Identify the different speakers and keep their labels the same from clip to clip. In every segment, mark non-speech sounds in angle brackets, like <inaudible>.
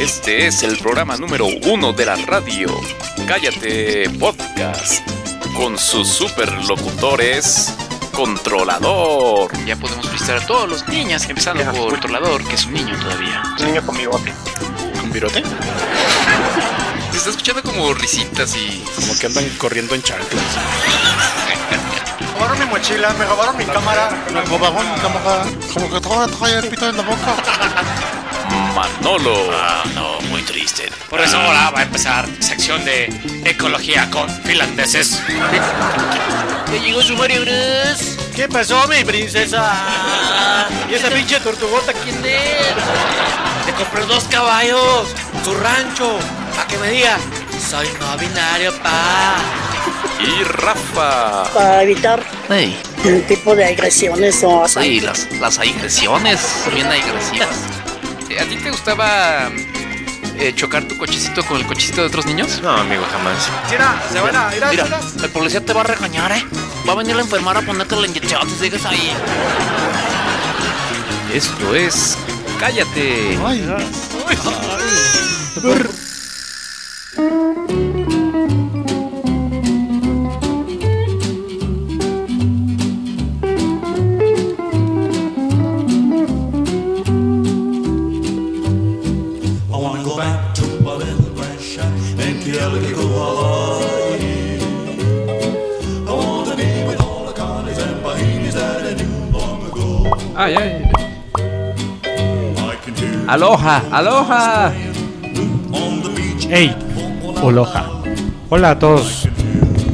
Speaker 1: Este es el programa número uno de la radio, Cállate Podcast, con sus superlocutores, Controlador.
Speaker 2: Ya podemos visitar a todos los niñas, empezando por Controlador, que es un niño todavía.
Speaker 3: Un niño con bigote.
Speaker 4: ¿Un virote?
Speaker 2: Se está escuchando como risitas y...
Speaker 4: Como que andan corriendo en chanclas.
Speaker 3: Me robaron mi mochila, me robaron mi cámara.
Speaker 5: Me robaron la cámara. Como que trae, trae el pito en la boca.
Speaker 1: Manolo.
Speaker 6: Ah, no, muy triste. Por eso ahora va a empezar sección de ecología con finlandeses.
Speaker 7: ¡Ya llegó su Mario Bros!
Speaker 3: ¿Qué pasó, mi princesa? ¿Y esa pinche tortugota
Speaker 7: ¿Quién es? Le compré dos caballos, su rancho, para que me diga, soy no binario, pa.
Speaker 1: Y Rafa.
Speaker 8: para evitar
Speaker 2: Ey,
Speaker 8: un tipo de agresiones o asaltos.
Speaker 2: sí, las, las agresiones, bien agresivas. Eh, ¿A ti te gustaba eh, chocar tu cochecito con el cochecito de otros niños?
Speaker 4: No, amigo, jamás.
Speaker 3: Mira, se van a ir a
Speaker 2: Mira, el policía te va a regañar, ¿eh? Va a venir la enfermera a ponerte la inyección si sigues ahí.
Speaker 1: Esto es Cállate.
Speaker 9: I wanna go back to Babel Russia and kill a little Hawaii. I wanna be with all the Connies and Bahinis that I knew long ago.
Speaker 10: Ay, ay.
Speaker 9: I can do
Speaker 10: Aloha, aloha.
Speaker 9: on the beach
Speaker 11: Hey, Oloja. Hola a todos.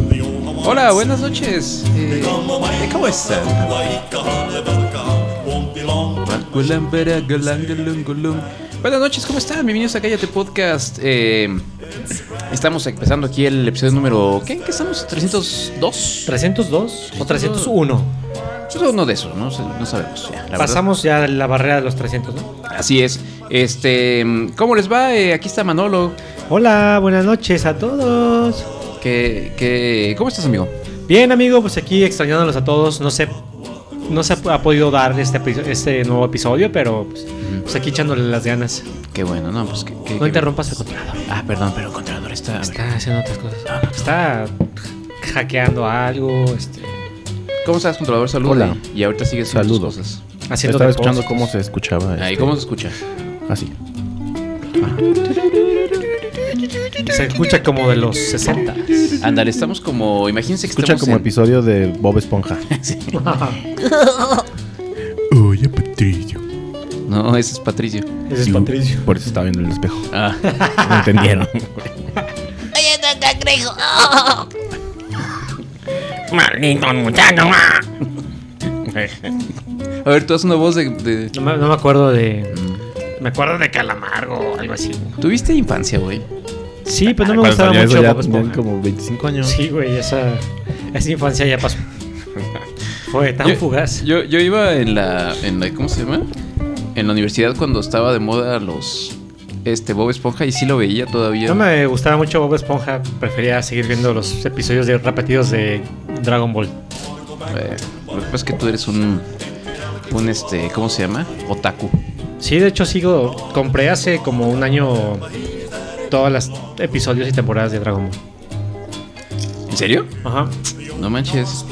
Speaker 9: the old
Speaker 10: Hola, buenas noches. Eh, eh, ¿Cómo están?
Speaker 9: Hawaii, Kahalevaka, won't be long.
Speaker 10: Gulam, bera, gulam, gulum, gulum. Buenas noches, ¿cómo están? Bienvenidos a Cállate Podcast. Eh, estamos empezando aquí el episodio número. ¿Qué? ¿Qué estamos? ¿302?
Speaker 11: 302 o 301.
Speaker 10: Es uno de esos, no, sé, no sabemos. ya, la verdad.
Speaker 11: Pasamos ya la barrera de los 300, ¿no?
Speaker 10: Así es. Este, ¿cómo les va? Eh, aquí está Manolo.
Speaker 11: Hola, buenas noches a todos.
Speaker 10: Que, que, ¿Cómo estás, amigo?
Speaker 11: Bien, amigo, pues aquí extrañándolos a todos. No sé, no se ha podido dar este, epi- este nuevo episodio, pero pues, pues aquí echándole las ganas.
Speaker 10: Qué bueno, no, pues que. que-
Speaker 11: No
Speaker 10: que-
Speaker 11: interrumpas al controlador.
Speaker 10: Ah, perdón, pero el controlador está.
Speaker 11: Está haciendo otras cosas. Ah, Está hackeando algo, este,
Speaker 10: ¿Cómo estás, controlador? Saludos.
Speaker 12: Hola.
Speaker 10: Y ahorita sigue haciendo
Speaker 12: Saludos.
Speaker 10: tus cosas.
Speaker 11: haciendo
Speaker 12: Estaba
Speaker 11: otras
Speaker 12: escuchando
Speaker 11: cosas.
Speaker 12: cómo se escuchaba.
Speaker 10: Ahí,
Speaker 12: este,
Speaker 10: ¿cómo se escucha?
Speaker 12: Así.
Speaker 11: Se escucha como de los 60.
Speaker 10: Andar, estamos como. Imagínense que
Speaker 12: Escucha
Speaker 10: estamos
Speaker 12: como
Speaker 10: en-
Speaker 12: episodio de Bob Esponja. <laughs> Oye, Patricio.
Speaker 10: No, ese es Patricio.
Speaker 11: Ese es Patricio.
Speaker 12: Por eso estaba viendo el espejo.
Speaker 10: Ah,
Speaker 12: <laughs> No entendieron.
Speaker 8: Oye, no, cangrejo.
Speaker 10: a ver, tú haz una voz de. de-
Speaker 11: No me, no me acuerdo de.
Speaker 12: Mm.
Speaker 11: Me acuerdo de.
Speaker 6: Calamargo o algo así.
Speaker 10: ¿Tuviste infancia, güey?
Speaker 11: Sí, pero no me
Speaker 12: Cuando
Speaker 11: gustaba
Speaker 12: salió eso
Speaker 11: mucho
Speaker 12: ya
Speaker 11: Bob Esponja.
Speaker 12: tenían como 25 años.
Speaker 11: Sí, güey, esa, esa infancia ya pasó. Fue tan
Speaker 10: Yo-
Speaker 11: fugaz.
Speaker 10: Yo, yo iba en la, en la- ¿Cómo se llama? En la universidad cuando estaba de moda los. Este Bob Esponja y sí lo veía todavía.
Speaker 11: No me gustaba mucho Bob Esponja. Prefería seguir viendo los episodios de- repetidos de Dragon Ball.
Speaker 10: Eh, lo que pasa es que tú eres un. Un este. ¿Cómo se llama? Otaku.
Speaker 11: Sí, de hecho sigo. Compré hace como un año todos los episodios y temporadas de Dragon Ball.
Speaker 10: ¿En serio?
Speaker 11: Ajá.
Speaker 10: No manches.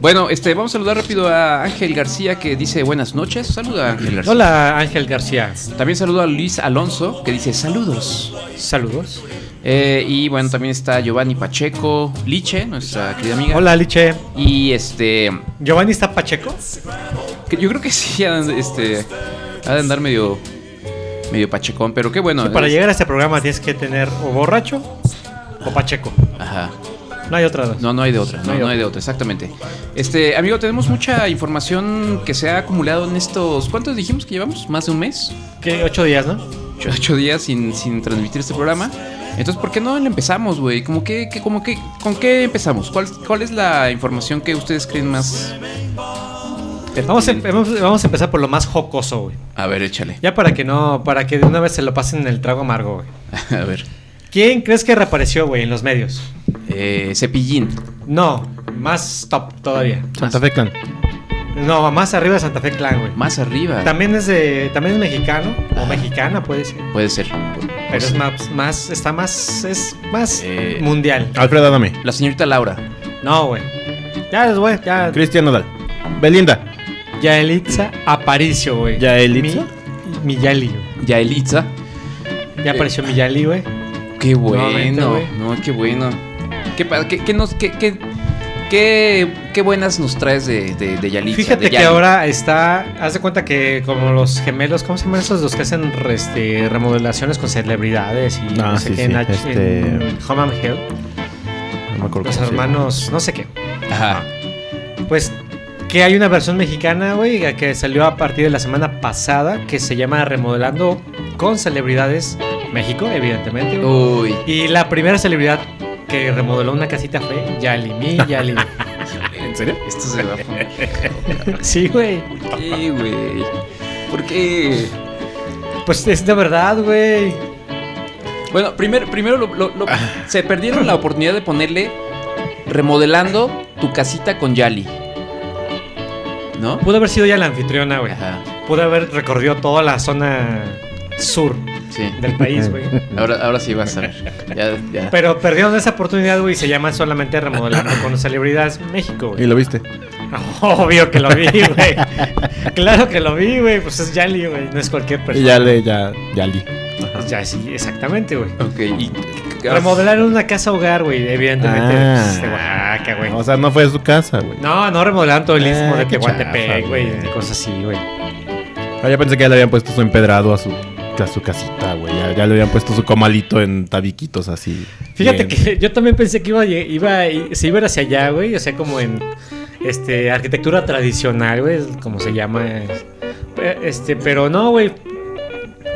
Speaker 10: Bueno, este, vamos a saludar rápido a Ángel García que dice buenas noches. Saluda a Ángel García.
Speaker 11: Hola Ángel García.
Speaker 10: También saludo a Luis Alonso que dice saludos.
Speaker 11: Saludos.
Speaker 10: Eh, y bueno, también está Giovanni Pacheco, Liche, nuestra querida amiga.
Speaker 11: Hola Liche.
Speaker 10: Y este,
Speaker 11: Giovanni está Pacheco.
Speaker 10: que yo creo que <laughs> sí, ha de- este, ha de andar medio, medio pachecón, pero qué bueno.
Speaker 11: Sí, para
Speaker 10: es-
Speaker 11: llegar a este programa tienes que tener o borracho o Pacheco.
Speaker 10: Ajá.
Speaker 11: No hay otra. dos.
Speaker 10: No, no hay de otra, no, no hay de otra, exactamente. Este, amigo, tenemos mucha información que se ha acumulado en estos, ¿cuántos dijimos que llevamos? ¿Más de un mes?
Speaker 11: ¿Qué? Ocho días, ¿no?
Speaker 10: ocho, ocho días sin, sin transmitir este programa. Entonces, ¿por qué no le empezamos, güey? ¿Cómo que, que- como que, ¿Con qué empezamos? ¿Cuál, ¿Cuál es la información que ustedes creen más...
Speaker 11: Eh, Vamos a, em,
Speaker 10: pertinente?
Speaker 11: vamos- vamos a empezar por lo más jocoso, güey.
Speaker 10: A ver, échale. <laughs>
Speaker 11: Ya para que no, para que de una vez se lo pasen el trago amargo, güey.
Speaker 10: A ver.
Speaker 11: ¿Quién crees que reapareció, güey, en los medios?
Speaker 10: Eh, cepillín.
Speaker 11: No, más top todavía.
Speaker 12: Santa Fe Clan.
Speaker 11: No, más arriba de Santa Fe Clan, güey.
Speaker 10: Más arriba.
Speaker 11: También es de, también es mexicano o mexicana, puede ser.
Speaker 10: Puede ser.
Speaker 11: Pero es más, más está más, es más mundial.
Speaker 12: Alfredo Adame.
Speaker 10: La señorita Laura.
Speaker 11: No, güey. Ya es, güey, ya.
Speaker 12: Cristian Nodal. Belinda.
Speaker 11: Yaelitza Aparicio, güey.
Speaker 12: ¿Yaelitza?
Speaker 11: Mi, Miyali.
Speaker 10: Yaelitza.
Speaker 11: Ya apareció Miyali, güey.
Speaker 10: Qué
Speaker 11: Nuevamente,
Speaker 10: bueno.
Speaker 11: güey.
Speaker 10: No, qué bueno. Qué, pa- qué, qué nos, qué, qué, qué, qué buenas nos traes de, de, de Yalitza,
Speaker 11: Fíjate
Speaker 10: de
Speaker 11: que
Speaker 10: Yali.
Speaker 11: ahora está, haz de cuenta que como los gemelos, ¿cómo se llaman esos? Los que hacen este, remodelaciones con celebridades y
Speaker 12: Ah,
Speaker 11: no sé
Speaker 12: sí,
Speaker 11: qué en,
Speaker 12: sí,
Speaker 11: H-
Speaker 12: este-
Speaker 11: en Home and Health.
Speaker 12: No me acuerdo
Speaker 11: Los
Speaker 12: cómo se
Speaker 11: hermanos, no sé qué.
Speaker 10: Ajá.
Speaker 11: Pues que hay una versión mexicana, güey, que salió a partir de la semana pasada, que se llama Remodelando con celebridades México, evidentemente.
Speaker 10: güey.
Speaker 11: Y la primera celebridad que remodeló una casita fue
Speaker 12: <laughs>
Speaker 11: Yali,
Speaker 10: <laughs>
Speaker 11: mi Yali.
Speaker 10: ¿En serio? Esto se va a poner-
Speaker 11: sí, güey.
Speaker 10: Sí, güey. ¿Por qué?
Speaker 11: Pues es de verdad, güey.
Speaker 10: Bueno, primero, primero lo- lo-
Speaker 11: <laughs>
Speaker 10: lo- se perdieron la oportunidad de ponerle remodelando tu casita con Yali. ¿No?
Speaker 11: Pudo haber sido ya la anfitriona, Pues, güey. Pudo haber recorrido toda la zona sur del país, güey.
Speaker 10: Ahora, ahora sí vas a ver. Ya, ya.
Speaker 11: Pero perdieron esa oportunidad, güey, y se llaman solamente Remodelando con Celebridades México, güey.
Speaker 12: Y lo viste.
Speaker 11: Obvio que lo vi, güey. claro que lo vi, güey. Pues es Yali, güey. No es cualquier persona.
Speaker 12: Y ya le, ya, ya li.
Speaker 11: Pues ya sí, exactamente, güey.
Speaker 10: Ok, y.
Speaker 11: Remodelaron una casa hogar, güey, evidentemente.
Speaker 12: Ah.
Speaker 11: pues, de Oaxaca, güey.
Speaker 12: O sea, no fue su casa, güey.
Speaker 11: No, no remodelaron todo el istmo
Speaker 12: Ah,
Speaker 11: de
Speaker 12: qué
Speaker 11: Tehuantepec,
Speaker 12: chafa,
Speaker 11: güey. Cosas así, güey.
Speaker 12: Ah, ya pensé que ya le habían puesto su empedrado a su, a su casita, güey. Ya, ya le habían puesto su comalito en tabiquitos así.
Speaker 11: Fíjate
Speaker 12: Bien.
Speaker 11: que <laughs> yo también pensé que iba, a lle- iba, a ir- se iba a ir hacia allá, güey. O sea, como en este arquitectura tradicional, güey, es como se llama. es- pe- Este, pero no, güey.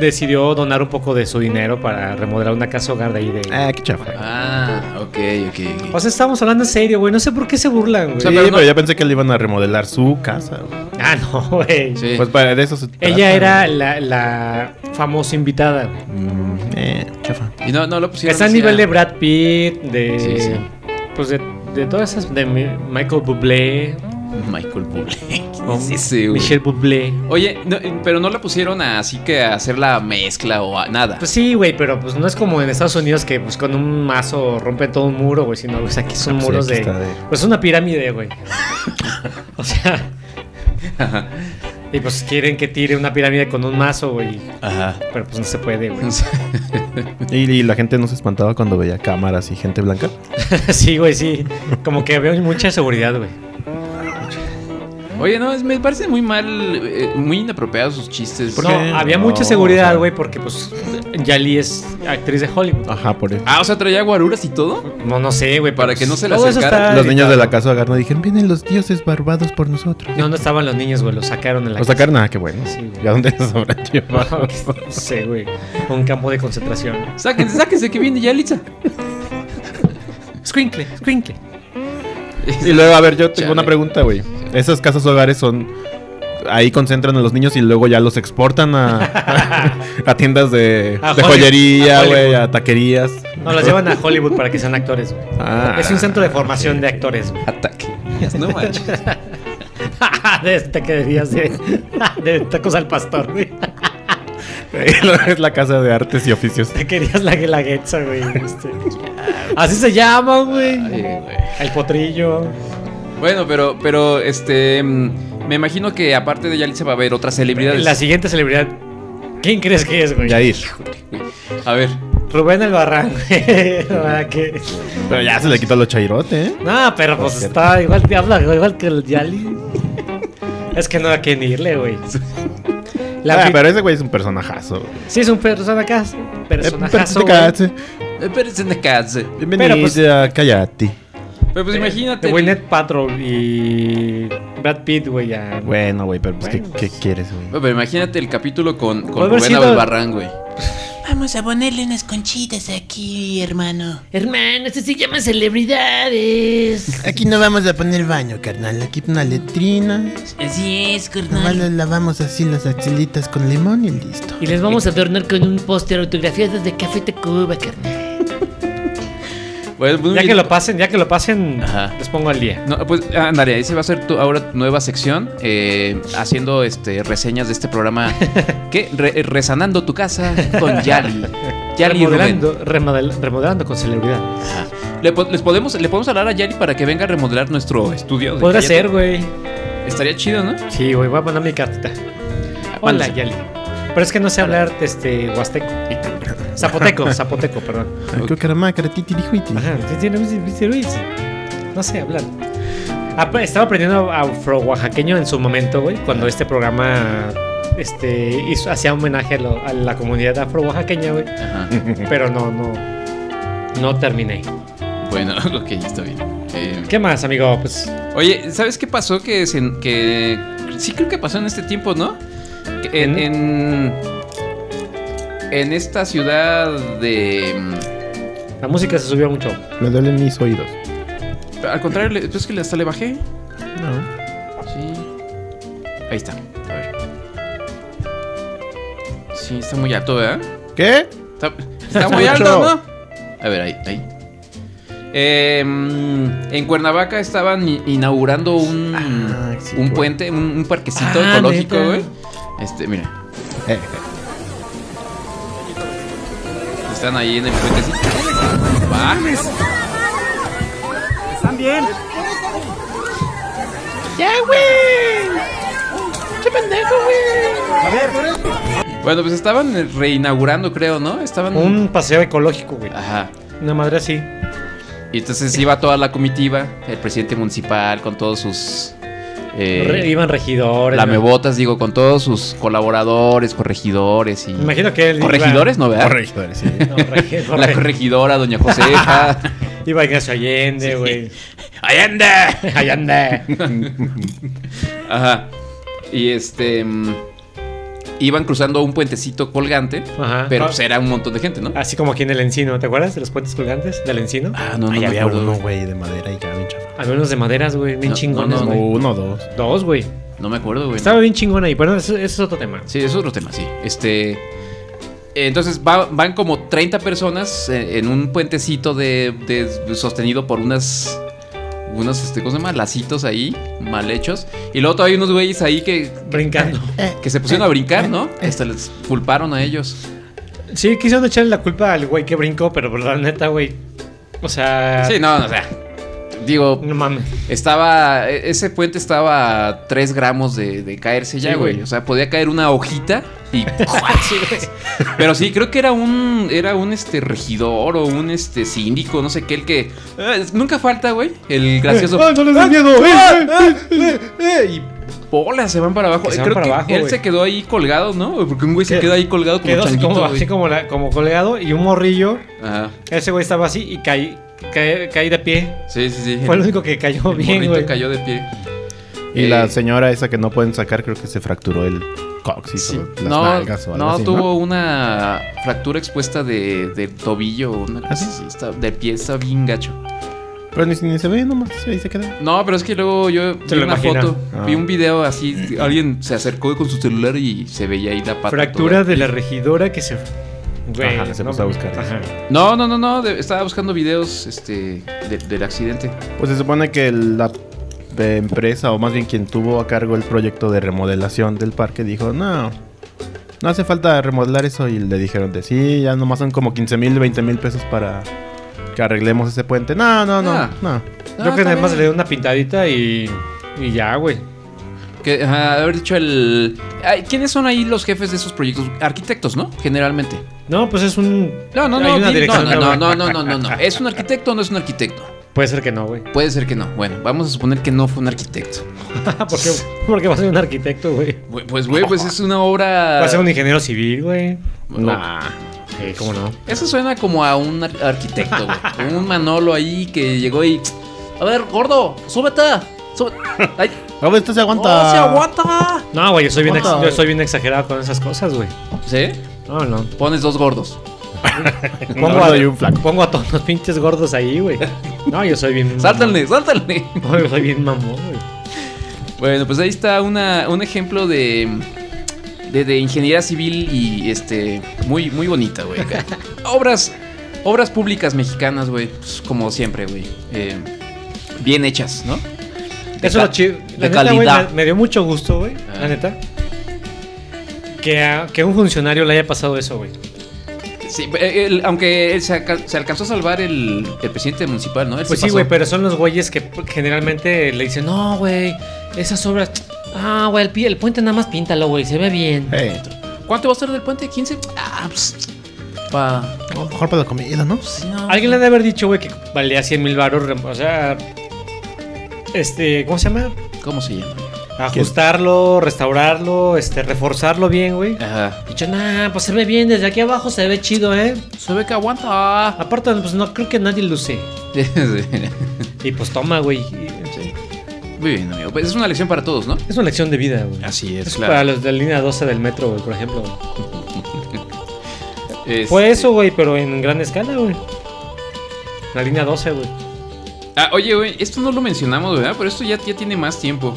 Speaker 11: Decidió donar un poco de su dinero para remodelar una casa hogar de ahí de.
Speaker 12: Ah, qué chafa.
Speaker 10: Ah, ok, ok, ok.
Speaker 11: O sea, estamos hablando en serio, güey. No sé por qué se burlan, güey.
Speaker 12: Sí, pero, ya pensé que le iban a remodelar su casa, güey.
Speaker 11: Ah, no, güey.
Speaker 12: Pues para de eso se
Speaker 10: Ah,
Speaker 11: Ella era la, la famosa invitada.
Speaker 12: eh, chafa.
Speaker 10: Y no, no lo pusieron.
Speaker 11: Está a
Speaker 10: así,
Speaker 11: nivel
Speaker 10: ah.
Speaker 11: de Brad Pitt, de.
Speaker 10: Sí, sí.
Speaker 11: Pues de, de todas esas. De Mi- Michael Bublé.
Speaker 10: Michael
Speaker 11: <laughs>
Speaker 10: Bublé. ¿Quién
Speaker 11: o
Speaker 10: es ese, güey?
Speaker 11: Michelle Bublé.
Speaker 10: Oye, no, eh, pero no la pusieron a- así que a hacer la mezcla o a- nada.
Speaker 11: Pues sí, güey, pero pues no es como en Estados Unidos que pues con un mazo rompen todo un muro, güey, sino pues aquí son
Speaker 10: Ah, pues, sí,
Speaker 11: muros
Speaker 10: aquí
Speaker 11: de,
Speaker 10: está de-
Speaker 11: Pues una pirámide,
Speaker 10: <laughs>
Speaker 11: güey. o sea... y pues quieren que tire una pirámide con un mazo, güey.
Speaker 10: Ajá.
Speaker 11: Pero pues no se puede, güey. <laughs>
Speaker 12: Y, y la gente no se espantaba cuando veía cámaras y gente blanca.
Speaker 11: sí, güey, sí. Como que había mucha seguridad, güey.
Speaker 10: Oye, no, es- me parece muy mal, eh, muy inapropiado sus chistes.
Speaker 11: No, había mucha seguridad, güey, porque pues Yali es actriz de Hollywood.
Speaker 12: Ajá, por eso.
Speaker 10: Ah, o sea, traía guaruras y todo.
Speaker 11: No, no sé, güey. pues,
Speaker 10: Para que no se le
Speaker 11: todo eso
Speaker 10: acercara.
Speaker 11: está
Speaker 12: Los niños de la casa hogar no dijeron, vienen los dioses barbados por nosotros.
Speaker 11: No, no estaban los niños, güey, los sacaron en la
Speaker 12: Los
Speaker 11: casa.
Speaker 12: sacaron, ah, qué bueno.
Speaker 11: Sí, güey.
Speaker 12: ¿Ya dónde <laughs> los habrán llevado?
Speaker 11: <laughs> No sé, güey. Un campo de concentración. <laughs>
Speaker 10: Sáquense, sáquense que viene Yalitza.
Speaker 11: Squinkle, squinkle.
Speaker 12: Y luego, a ver, yo tengo
Speaker 11: Chale.
Speaker 12: una pregunta, güey. Esas casas hogares son. Ahí concentran a los niños y luego ya los exportan
Speaker 11: <laughs>
Speaker 12: a, a tiendas de,
Speaker 11: A
Speaker 12: de
Speaker 11: Hollywood, a
Speaker 12: joyería,
Speaker 11: Hollywood.
Speaker 12: güey, a taquerías.
Speaker 11: No, los llevan a Hollywood para que sean actores, güey.
Speaker 12: Ah.
Speaker 11: es un centro de formación de actores, güey.
Speaker 10: Ataque. No manches.
Speaker 11: <laughs> de te quedarías de, de tacos al pastor, güey.
Speaker 12: <laughs> es la casa de artes y oficios.
Speaker 11: Te querías la guelaguetza, güey. este. Así se llama, güey. El potrillo.
Speaker 10: Bueno, pero, pero, este, mm, me imagino que aparte de Yalitza va a haber otras celebridades.
Speaker 11: La siguiente celebridad. ¿Quién crees que es, güey?
Speaker 12: Yair.
Speaker 10: A ver.
Speaker 11: Rubén Albarrán, güey. <laughs> Ah, que-
Speaker 12: Pero ya se le quitó los chairote, ¿eh?
Speaker 11: No, pero pues está igual, que- habla igual que el Yali. es que no a quién irle, <laughs> güey. La
Speaker 12: Ah,
Speaker 11: fi-
Speaker 12: pero ese güey es un personajazo.
Speaker 11: Sí, es un persona acá. Personajazo.
Speaker 12: Eh, pero-
Speaker 11: güey.
Speaker 10: Pero es de casa.
Speaker 12: Bienvenido
Speaker 11: pues-
Speaker 12: a Cayati.
Speaker 10: Pero pues imagínate.
Speaker 11: De Winnet Eh, Patrol y Brad Pitt, güey, ya.
Speaker 12: Bueno, güey, pero pues, ¿qué, qué quieres, güey?
Speaker 10: Pero imagínate el capítulo con, con
Speaker 11: Puede haber
Speaker 10: Rubén
Speaker 11: sido-
Speaker 10: Albarrán, güey.
Speaker 13: Vamos a ponerle unas conchitas aquí, hermano.
Speaker 7: Hermano, eso se llama celebridades.
Speaker 12: pues,
Speaker 13: Aquí no
Speaker 5: vamos a poner baño, carnal. Aquí una letrina.
Speaker 7: Así es,
Speaker 5: Nomás les lavamos así las axilitas con limón y listo.
Speaker 7: Y les vamos a adornar con un póster autografiado de Café Tacuba, carnal.
Speaker 10: Bueno, muy
Speaker 11: ya
Speaker 10: bien.
Speaker 11: que lo pasen, ya que lo pasen,
Speaker 10: Ajá.
Speaker 11: les pongo al día.
Speaker 10: Pues, No, pues ándale, ese va a ser tu, ahora tu nueva sección, eh, haciendo este reseñas de este
Speaker 11: <laughs>
Speaker 10: programa. ¿Qué? Re- resanando tu casa con Yali.
Speaker 11: <laughs>
Speaker 10: Yali Rubén.
Speaker 11: remodelando, remodel- remodelando con celebridad.
Speaker 10: Le, po- les podemos, le podemos hablar a Yali para que venga a remodelar nuestro estudio. de
Speaker 11: Podría
Speaker 10: Cállate.
Speaker 11: ser, güey.
Speaker 10: Estaría chido, ¿no?
Speaker 11: Sí, güey, voy a poner mi cartita. Hola,
Speaker 10: Mándese.
Speaker 11: Yali. Pero es que no sé hablar este huasteco. Zapoteco, zapoteco, perdón. Ajá, No sé hablar. Ap- Estaba aprendiendo afro-oaxaqueño en su momento, güey, cuando este programa este, hizo- hacía homenaje a, lo- a la comunidad afro-oaxaqueña, güey. Pero no, no, no terminé.
Speaker 10: Bueno, <laughs> ok, está bien. Eh,
Speaker 11: ¿Qué más, amigo? Pues
Speaker 10: Oye, ¿sabes qué pasó? Que, se- que sí creo que pasó en este tiempo, ¿no? Que En, en, en esta ciudad de...
Speaker 11: la música se subió mucho.
Speaker 12: Me duelen mis oídos.
Speaker 10: Al contrario, le- pues es que hasta le bajé.
Speaker 12: No.
Speaker 10: Sí. Ahí está. A ver. Sí, está muy alto, ¿verdad?
Speaker 12: ¿Qué?
Speaker 10: Está, está
Speaker 12: <laughs>
Speaker 10: muy
Speaker 12: Mucho.
Speaker 10: alto, ¿no? A ver, ahí, ahí. Eh, mm, en Cuernavaca estaban i- inaugurando un,
Speaker 12: Ah,
Speaker 10: un puente, un, un parquecito
Speaker 11: Ah,
Speaker 10: ecológico,
Speaker 11: neta.
Speaker 10: güey. Este, mira.
Speaker 12: Eh,
Speaker 10: Están ahí en el puentecito. Bajes.
Speaker 14: ¿Están bien? ¡Ya, güey! ¡Qué pendejo, güey! A ver,
Speaker 10: Bueno, pues estaban reinaugurando, creo, ¿no? Estaban.
Speaker 11: Un paseo ecológico, güey.
Speaker 10: Ajá.
Speaker 11: Una madre así.
Speaker 10: Y entonces iba toda la comitiva, el presidente municipal con todos sus... Eh,
Speaker 11: Re- iban regidores,
Speaker 10: Lamebotas, digo, con todos sus colaboradores, corregidores y...
Speaker 11: Me imagino que él iba-
Speaker 10: Corregidores, ¿no, verdad?
Speaker 12: Corregidores, Ah, sí.
Speaker 10: <laughs>
Speaker 11: corregidor.
Speaker 10: la corregidora, doña
Speaker 12: <laughs>
Speaker 10: Josefa.
Speaker 11: Iba Ignacio Allende, güey.
Speaker 10: ¡Allende!
Speaker 11: ¡Allende!
Speaker 10: Ajá. Y este... mm, Iban cruzando un puentecito colgante,
Speaker 11: Ajá.
Speaker 12: Ah.
Speaker 10: pero pues era un montón de gente, ¿no?
Speaker 11: Así como aquí en el encino, ¿te acuerdas de los puentes colgantes del encino?
Speaker 10: Ah, no, no
Speaker 12: Ahí
Speaker 10: me
Speaker 12: había
Speaker 10: acuerdo,
Speaker 12: uno,
Speaker 10: güey.
Speaker 12: güey, de madera y ya bien chafa.
Speaker 11: Había unos de maderas, güey, bien
Speaker 10: No,
Speaker 11: chingones,
Speaker 10: no, no,
Speaker 11: güey.
Speaker 10: no.
Speaker 12: Uno, dos.
Speaker 11: Dos, güey.
Speaker 10: No me acuerdo, güey.
Speaker 11: Estaba bien chingona ahí, pero eso, eso es otro tema.
Speaker 10: Sí, es otro tema, sí. Este. Entonces va- van como 30 personas eh, en un puentecito de, de- sostenido por unas. Unos, este, ¿cómo se llama? Lacitos ahí, mal hechos. Y luego todavía hay unos güeyes ahí que.
Speaker 11: <laughs> Brincando.
Speaker 10: Que se pusieron a brincar, ¿no? Hasta les culparon a ellos.
Speaker 11: Sí, quisieron echarle la culpa al güey que brincó, pero por la neta, güey. O sea.
Speaker 10: Sí, no, o sea. Digo. No
Speaker 11: mames.
Speaker 10: Estaba. e- Ese puente estaba a 3 gramos de, de caerse ya,
Speaker 11: Sí, güey.
Speaker 10: güey. O sea, podía caer una hojita
Speaker 11: <laughs>
Speaker 10: y. Pero sí, creo que era un. Era un este regidor o un este síndico, no sé qué, el que. eh, nunca falta, güey. El
Speaker 11: <laughs>
Speaker 10: gracioso.
Speaker 12: ¡Ah, no les dé miedo! ¡Eh,
Speaker 11: ah,
Speaker 12: eh,
Speaker 10: Y bolas se van para abajo. Eh,
Speaker 11: Que se van
Speaker 10: creo
Speaker 11: para
Speaker 10: que
Speaker 11: abajo,
Speaker 10: él
Speaker 11: güey.
Speaker 10: se quedó ahí colgado, ¿no? Porque un güey se quedó ahí colgado como
Speaker 11: Quedó así
Speaker 10: changuito,
Speaker 11: como,
Speaker 10: güey.
Speaker 11: así como, la- como colgado y un morrillo.
Speaker 10: Ajá.
Speaker 11: Ese güey estaba así y caí, caí, caí de pie.
Speaker 10: Sí, sí, sí.
Speaker 11: Fue el único que cayó
Speaker 10: El
Speaker 11: bien,
Speaker 10: morrito
Speaker 11: güey.
Speaker 10: cayó de pie.
Speaker 12: Y
Speaker 10: Eh,
Speaker 12: la señora esa que no pueden sacar, creo que se fracturó el coxis o las
Speaker 10: no,
Speaker 12: nalgas o algo
Speaker 10: no,
Speaker 12: así,
Speaker 10: tuvo una fractura expuesta de, de tobillo, una
Speaker 12: ¿Ah,
Speaker 10: cosa así, está- del pie, está bien gacho.
Speaker 12: Pero ni, ni se ve nomás, ahí se queda.
Speaker 10: No, pero es que luego yo
Speaker 12: Se
Speaker 10: vi
Speaker 12: lo
Speaker 10: una
Speaker 12: imagina.
Speaker 10: foto,
Speaker 12: Ah.
Speaker 10: vi un video así, alguien se acercó con su celular y se veía ahí la pata.
Speaker 11: Fractura
Speaker 10: toda.
Speaker 11: de la regidora que se. Güey,
Speaker 12: Ajá, se
Speaker 11: no
Speaker 12: puso a
Speaker 11: mames.
Speaker 12: buscar.
Speaker 11: Ajá.
Speaker 10: No, no, no, no, de- estaba buscando videos este de- del accidente.
Speaker 12: Pues se supone que la de empresa, o más bien quien tuvo a cargo el proyecto de remodelación del parque, dijo, no, no hace falta remodelar eso. Y le dijeron de sí, ya nomás son como 15 mil, 20 mil pesos para que arreglemos ese puente. No, no, no,
Speaker 11: Ah.
Speaker 12: no.
Speaker 11: Yo creo que nada más le dio una pintadita y. Y ya, güey.
Speaker 10: Que, ajá, haber dicho el... ay, ¿Quiénes son ahí los jefes de esos proyectos? Arquitectos, ¿no? Generalmente.
Speaker 11: No, pues es un.
Speaker 10: No, no,
Speaker 11: Hay
Speaker 10: no,
Speaker 11: una
Speaker 10: di-
Speaker 11: dirección,
Speaker 10: no, no,
Speaker 11: güey.
Speaker 10: no, no, no, no, no. ¿Es un arquitecto o no es un arquitecto?
Speaker 11: <laughs> Puede ser que no, güey.
Speaker 10: Puede ser que no. Bueno, vamos a suponer que no fue un arquitecto. Ah,
Speaker 11: ¿Por qué, <laughs> por qué va a ser un arquitecto, güey?
Speaker 10: Bu- Pues, güey, pues es una obra.
Speaker 11: Va a ser un ingeniero civil, güey.
Speaker 10: Bueno,
Speaker 11: Eh, ¿Cómo no?
Speaker 10: Eso suena como a un ar- arquitecto,
Speaker 11: <laughs>
Speaker 10: güey. Un Manolo ahí que llegó y. A ver, gordo, súbete. súbete. Ay,
Speaker 12: A ver, esto se aguanta.
Speaker 10: no se aguanta.
Speaker 11: No, güey, yo soy bien, ex-
Speaker 10: ¿Cuánto?
Speaker 11: yo soy bien exagerado con esas cosas, güey.
Speaker 10: ¿Sí?
Speaker 11: No, no.
Speaker 10: Pones dos gordos.
Speaker 11: Pongo
Speaker 10: gordo
Speaker 11: a,
Speaker 10: y un
Speaker 11: pongo a todos los pinches gordos ahí, güey. No, yo soy bien.
Speaker 10: Sáltale, sáltale.
Speaker 11: No, <laughs> yo soy bien mamón, güey.
Speaker 10: Bueno, pues ahí está una, un ejemplo de,
Speaker 11: <laughs>
Speaker 10: de. de ingeniería civil y este. Muy, muy bonita, güey. Obras Obras públicas mexicanas, güey. pues, como siempre, güey. Eh, bien hechas, ¿no? De
Speaker 11: Eso
Speaker 10: ca-
Speaker 11: es lo chido. La
Speaker 10: De
Speaker 11: neta, güey,
Speaker 10: calidad. Ah.
Speaker 11: me, me dio mucho gusto, güey. La neta. Que a, que a un funcionario le haya pasado eso, güey.
Speaker 10: Sí, eh, el- aunque él se, alca- se alcanzó a salvar el, el presidente municipal, ¿no? Él se
Speaker 11: Pues sí,
Speaker 10: pasó.
Speaker 11: güey, pero son los güeyes que p- generalmente le dicen, no, güey, esas obras. Ah, güey, el, pi- el puente nada más píntalo, güey, se ve bien.
Speaker 10: ¿Cuánto va a ser del puente? ¿15? Ah, pues. Pa.
Speaker 12: Mejor para la comida, ¿no?
Speaker 11: Alguien le ha de haber dicho, güey, que valía 100 mil baros. O sea. Este, ¿cómo se llama?
Speaker 10: ¿Cómo se llama?
Speaker 11: Ajustarlo, restaurarlo, este, reforzarlo bien, güey.
Speaker 10: Ajá.
Speaker 11: Dicho, nah, pues se ve bien, desde aquí abajo se ve chido, ¿eh?
Speaker 10: Se ve que aguanta. <laughs>
Speaker 11: Aparte, pues no creo que nadie luce. Y pues toma, güey.
Speaker 10: Muy bien, amigo. Pues es una lección para todos, ¿no?
Speaker 11: Es una lección de vida, güey.
Speaker 10: Así
Speaker 11: Es
Speaker 10: claro.
Speaker 11: para los de la línea 12 del metro, güey, por ejemplo. güey.
Speaker 10: Este-
Speaker 11: Fue eso, güey, pero en gran escala, güey. La línea 12, güey.
Speaker 10: Ah, oye, güey, esto no lo mencionamos, ¿verdad? Pero esto ya, ya tiene más tiempo.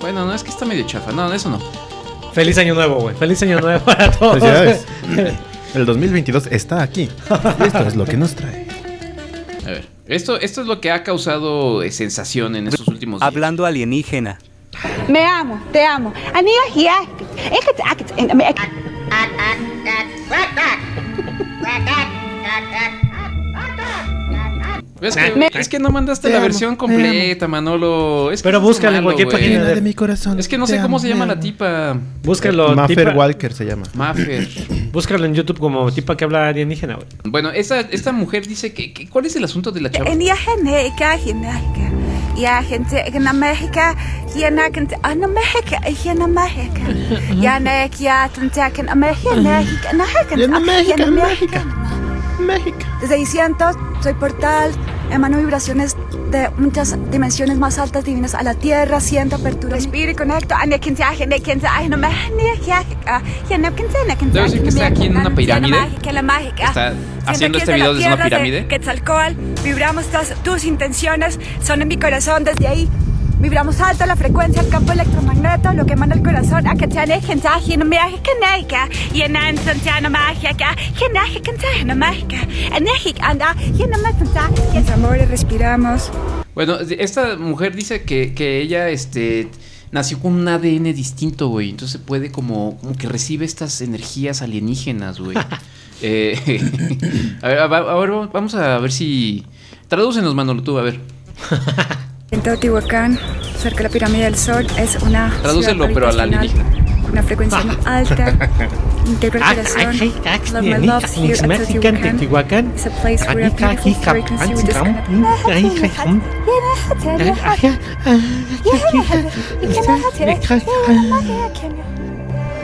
Speaker 10: Bueno, no, es que está medio chafa. No, eso no.
Speaker 11: Feliz año nuevo, güey. Feliz año nuevo para todos.
Speaker 12: Felicidades. El 2022 está aquí. Y esto es lo que
Speaker 10: <laughs>
Speaker 12: nos trae.
Speaker 10: A ver. Esto, esto es lo que ha causado eh, sensación en estos últimos días. Hablando alienígena.
Speaker 15: Me amo, te amo. Amiga, ya. Es que- ah, que- eh, me- eh,
Speaker 10: Es que, es que no mandaste
Speaker 15: Te
Speaker 10: la
Speaker 15: amo,
Speaker 10: versión
Speaker 15: te
Speaker 10: completa, Manolo. Es que
Speaker 11: Pero
Speaker 10: eso es
Speaker 11: búscala en
Speaker 10: malo,
Speaker 11: cualquier
Speaker 10: güey.
Speaker 11: página de mi
Speaker 12: corazón.
Speaker 10: Es que no sé
Speaker 11: Te
Speaker 10: cómo
Speaker 11: amo,
Speaker 10: se
Speaker 11: te
Speaker 10: llama la
Speaker 11: amo.
Speaker 10: tipa.
Speaker 11: <laughs> Búscalo.
Speaker 12: Maffer
Speaker 11: tipa-
Speaker 12: Walker se llama.
Speaker 10: Maffer.
Speaker 11: Búscalo en YouTube como tipa que habla alienígena, güey.
Speaker 10: Bueno, esta, esta mujer dice que, que- ¿Cuál es el asunto de la chava?
Speaker 16: En ya gente acá, gente acá. Ya gente en América, ya na gente en América, ya en América. Ya na ya gente en América, na en América, en América, en América. México. Desde 600 soy portal, emano vibraciones de muchas dimensiones más altas divinas a la tierra, siento apertura. Respiro y conecto. Ana gente, gente, gente, ay no me, ya ya na gente, na gente.
Speaker 10: Debo decir que está aquí en una pirámide.
Speaker 16: Que ah, la mágica.
Speaker 10: Está haciendo
Speaker 16: Siento
Speaker 10: este
Speaker 16: que
Speaker 10: video
Speaker 16: la
Speaker 10: desde una
Speaker 16: tierra de
Speaker 10: pirámide.
Speaker 16: Quetzalcóatl, vibramos todas tus intenciones, son en mi corazón desde ahí. Vibramos alto la frecuencia, el campo electromagneto, lo que emana el corazón. A que te ane, gente, a que no me aje, que no aje, y en an, son te ano magia, que a- que no aje, que no aje, no mágica. En aje, anda, y en ama, son te aje. Mis amores, respiramos.
Speaker 10: Bueno, esta mujer dice que, que ella este, nació con un ADN distinto, güey. Entonces puede como, como que recibe estas energías alienígenas, güey. Eh, <laughs> a, ver, a ver, a ver, vamos a ver si... Tradúcenos, Manolo, tú, a ver.
Speaker 16: <laughs> En Teotihuacán, cerca de la pirámide del sol, es una. ciudad
Speaker 10: Tradúcelo, pero a la
Speaker 16: habitacional,
Speaker 10: alienígena.
Speaker 16: Una frecuencia más alta. Interpretación. Love my love here at Teotihuacán. It's a place where a beautiful frequency will disconnect.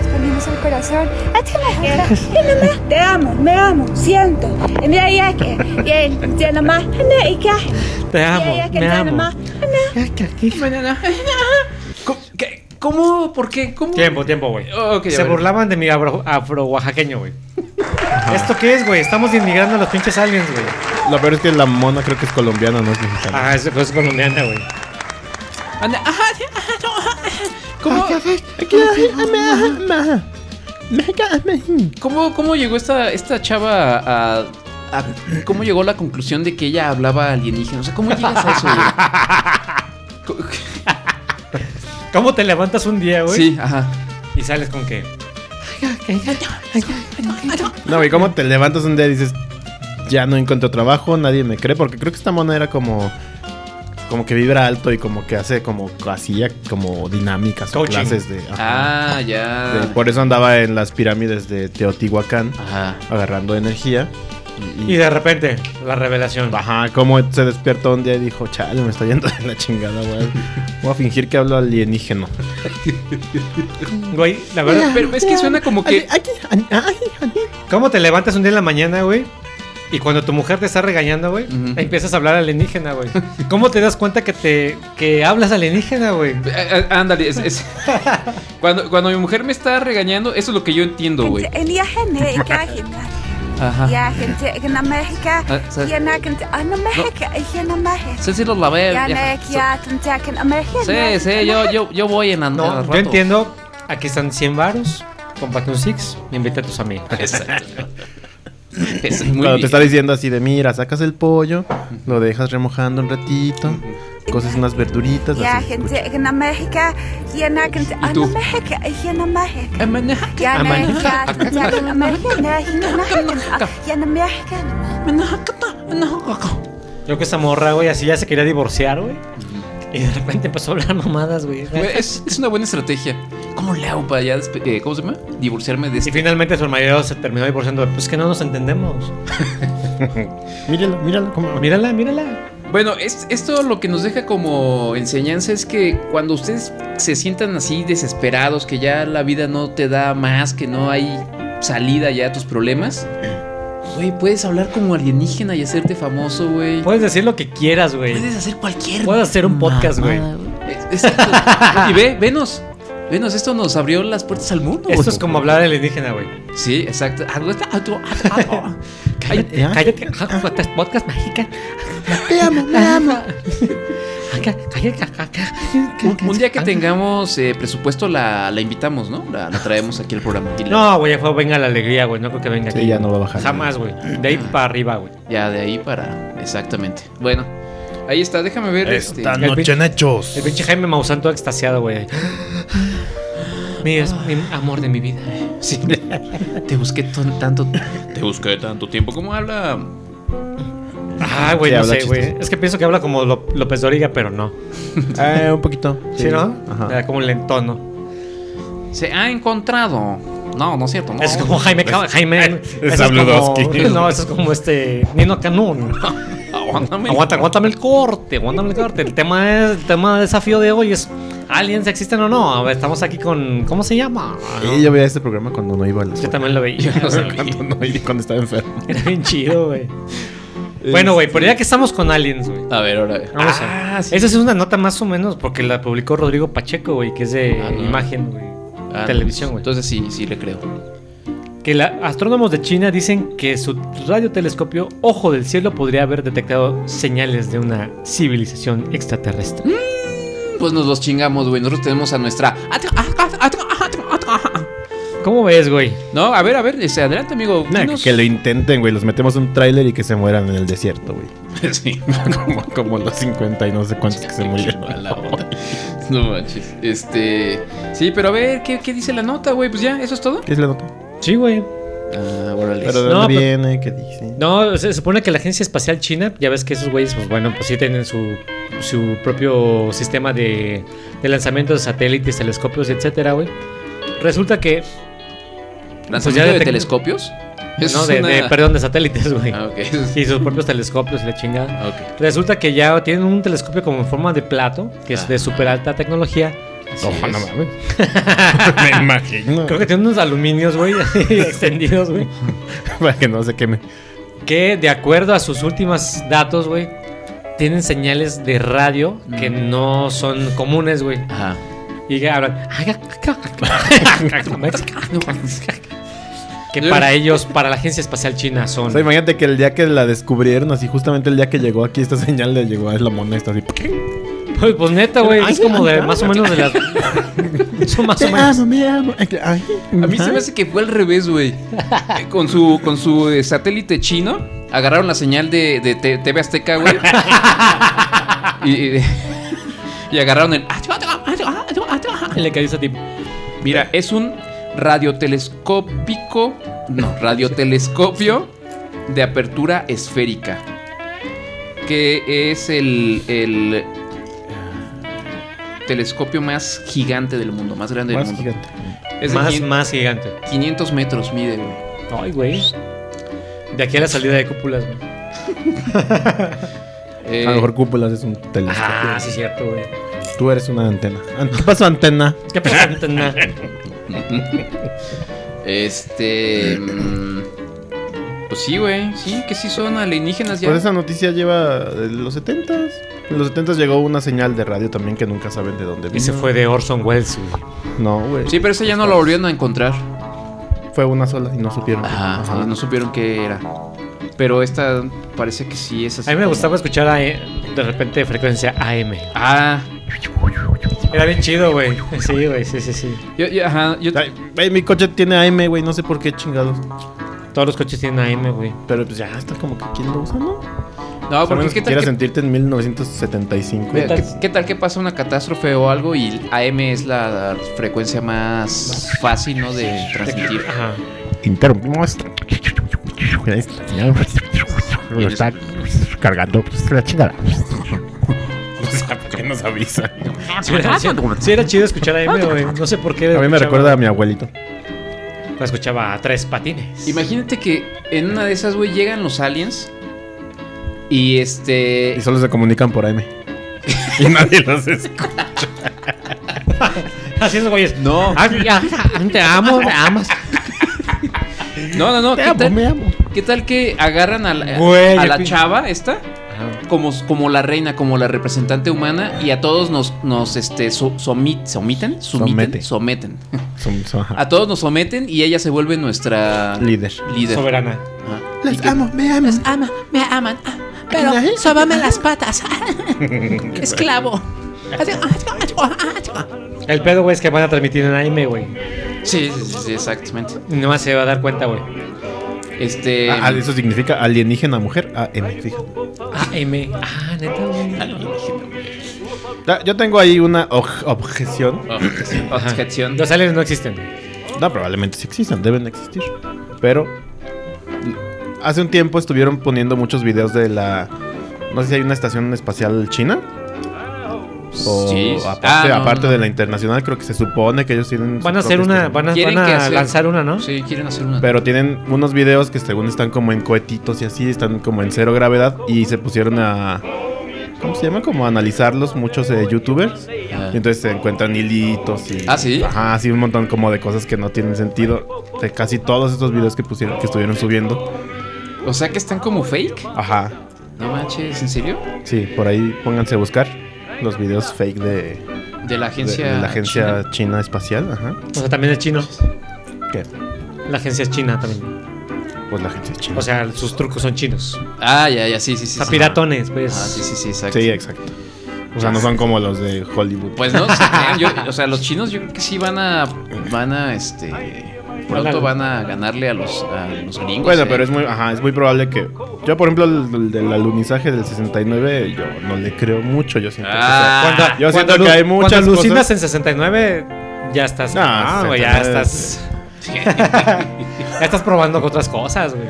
Speaker 16: Expandimos el corazón. Te amo, me amo, siento. Mira, ya que. Ya nada más.
Speaker 11: Te amo, me amo.
Speaker 10: <laughs> ¿Cómo? ¿Qué? ¿Cómo? ¿Por qué? ¿Cómo?
Speaker 11: Tiempo, tiempo, güey.
Speaker 10: Oh, ok, a
Speaker 11: Se
Speaker 10: ver.
Speaker 11: burlaban de mi abro- afro-oaxaqueño, güey. ¿Esto qué es, güey? Estamos inmigrando a los pinches aliens, güey.
Speaker 12: Lo peor es que la mona creo que es colombiana, no es mexicana.
Speaker 11: Ah, es, es colombiana, güey.
Speaker 10: Anda, ajá, <laughs> ajá, no, ajá. ¿Cómo? ¿Cómo, cómo llegó esta, esta chava a, a- ¿Cómo llegó a la conclusión de que ella hablaba alienígena? O sea, ¿cómo llegas a eso, güey?
Speaker 11: <laughs> ¿Cómo te levantas un día, güey?
Speaker 10: Sí, ajá.
Speaker 11: Y sales con que.
Speaker 12: No, güey, ¿cómo te levantas un día y dices, ya no encuentro trabajo, nadie me cree? Porque creo que esta mona era como. Como que vibra alto y como que hace como hacía como dinámicas o
Speaker 10: Coaching.
Speaker 12: clases de. ajá.
Speaker 10: Ah, ya.
Speaker 12: De- por eso andaba en las pirámides de Teotihuacán agarrando energía.
Speaker 11: Y de repente, la revelación.
Speaker 12: Ajá, como se despertó un día y dijo, chale, me está yendo de la chingada, güey. Voy a fingir que hablo alienígeno.
Speaker 11: Güey, la verdad.
Speaker 10: Pero es que suena como que.
Speaker 11: ¿Cómo te levantas un día en la mañana, güey? Y cuando tu mujer te está regañando, güey, empiezas a hablar alienígena, güey. ¿Cómo te das cuenta que te que hablas alienígena, güey?
Speaker 10: Eh, eh, Ándale, es, <laughs> es- Cuando, cuando mi mujer me está regañando, eso es lo que yo entiendo, güey.
Speaker 16: En ya gente acá, gente.
Speaker 10: Ajá.
Speaker 16: Ya gente en América,
Speaker 10: Ah, sí.
Speaker 16: ya na gente en América, ya en América.
Speaker 10: Sí, sí, los lavé.
Speaker 16: Ya na
Speaker 10: ya.
Speaker 16: ya gente en América.
Speaker 10: Sí, sí, yo, yo, yo voy en andar.
Speaker 11: No, yo entiendo. Aquí están 100 varos. Comparte un Six y invita a tus amigos.
Speaker 10: Exacto. Es Pues, muy
Speaker 12: Cuando
Speaker 10: bien.
Speaker 12: te está diciendo así de, mira, sacas el pollo, lo dejas remojando un ratito, coces unas verduritas,
Speaker 16: Ja,
Speaker 12: así.
Speaker 16: gente, ik naar Amerika. Hier naar kent aan
Speaker 12: Doe.
Speaker 16: Amerika. Hier naar
Speaker 10: Eh,
Speaker 16: Amerika.
Speaker 13: Amerika.
Speaker 16: Ja, nee,
Speaker 13: Amerika.
Speaker 16: ja, kent aan Amerika. Nee, hier naar Amerika. Hier naar Amerika.
Speaker 11: Creo que esa morra, güey, así ya se quería divorciar, güey. Y de repente empezó a hablar mamadas, güey.
Speaker 10: Güey, Es, es una buena estrategia. ¿Cómo le hago para ya despe- eh, ¿Cómo se llama? Divorciarme de este?
Speaker 11: Y finalmente su marido se terminó divorciando. Pues que no nos entendemos.
Speaker 12: mírala, mírala.
Speaker 11: Mírala, mírala.
Speaker 10: Bueno, es- esto lo que nos deja como enseñanza es que cuando ustedes se sientan así desesperados, que ya la vida no te da más, que no hay salida ya a tus problemas, güey, puedes hablar como alienígena y hacerte famoso, güey.
Speaker 11: Puedes decir lo que quieras, güey.
Speaker 10: Puedes hacer cualquier.
Speaker 11: Puedes hacer un podcast, güey.
Speaker 10: <laughs> Exacto. y ve, venos. Venos, esto nos abrió las puertas al mundo.
Speaker 11: Esto es como hablar alienígena, güey.
Speaker 10: Sí, exacto. Algo está- algo- algo-
Speaker 11: Cállate, cállate, Ah, podcast, podcast mágica.
Speaker 14: Te amo, me
Speaker 11: <laughs>
Speaker 14: amo.
Speaker 10: Un, un día que tengamos eh, presupuesto la, la invitamos, ¿no? La, la traemos aquí al programa. Y la-
Speaker 11: No, güey, ya fue venga la alegría, güey. No creo que venga
Speaker 10: Sí,
Speaker 11: aquí.
Speaker 10: ya no va a bajar.
Speaker 11: Jamás, güey. De ahí para arriba, güey.
Speaker 10: Ya, de ahí para. Exactamente. Bueno, ahí está, déjame ver. este-
Speaker 11: El pinche-
Speaker 12: Eh,
Speaker 11: El pinche Jaime Maussan todo extasiado, güey. Mi, es- mi amor de mi vida.
Speaker 10: <laughs> Sí. Te busqué ton- tanto. Te busqué tanto tiempo. ¿Cómo habla?
Speaker 11: Ah, güey,
Speaker 10: Sí,
Speaker 11: no
Speaker 10: habla
Speaker 11: sé, güey.
Speaker 10: chistoso.
Speaker 11: Es que pienso que habla como Lop- López Doriga, pero no.
Speaker 12: Eh, un poquito.
Speaker 11: ¿Sí, no?
Speaker 12: Ajá.
Speaker 11: Le da como un lentono.
Speaker 10: Se ha encontrado. No, no es cierto. no.
Speaker 11: Es como Jaime. Ca- Jaime
Speaker 10: Eh,
Speaker 11: eso es como- <laughs> No, eso es como este. Nino Canún.
Speaker 10: Aguántame.
Speaker 11: <laughs> Aguanta, aguántame el corte, aguántame el corte. El tema es, el tema de desafío de hoy es aliens existen o no. A ver, estamos aquí con ¿cómo se llama?
Speaker 12: Y yo veía este programa cuando no iba a la
Speaker 11: Yo
Speaker 12: escuela. <laughs>
Speaker 11: también lo veía.
Speaker 12: cuando, no iba- cuando estaba enfermo.
Speaker 11: <laughs> Era bien chido, güey. Bueno, güey, pero ya que estamos con aliens, güey.
Speaker 10: A ver, ahora.
Speaker 11: Vamos a Esa es una nota más o menos porque la publicó Rodrigo Pacheco, güey, que es de
Speaker 10: Ah, no.
Speaker 11: imagen, güey.
Speaker 10: Ah,
Speaker 11: televisión, güey.
Speaker 10: Entonces sí, sí le creo.
Speaker 11: Que la- astrónomos de China dicen que su radiotelescopio Ojo del Cielo podría haber detectado señales de una civilización extraterrestre.
Speaker 10: Pues nos los chingamos, güey. Nosotros tenemos a nuestra. Ah,
Speaker 11: ¿Cómo ves, güey?
Speaker 10: No, a ver, a ver, este, adelante, amigo.
Speaker 12: Nah,
Speaker 10: dinos.
Speaker 12: que lo intenten, güey. Los metemos en un tráiler y que se mueran en el desierto, güey.
Speaker 10: <laughs> Sí.
Speaker 12: como, como los 50 y no sé cuántos que se murieron.
Speaker 10: No manches. Este. Sí, pero a ver, ¿qué, qué dice la nota, güey? Pues ya, ¿eso es todo?
Speaker 12: ¿Qué es la nota?
Speaker 11: Sí, güey.
Speaker 10: Ah, órale.
Speaker 12: Pero ¿de
Speaker 11: No,
Speaker 12: dónde
Speaker 11: pero-
Speaker 12: viene? ¿Qué dice?
Speaker 11: No, se supone que la Agencia Espacial China, ya ves que esos güeyes, pues bueno, pues sí tienen su, su propio sistema de, de lanzamiento de satélites, telescopios, etcétera, güey. Resulta que.
Speaker 10: ¿Lanzamiento
Speaker 11: pues, ya
Speaker 10: de
Speaker 11: detec-
Speaker 10: telescopios? Eso
Speaker 11: No, de,
Speaker 10: suena-
Speaker 11: de- perdón, de satélites, <laughs> güey.
Speaker 10: Ah, ok. <laughs>
Speaker 11: Y sus propios telescopios y la chingada.
Speaker 10: Ok.
Speaker 11: Resulta que ya tienen un telescopio como en forma de plato, que
Speaker 10: Ah.
Speaker 11: es de súper alta tecnología.
Speaker 12: Ojo, no mames. <laughs>
Speaker 11: Me imagino. Creo que tienen unos aluminios, güey, <laughs> extendidos, güey.
Speaker 12: Para que no se queme.
Speaker 11: que de acuerdo a sus últimos datos, güey, tienen señales de radio que no son comunes, güey.
Speaker 10: Ajá.
Speaker 11: Y que hablan. <laughs> que para ellos, para la Agencia Espacial China
Speaker 12: O
Speaker 11: son.
Speaker 12: sea, imagínate que el día que la descubrieron, así justamente el día que llegó aquí, esta señal le llegó a la mona y está así.
Speaker 11: Pues, pues neta, güey, es como de más o menos de las. <laughs> Son más o menos.
Speaker 12: me amo. Ay,
Speaker 10: A mí se me hace que fue al revés, güey. Eh, Con su, con su eh, satélite chino, agarraron la señal de, de T- TV Azteca,
Speaker 11: <laughs>
Speaker 10: güey. y, y- y agarraron el. "Ah,
Speaker 11: Y le cayó ese tipo.
Speaker 10: Mira, es un radiotelescópico. No, radiotelescopio de apertura esférica. Que es el. el eh, telescopio más gigante del mundo, más grande
Speaker 11: Más
Speaker 10: del mundo.
Speaker 11: gigante.
Speaker 10: Es de
Speaker 11: Más,
Speaker 10: quin-
Speaker 11: más gigante.
Speaker 10: 500 metros mide, güey.
Speaker 11: Ay, güey. De aquí a la salida de cúpulas, güey.
Speaker 10: Eh,
Speaker 12: A lo mejor cúpulas es un telescopio.
Speaker 11: Ah, sí, cierto, güey.
Speaker 12: Tú eres una antena. An- ¿Qué pasó, antena?
Speaker 11: ¿Qué pasó, <laughs> antena?
Speaker 10: Este. mm, Pues sí, güey. Sí, que sí son alienígenas ya.
Speaker 12: Pues esa noticia lleva de los 70s. En los 70s llegó una señal de radio también que nunca saben de dónde vino.
Speaker 11: Ese fue de Orson Welles, güey.
Speaker 12: No, güey.
Speaker 10: Sí, pero esa ya no la volvieron a encontrar.
Speaker 12: Fue una sola y no supieron.
Speaker 10: Ajá,
Speaker 12: Ajá.
Speaker 10: y no supieron qué era. Pero esta parece que sí es así.
Speaker 11: A mí me gustaba escuchar a- E, de repente frecuencia AM.
Speaker 10: Ah.
Speaker 11: Era bien chido, güey. Sí, güey, sí, sí, sí.
Speaker 10: Yo, yo- ajá, yo-
Speaker 12: Ay, mi coche tiene AM, güey. No sé por qué chingados.
Speaker 11: Todos los coches tienen AM, güey.
Speaker 12: Pero pues ya está como que quién lo usa, ¿no?
Speaker 10: No,
Speaker 12: A
Speaker 10: Ah, porque
Speaker 12: menos
Speaker 10: ¿qué
Speaker 12: que
Speaker 10: tal,
Speaker 12: quieras
Speaker 10: que,
Speaker 12: sentirte en 1975.
Speaker 10: mira, ¿qué, qué tal que pasa una catástrofe o algo y AM es la frecuencia más fácil, ¿no? De transmitir.
Speaker 11: Ajá.
Speaker 12: Interrumpimos. Lo está cargando Pues, la <laughs> chingada. ¿Qué nos avisa?
Speaker 11: Sí, era, sí- sí era chido escuchar AM, güey. No sé por qué.
Speaker 12: A mí me
Speaker 11: escuchaba-
Speaker 12: recuerda a mi abuelito.
Speaker 10: Eh.
Speaker 11: La escuchaba a tres patines.
Speaker 10: Imagínate que en una de esas, güey, llegan los aliens y este.
Speaker 12: Y solo se comunican por AM. Y nadie los escucha.
Speaker 11: <laughs> Así es, güeyes. Ah,
Speaker 10: No.
Speaker 11: te amo, te amas.
Speaker 10: No, no, no.
Speaker 11: Te
Speaker 10: ¿qué,
Speaker 11: amo,
Speaker 12: pues,
Speaker 10: tal,
Speaker 11: me
Speaker 10: ¿Qué tal que agarran a la,
Speaker 11: Güey,
Speaker 10: a la
Speaker 11: yo pi-
Speaker 10: chava esta? Como, como la reina, como la representante humana, y a todos nos, nos este, so- somit- somiten, sumiten,
Speaker 12: Somete.
Speaker 10: someten.
Speaker 12: Son- son- ajá.
Speaker 10: A todos nos someten y ella se vuelve nuestra
Speaker 12: Líder.
Speaker 10: líder.
Speaker 11: Soberana.
Speaker 10: Ajá.
Speaker 13: Los amo, me aman. Los ama, me aman. Ah, Pero sóbame las patas. <laughs> Esclavo. ah,
Speaker 11: El pedo, güey, es que van a transmitir en AM, güey.
Speaker 10: Sí, sí, sí, sí, exactamente.
Speaker 11: Y nomás se va a dar cuenta, güey.
Speaker 10: Este.
Speaker 12: Ah, ah, eso significa alienígena mujer AM. fíjate.
Speaker 11: AM. Ah, neta, güey.
Speaker 12: Ya, Yo tengo ahí una oj- objeción.
Speaker 10: oh,
Speaker 11: Ajá. Los aliens no existen.
Speaker 12: No, probablemente sí existan, deben de existir. Pero hace un tiempo estuvieron poniendo muchos videos de la. No sé si hay una estación espacial china.
Speaker 10: Pues,
Speaker 12: O
Speaker 11: Sí.
Speaker 12: aparte,
Speaker 11: Ah, no,
Speaker 12: aparte
Speaker 11: no.
Speaker 12: de la internacional, creo que se supone que ellos tienen. su
Speaker 11: Van a hacer
Speaker 12: propia
Speaker 11: una.
Speaker 12: estación.
Speaker 11: Van a, van a lanzar una, ¿no?
Speaker 10: Sí, quieren hacer una.
Speaker 12: Pero tienen unos videos que según están como en cohetitos y así, están como en cero gravedad y se pusieron a... ¿Cómo se llama? Como a analizarlos muchos eh, youtubers.
Speaker 10: Ah.
Speaker 12: Y entonces se encuentran hilitos y...
Speaker 10: ¿Ah, sí?
Speaker 12: Ajá, así un montón como de cosas que no tienen sentido. De casi todos estos videos que pusieron, que estuvieron subiendo.
Speaker 10: O sea que están como fake.
Speaker 12: Ajá,
Speaker 10: No manches, ¿en serio?
Speaker 12: sí, por ahí pónganse a buscar los videos fake de...
Speaker 10: De la agencia
Speaker 12: de, de la agencia china. espacial, ajá.
Speaker 11: O sea, también es chino.
Speaker 12: ¿Qué?
Speaker 11: La agencia es china también.
Speaker 12: Pues la agencia es china.
Speaker 11: O sea, sus trucos son chinos.
Speaker 10: Ah, ya, ya, sí, sí, sí.
Speaker 11: A
Speaker 10: sí.
Speaker 11: piratones, pues.
Speaker 10: Ah, sí, sí, sí, exacto.
Speaker 12: Sí, exacto. O sea, no son como los de Hollywood.
Speaker 10: Pues no, sí, yo- o sea, los chinos yo creo que sí van a, van a, este, pronto van a ganarle a los, a los gringos.
Speaker 12: Bueno,
Speaker 10: eh.
Speaker 12: pero es muy, ajá, es muy probable que. Yo, por ejemplo, el, el del alunizaje del 69, yo no le creo mucho. Yo siento, que-
Speaker 11: Cuando- Ah,
Speaker 12: yo siento
Speaker 11: cuando
Speaker 12: que
Speaker 11: lu-
Speaker 12: hay muchas
Speaker 11: Cuando alucinas
Speaker 12: cosas.
Speaker 11: en 69, ya estás.
Speaker 12: No,
Speaker 11: Ah, güey, ya
Speaker 12: 69.
Speaker 11: estás. <laughs> ya estás probando con otras cosas, güey.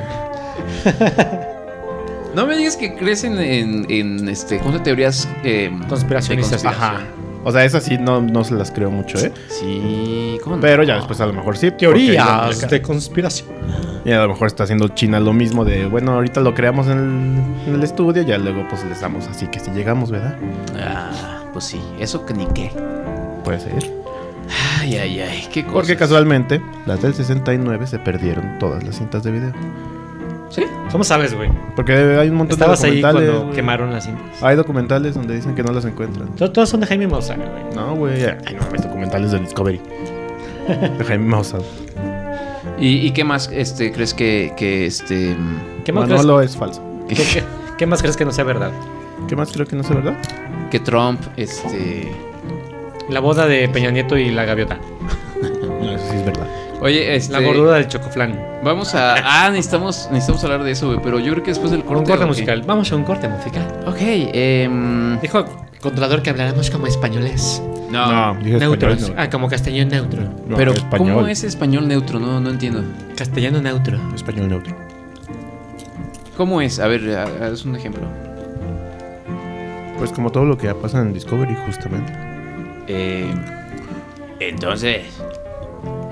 Speaker 10: No me digas que crecen en, en este, ¿cómo se llama? teorías eh,
Speaker 11: Conspiracionistas.
Speaker 10: de conspiración.
Speaker 12: Ajá. O sea, esas sí no, no se las creo mucho, ¿eh?
Speaker 10: Sí, ¿cómo no?
Speaker 12: Pero ya después a lo mejor sí. porque ya-
Speaker 11: Teorías de conspiración.
Speaker 12: Y a lo mejor está haciendo China lo mismo de, bueno, ahorita lo creamos en el, en el estudio, ya luego pues les damos así que si llegamos, ¿verdad?
Speaker 10: Ah, pues sí, eso que ni qué.
Speaker 12: Puede ser.
Speaker 10: Ay, ay, ay, qué cosa.
Speaker 12: Porque casualmente, las del 69 se perdieron todas las cintas de video.
Speaker 10: ¿Sí?
Speaker 11: ¿Cómo sabes, güey?
Speaker 12: Porque hay un montón
Speaker 11: Estabas
Speaker 12: de
Speaker 11: ahí
Speaker 12: documentales.
Speaker 11: cuando
Speaker 12: güey.
Speaker 11: quemaron las cintas.
Speaker 12: Hay documentales donde dicen que no las encuentran.
Speaker 11: To- Todos son de Jaime Maussan, güey.
Speaker 12: No, güey. Ay, no mames, documentales
Speaker 11: <laughs>
Speaker 12: de Discovery. De Jaime Maussan.
Speaker 10: ¿Y, y qué más este, crees que, que este... mm,
Speaker 11: ¿Qué más
Speaker 12: Manolo es falso.
Speaker 11: ¿Qué, qué- qué más crees que no sea verdad?
Speaker 12: ¿Qué más creo que no sea verdad?
Speaker 10: <laughs> Que Trump, este...
Speaker 11: La boda de Peña Nieto y la gaviota.
Speaker 12: No, eso sí es verdad.
Speaker 10: Oye, este...
Speaker 11: La gordura del chocoflán.
Speaker 10: Vamos a... Ah, necesitamos, necesitamos hablar de eso, güey, pero yo creo que después del corte...
Speaker 11: Un corte
Speaker 10: ¿o qué?
Speaker 11: musical. Vamos a un corte musical.
Speaker 10: Ok, eh...
Speaker 11: Dijo el controlador que habláramos como españoles.
Speaker 10: No,
Speaker 12: dije español,
Speaker 11: Neutros.
Speaker 12: no.
Speaker 11: Ah, como castellano neutro.
Speaker 12: No,
Speaker 10: pero
Speaker 12: español.
Speaker 10: ¿cómo es español neutro? No, no entiendo.
Speaker 11: Castellano neutro.
Speaker 12: Español neutro.
Speaker 10: ¿Cómo es? A ver, ha- haz un ejemplo.
Speaker 12: Pues como todo lo que pasa en Discovery, justamente.
Speaker 10: Eh, entonces,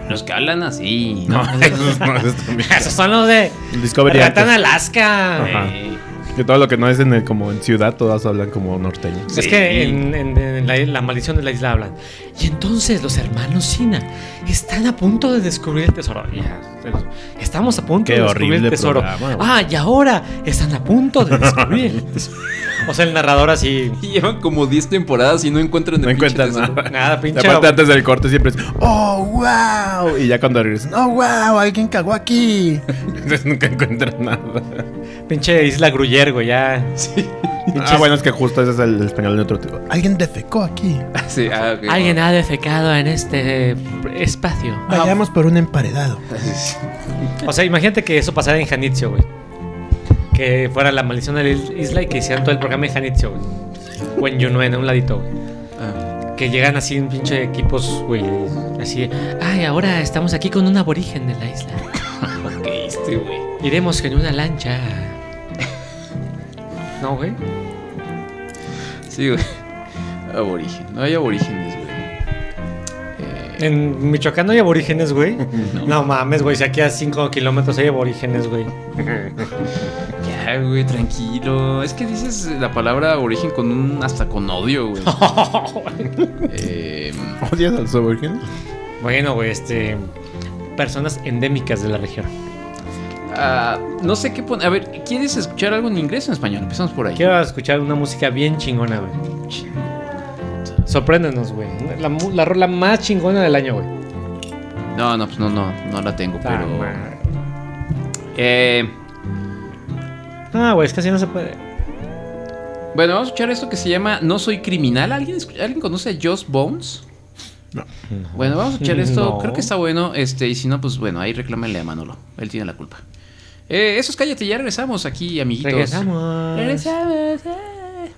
Speaker 10: los que hablan así.
Speaker 12: No,
Speaker 10: <laughs>
Speaker 12: esos no, esos <laughs> también.
Speaker 11: Esos son los de.
Speaker 12: El Discovery
Speaker 11: Ratan
Speaker 12: antes.
Speaker 11: Alaska.
Speaker 12: Ajá. Que todo lo que no es en el, como en ciudad, todas hablan como norteño.
Speaker 11: Es que en, en- en la, la maldición de la isla hablan. Y entonces los hermanos Sina están a punto de descubrir el tesoro. Ya, se- Estamos a punto
Speaker 12: Qué
Speaker 11: de descubrir el
Speaker 12: horrible
Speaker 11: tesoro.
Speaker 12: programa, güey.
Speaker 11: ah, y ahora están a punto de descubrir
Speaker 12: <laughs>
Speaker 11: el tesoro. O sea, el narrador así.
Speaker 10: Llevan como 10 temporadas y no encuentran No
Speaker 12: encuentran
Speaker 10: nada.
Speaker 11: Nada, <laughs>
Speaker 12: Y
Speaker 11: pinche.
Speaker 12: aparte antes del corte siempre es
Speaker 5: ¡Oh, wow!
Speaker 12: "Oh", y ya cuando regresan Ah,
Speaker 5: ¡Oh, wow! Alguien cagó aquí.
Speaker 12: nunca encuentran nada.
Speaker 11: Pinche isla Gruyer, güey, ya. Sí.
Speaker 12: Ah, bueno, es que justo ese es el español neutro. Alguien defecó aquí.
Speaker 10: <laughs> Sí, ah, ok.
Speaker 11: Alguien ha defecado en este eh, espacio.
Speaker 12: Vayamos por un emparedado.
Speaker 11: O sea, imagínate que eso pasara en Janitzio, güey. Que fuera la maldición de la is- isla y que hicieran todo el programa en Janitzio, güey. O en Yunuen, a un ladito, güey. Que llegan así en pinche equipos, güey. Así, ay, ahora estamos aquí con un aborigen de la isla.
Speaker 2: Ok, este, güey.
Speaker 11: Iremos en una lancha. No, güey.
Speaker 10: Sí, güey. Aborigen. No hay aborígenes, güey.
Speaker 11: En Michoacán no hay aborígenes, güey. No. mames, güey. Si aquí a 5 kilómetros hay aborígenes, güey.
Speaker 10: Ya, güey, tranquilo. Es que dices la palabra aborigen con un. hasta con odio,
Speaker 11: <laughs>
Speaker 10: güey. Eh,
Speaker 12: ¿Odias al aborigen?
Speaker 11: Bueno, güey, este. Personas endémicas de la región.
Speaker 10: Ah, no sé qué poner. A ver, ¿quieres escuchar algo en inglés o en español? Empezamos por ahí.
Speaker 11: Quiero escuchar una música bien chingona, güey. Sorpréndenos, güey. La, mu- la rola más chingona del año, güey.
Speaker 10: No, no, pues no, no, no la tengo,
Speaker 11: Ta
Speaker 10: pero. Eh,
Speaker 11: Ah, güey, es que así no se puede.
Speaker 10: bueno, vamos a escuchar esto que se llama No soy criminal. ¿Alguien, escu- ¿alguien conoce a Joss Bones? Bueno, vamos a escuchar esto.
Speaker 11: No.
Speaker 10: Creo que está bueno. Este, y si no, pues bueno, ahí reclámenle a Manolo. Él tiene la culpa. Eh, eso es cállate, ya regresamos aquí, amiguitos.
Speaker 11: Regresamos.
Speaker 10: Regresamos. eh.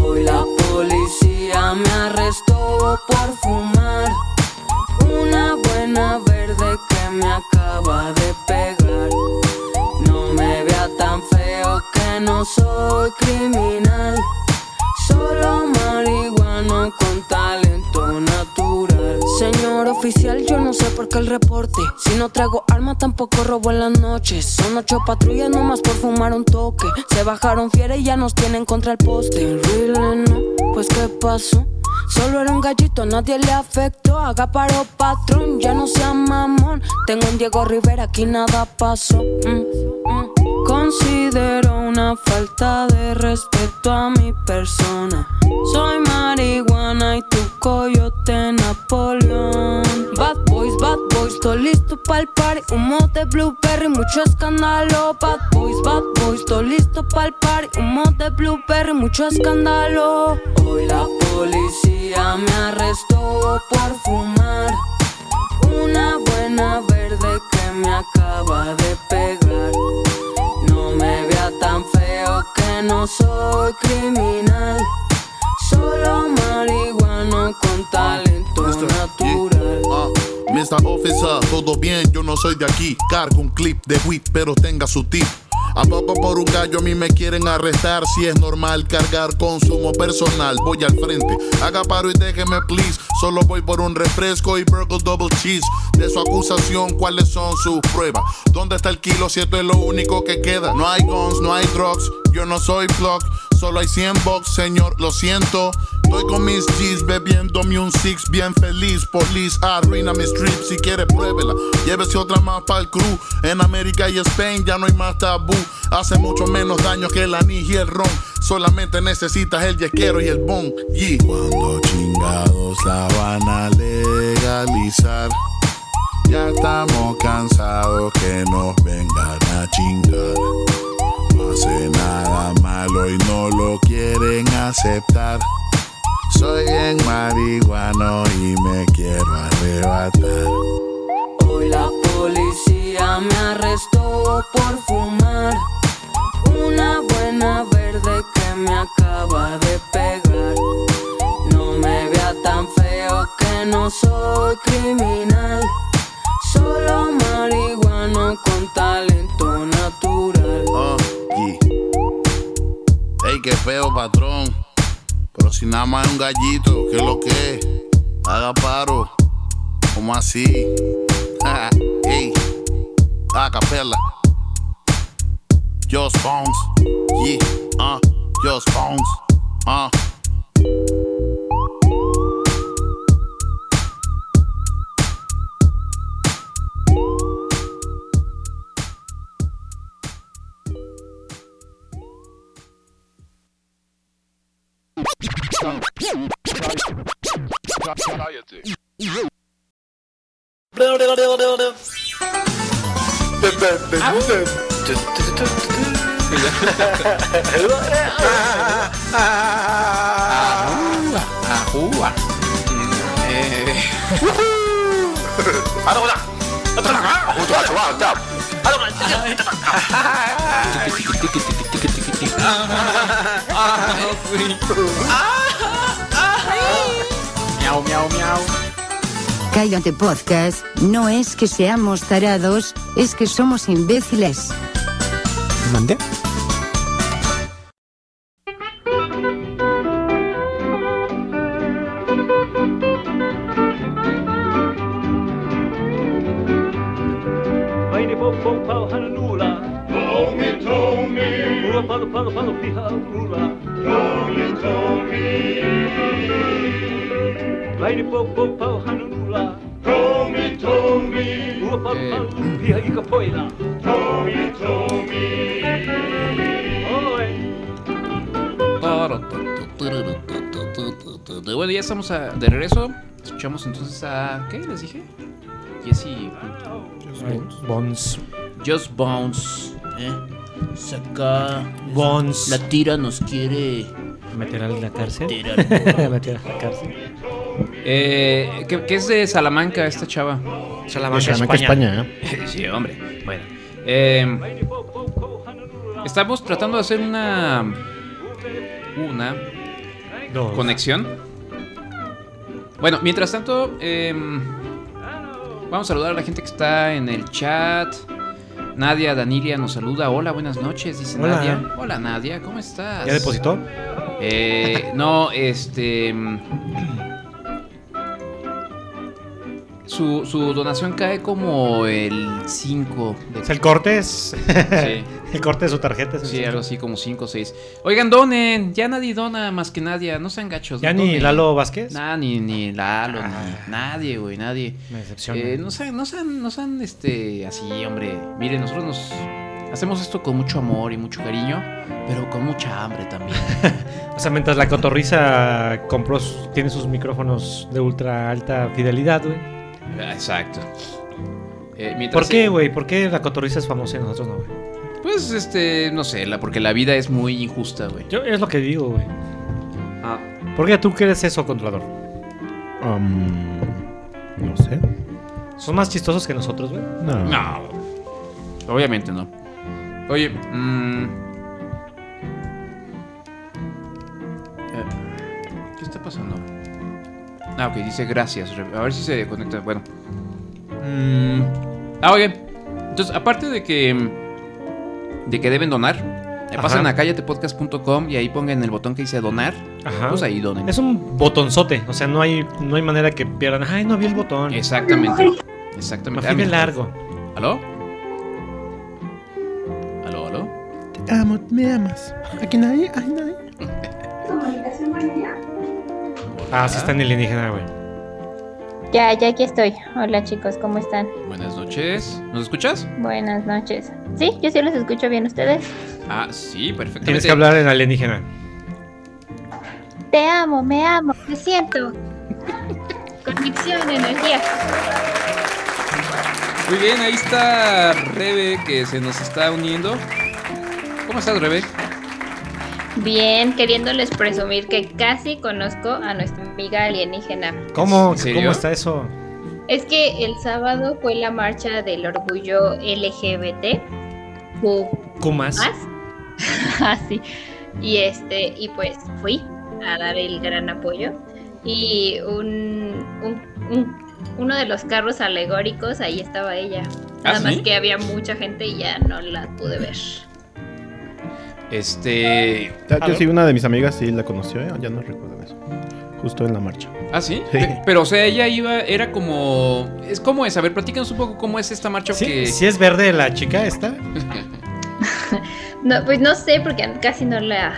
Speaker 17: Hoy la policía me arrestó por fumar una buena verde que me acaba de pegar. No me vea tan feo que no soy criminal, solo marihuano con talento natural.
Speaker 18: Señor oficial, yo no sé por qué el reporte. Si no traigo arma, tampoco robo en las noches. Son ocho patrullas nomás por fumar un toque. Se bajaron fiera y ya nos tienen contra el poste. Terrible, ¿no? Pues qué pasó. Solo era un gallito, nadie le afectó. Haga paro, patrón, ya no sea mamón. Tengo un Diego Rivera, aquí nada pasó. Mm, mm.
Speaker 17: Considero una falta de respeto a mi persona. Soy marihuana y tu coyote Napoleón.
Speaker 18: Bad boys, bad boys, todo listo pa'l party Humo de blueberry, mucho escándalo Bad boys, bad boys, todo listo pa'l party Humo de blueberry, mucho escándalo
Speaker 17: Hoy la policía me arrestó por fumar una buena verde que me acaba de pegar. No me vea tan feo que no soy criminal, solo marihuano con talento natural.
Speaker 19: Mr. Officer, todo bien, yo no soy de aquí. Cargo un clip de weed, pero tenga su tip. ¿A poco por un gallo a mí me quieren arrestar? Si es normal cargar consumo personal, voy al frente. Haga paro y déjeme, please. Solo voy por un refresco y burger double cheese. De su acusación, ¿cuáles son sus pruebas? ¿Dónde está el kilo si esto es lo único que queda? No hay guns, no hay drugs. Yo no soy flock, solo hay 100 bucks, señor, lo siento. Estoy con mis G's bebiéndome un six bien feliz. Police arruina mis trips, si quiere pruébela. Llévese otra más para el crew. En América y Spain ya no hay más tabú. Hace mucho menos daño que el anís y el ron. Solamente necesitas el yesquero y el bon. Y cuando chingados la van a legalizar. Ya estamos cansados que nos vengan a chingar. No hace nada malo y no lo quieren aceptar. Soy bien marihuano y me quiero arrebatar.
Speaker 17: Hoy la policía me arrestó por fumar una buena verde que me acaba de pegar. No me vea tan feo que no soy criminal, solo marihuano con talento natural.
Speaker 19: Y- Oh, Ey, qué feo, patrón. Pero si nada más es un gallito, ¿qué es lo que es? Haga paro. ¿Cómo así? <laughs> Ey, a capela. Just Bones. Yeah, ah, Just Bones. Ah.
Speaker 1: Cállate.
Speaker 2: Ajúa.
Speaker 1: Ah,
Speaker 2: Miau, miau, miau.
Speaker 20: Cállate Podcast no es que seamos tarados, es que somos imbéciles.
Speaker 21: ¿Mandé?
Speaker 22: Mighty Bob Bob Pow Hananula. Tommy, Tommy. Ura Palo Palo Palo Piha Ura. Tommy, Tommy. Mighty Bob Bob Pow Hananula. Tommy, Tommy. Ura Palo Palo Piha Ika Poila. Tommy, Tommy. Oi.
Speaker 10: Eh, Bueno, ya estamos a- de regreso. Escuchamos entonces a. ¿Qué les dije? Jesse.
Speaker 21: Bones.
Speaker 10: Just Bones.
Speaker 23: ¿eh? Saca.
Speaker 11: Bones.
Speaker 23: La tira nos quiere.
Speaker 11: ¿Meter a la cárcel? <laughs>
Speaker 23: Meter al-
Speaker 11: Meter a la cárcel.
Speaker 10: Eh, que, que es de Salamanca esta chava. <laughs>
Speaker 12: Salamanca, Salamanca, España. ¿eh?
Speaker 10: sí, hombre. Bueno. Eh, estamos tratando de hacer una. Una.
Speaker 11: Dos.
Speaker 10: Conexión. Bueno, mientras tanto. eh, vamos a saludar a la gente que está en el chat. Nadia Danilia nos saluda. Hola, buenas noches, dice
Speaker 11: Hola.
Speaker 10: Nadia. Hola, Nadia, ¿cómo estás?
Speaker 11: ¿Ya depositó?
Speaker 10: Eh, no, este. mm, Su, su donación cae como el 5. de-
Speaker 11: ¿Es el Cortés?
Speaker 10: Sí.
Speaker 11: <laughs> el Cortés, su tarjeta. es el
Speaker 10: Sí,
Speaker 11: cinco.
Speaker 10: algo así como 5 o 6. Oigan, donen. Ya nadie dona más que nadie. No sean gachos.
Speaker 11: ¿Ya
Speaker 10: donen.
Speaker 11: ni Lalo Vázquez?
Speaker 10: Nah, ni, ni Lalo, ni nadie, güey, nadie.
Speaker 11: Me decepciona.
Speaker 10: Eh, Ah. no sean, no sean, no sean, este, así, hombre. Miren, nosotros nos hacemos esto con mucho amor y mucho cariño, pero con mucha hambre también.
Speaker 11: O sea, mientras la cotorriza compró, sus- tiene sus micrófonos de ultra alta fidelidad, güey.
Speaker 10: <laughs> Ah, Exacto. Eh, mientras-
Speaker 11: ¿Por qué, güey? ¿Por qué la cotorriza es famosa y nosotros no, güey?
Speaker 10: Pues, este, no sé, la, porque la vida es muy injusta, güey.
Speaker 11: Yo es lo que digo, güey.
Speaker 10: Ah,
Speaker 11: ¿Por qué tú crees eso, controlador?
Speaker 12: Um, no sé.
Speaker 11: ¿Son más chistosos que nosotros, güey?
Speaker 12: No.
Speaker 10: No. Obviamente no. Oye, mm. Eh, ¿qué está pasando? Ah, ok, dice gracias. Re- A ver si se conecta. Bueno. Mm, Ah, oye. Entonces, aparte de que. mm, De que deben donar. eh,
Speaker 11: Ajá.
Speaker 10: Pasan a callatepodcast.com y ahí pongan el botón que dice donar.
Speaker 11: Ajá.
Speaker 10: Pues ahí donen.
Speaker 11: Es un botonzote, o sea, no hay, no hay manera que pierdan. Ay, no vi el botón.
Speaker 10: Exactamente. Exactamente. Ah,
Speaker 11: Me fui de
Speaker 10: mira.
Speaker 11: largo.
Speaker 10: ¿Aló? ¿Aló, aló?
Speaker 12: Te amo, me amas. Aquí nadie, hay nadie.
Speaker 11: Ah, sí está en alienígena, güey.
Speaker 24: Ya, ya aquí estoy. Hola chicos, ¿cómo están?
Speaker 10: Buenas noches. ¿Nos escuchas?
Speaker 24: Buenas noches. Sí, yo sí los escucho bien ustedes.
Speaker 10: Ah, sí, perfectamente.
Speaker 11: Tienes que hablar en alienígena.
Speaker 24: Te amo, me amo, te siento. Conexión, energía.
Speaker 10: Muy bien, ahí está Rebe que se nos está uniendo. ¿Cómo estás, Rebe?
Speaker 24: Bien, queriéndoles presumir que casi conozco a nuestra amiga alienígena.
Speaker 11: ¿Cómo?
Speaker 10: ¿En serio?
Speaker 11: ¿Cómo está eso?
Speaker 24: Es que el sábado fue la marcha del orgullo LGBT. Q
Speaker 11: ¿Kumas?
Speaker 24: Así. Y este, y pues fui a dar el gran apoyo. Y un, un- un- uno de los carros alegóricos, ahí estaba ella.
Speaker 10: ¿Ah,
Speaker 24: Nada más
Speaker 10: sí?
Speaker 24: que había mucha gente y ya no la pude ver.
Speaker 10: Este.
Speaker 12: Ya, Yo sí, una de mis amigas sí la conoció, ¿eh? ya no recuerdo eso. Justo en la marcha.
Speaker 10: ¿Ah, sí? Pe- Pero, o sea, ella iba, era como. Es ¿Cómo es? A ver, platícanos un poco cómo es esta marcha que.
Speaker 11: ¿Sí, sí es verde la chica esta?
Speaker 24: <laughs> No, pues no sé, porque casi no la.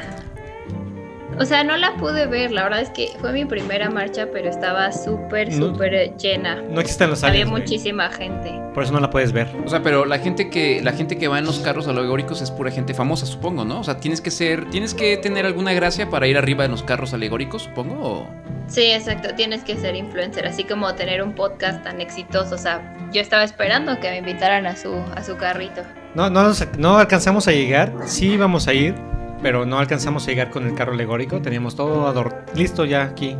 Speaker 24: O sea, no la pude ver. La verdad es que fue mi primera marcha, pero estaba súper,
Speaker 11: No-
Speaker 24: súper llena.
Speaker 11: no existen los
Speaker 24: Había
Speaker 11: aliens, güey.
Speaker 24: muchísima gente.
Speaker 11: Por eso no la puedes ver.
Speaker 10: O sea, pero la gente que la gente que va en los carros alegóricos es pura gente famosa, supongo, ¿no? O sea, tienes que ser, tienes que tener alguna gracia para ir arriba en los carros alegóricos, supongo. o-
Speaker 24: Sí, exacto, tienes que ser influencer, así como tener un podcast tan exitoso. O sea, yo estaba esperando que me invitaran a su, a su carrito.
Speaker 11: No, no, nos- no alcanzamos a llegar. Sí íbamos a ir, pero no alcanzamos a llegar con el carro alegórico. Teníamos todo ador- listo ya aquí.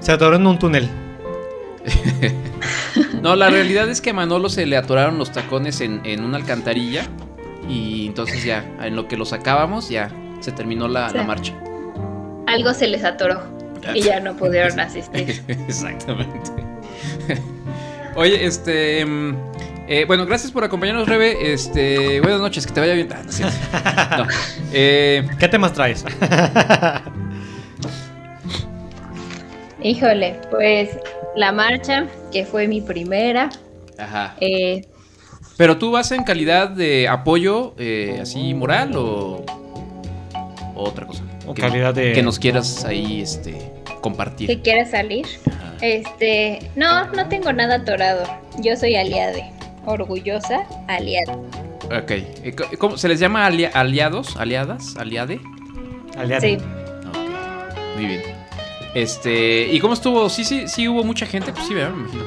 Speaker 11: Se atoró en un túnel.
Speaker 10: No, la realidad es que a Manolo se le atoraron los tacones en, en una alcantarilla. Y entonces ya, en lo que lo sacábamos, ya se terminó la, la marcha. <laughs>
Speaker 24: Algo se les atoró y ya no
Speaker 12: <laughs>
Speaker 24: pudieron asistir.
Speaker 10: Exactamente. Oye, este. mm, eh, bueno, gracias por acompañarnos, Rebe. Este, buenas noches, que te vaya bien. Ah, no es cierto. No. Eh,
Speaker 11: ¿Qué
Speaker 10: <laughs>
Speaker 11: temas traes?
Speaker 24: Híjole, pues la marcha, que fue mi primera,
Speaker 10: Ajá.
Speaker 24: eh,
Speaker 10: Pero tú vas en calidad de apoyo, eh, así moral o, o otra cosa.
Speaker 11: O
Speaker 10: Que-
Speaker 11: calidad de-
Speaker 10: Que nos quieras ahí, este,
Speaker 24: si
Speaker 10: compartir.
Speaker 24: quieres salir. Este, no, no tengo nada atorado. Yo soy aliade, orgullosa aliada.
Speaker 10: Ok. Eh, co- ¿Cómo, ¿Se les llama alia- aliados? ¿Aliadas? ¿Aliade?
Speaker 24: Sí.
Speaker 10: Muy bien. Este, ¿y cómo estuvo? Sí, sí, sí hubo mucha gente, pues sí, ¿verdad? Me imagino.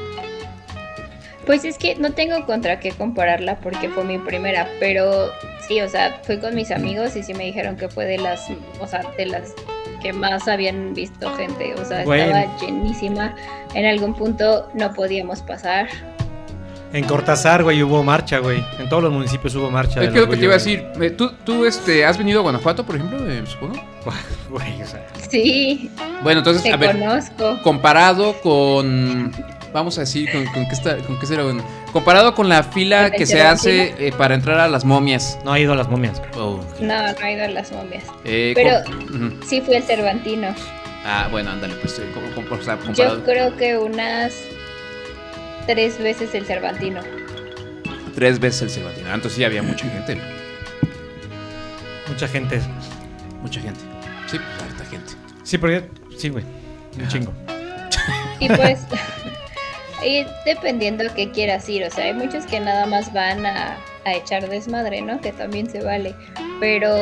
Speaker 24: Pues es que no tengo contra qué compararla porque fue mi primera, pero sí, o sea, fui con mis amigos y sí me dijeron que fue de las, o sea, de las que más habían visto gente, o sea,
Speaker 11: Bueno.
Speaker 24: estaba llenísima. En algún punto no podíamos pasar.
Speaker 11: En Cortázar, güey, hubo marcha, güey. En todos los municipios hubo marcha.
Speaker 10: Es
Speaker 11: del
Speaker 10: que lo que
Speaker 11: orgullo,
Speaker 10: te iba a
Speaker 11: güey.
Speaker 10: decir, eh, ¿tú, tú este, has venido a Guanajuato, por ejemplo, eh, supongo?
Speaker 11: Güey, o sea.
Speaker 24: Sí.
Speaker 10: Bueno, entonces,
Speaker 24: te
Speaker 10: a ver.
Speaker 24: conozco.
Speaker 10: Comparado con. Vamos a decir, ¿con, con qué, está- con qué será bueno? Comparado con la fila
Speaker 24: ¿Con la
Speaker 10: que se
Speaker 24: interactiva?
Speaker 10: hace eh, para entrar a las momias.
Speaker 11: No ha ido a las momias.
Speaker 10: Oh.
Speaker 24: No, no he ido a las momias.
Speaker 10: Eh,
Speaker 24: Pero-
Speaker 10: com- ujú.
Speaker 24: Sí fui al Cervantino.
Speaker 10: Ah, bueno, ándale, pues. eh, com- com- o sea,
Speaker 24: Yo
Speaker 10: comparado.
Speaker 24: creo que unas tres veces el Cervantino.
Speaker 10: Tres veces el Cervantino. Ah, Entonces sí había mucha gente.
Speaker 11: Mucha gente.
Speaker 10: Mucha gente. Sí, pues, harta gente.
Speaker 11: Sí, porque. Sí, güey. Un chingo.
Speaker 24: Y pues, <laughs> y dependiendo que quieras ir, o sea, hay muchos que nada más van a, a echar desmadre, ¿no? Que también se vale. Pero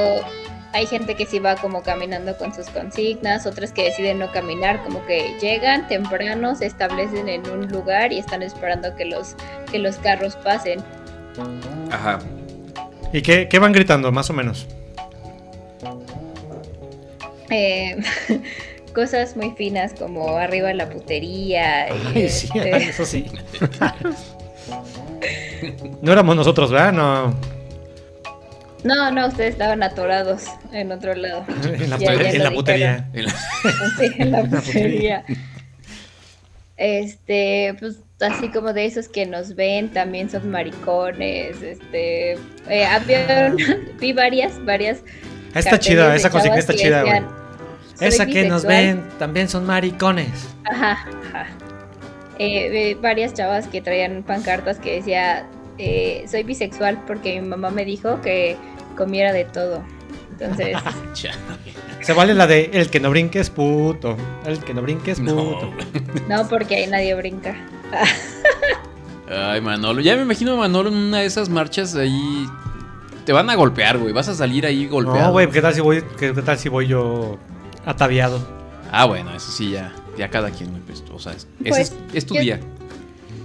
Speaker 24: hay gente que sí va como caminando con sus consignas, otras que deciden no caminar, como que llegan temprano, se establecen en un lugar y están esperando que los, que los carros pasen.
Speaker 10: Ajá.
Speaker 11: ¿Y qué, qué van gritando, más o menos?
Speaker 24: Eh, cosas muy finas como arriba la putería. y,
Speaker 11: Ay, sí,
Speaker 24: este,
Speaker 11: eso sí. No éramos nosotros, ¿verdad? No.
Speaker 24: No, no, ustedes estaban atorados en otro lado.
Speaker 11: <laughs> En la,
Speaker 24: Ya, ya
Speaker 11: en
Speaker 24: lo
Speaker 11: la
Speaker 24: dijeron.
Speaker 11: putería.
Speaker 24: <laughs> Sí, en la
Speaker 11: En la putería.
Speaker 24: putería. Este, pues así como de esos que nos ven, también son maricones. Este, eh, había una- <laughs> vi varias, varias.
Speaker 11: Ah, está chida,
Speaker 24: carteles
Speaker 11: esa
Speaker 24: de
Speaker 11: consigna
Speaker 24: chavas
Speaker 11: está
Speaker 24: que
Speaker 11: chida, güey.
Speaker 24: decían, "Soy
Speaker 11: Esa que nos
Speaker 24: bisexual".
Speaker 11: ven también son maricones.
Speaker 24: Ajá, ajá. Eh, eh, varias chavas que traían pancartas que decía, eh, soy bisexual porque mi mamá me dijo que comiera de todo. Entonces,
Speaker 11: Se vale la de el que no brinque es puto. El que no brinque es puto.
Speaker 24: no, porque ahí nadie brinca.
Speaker 10: Ay, Manolo. Ya me imagino a Manolo en una de esas marchas ahí. Te van a golpear, güey. Vas a salir ahí golpeado.
Speaker 11: No, güey, ¿qué tal si voy, qué, qué tal si voy yo ataviado?
Speaker 10: Ah, bueno, eso sí, ya. Ya cada quien, güey, pues, O sea, es, ese
Speaker 24: Pues,
Speaker 10: es, es tu
Speaker 24: yo-
Speaker 10: día.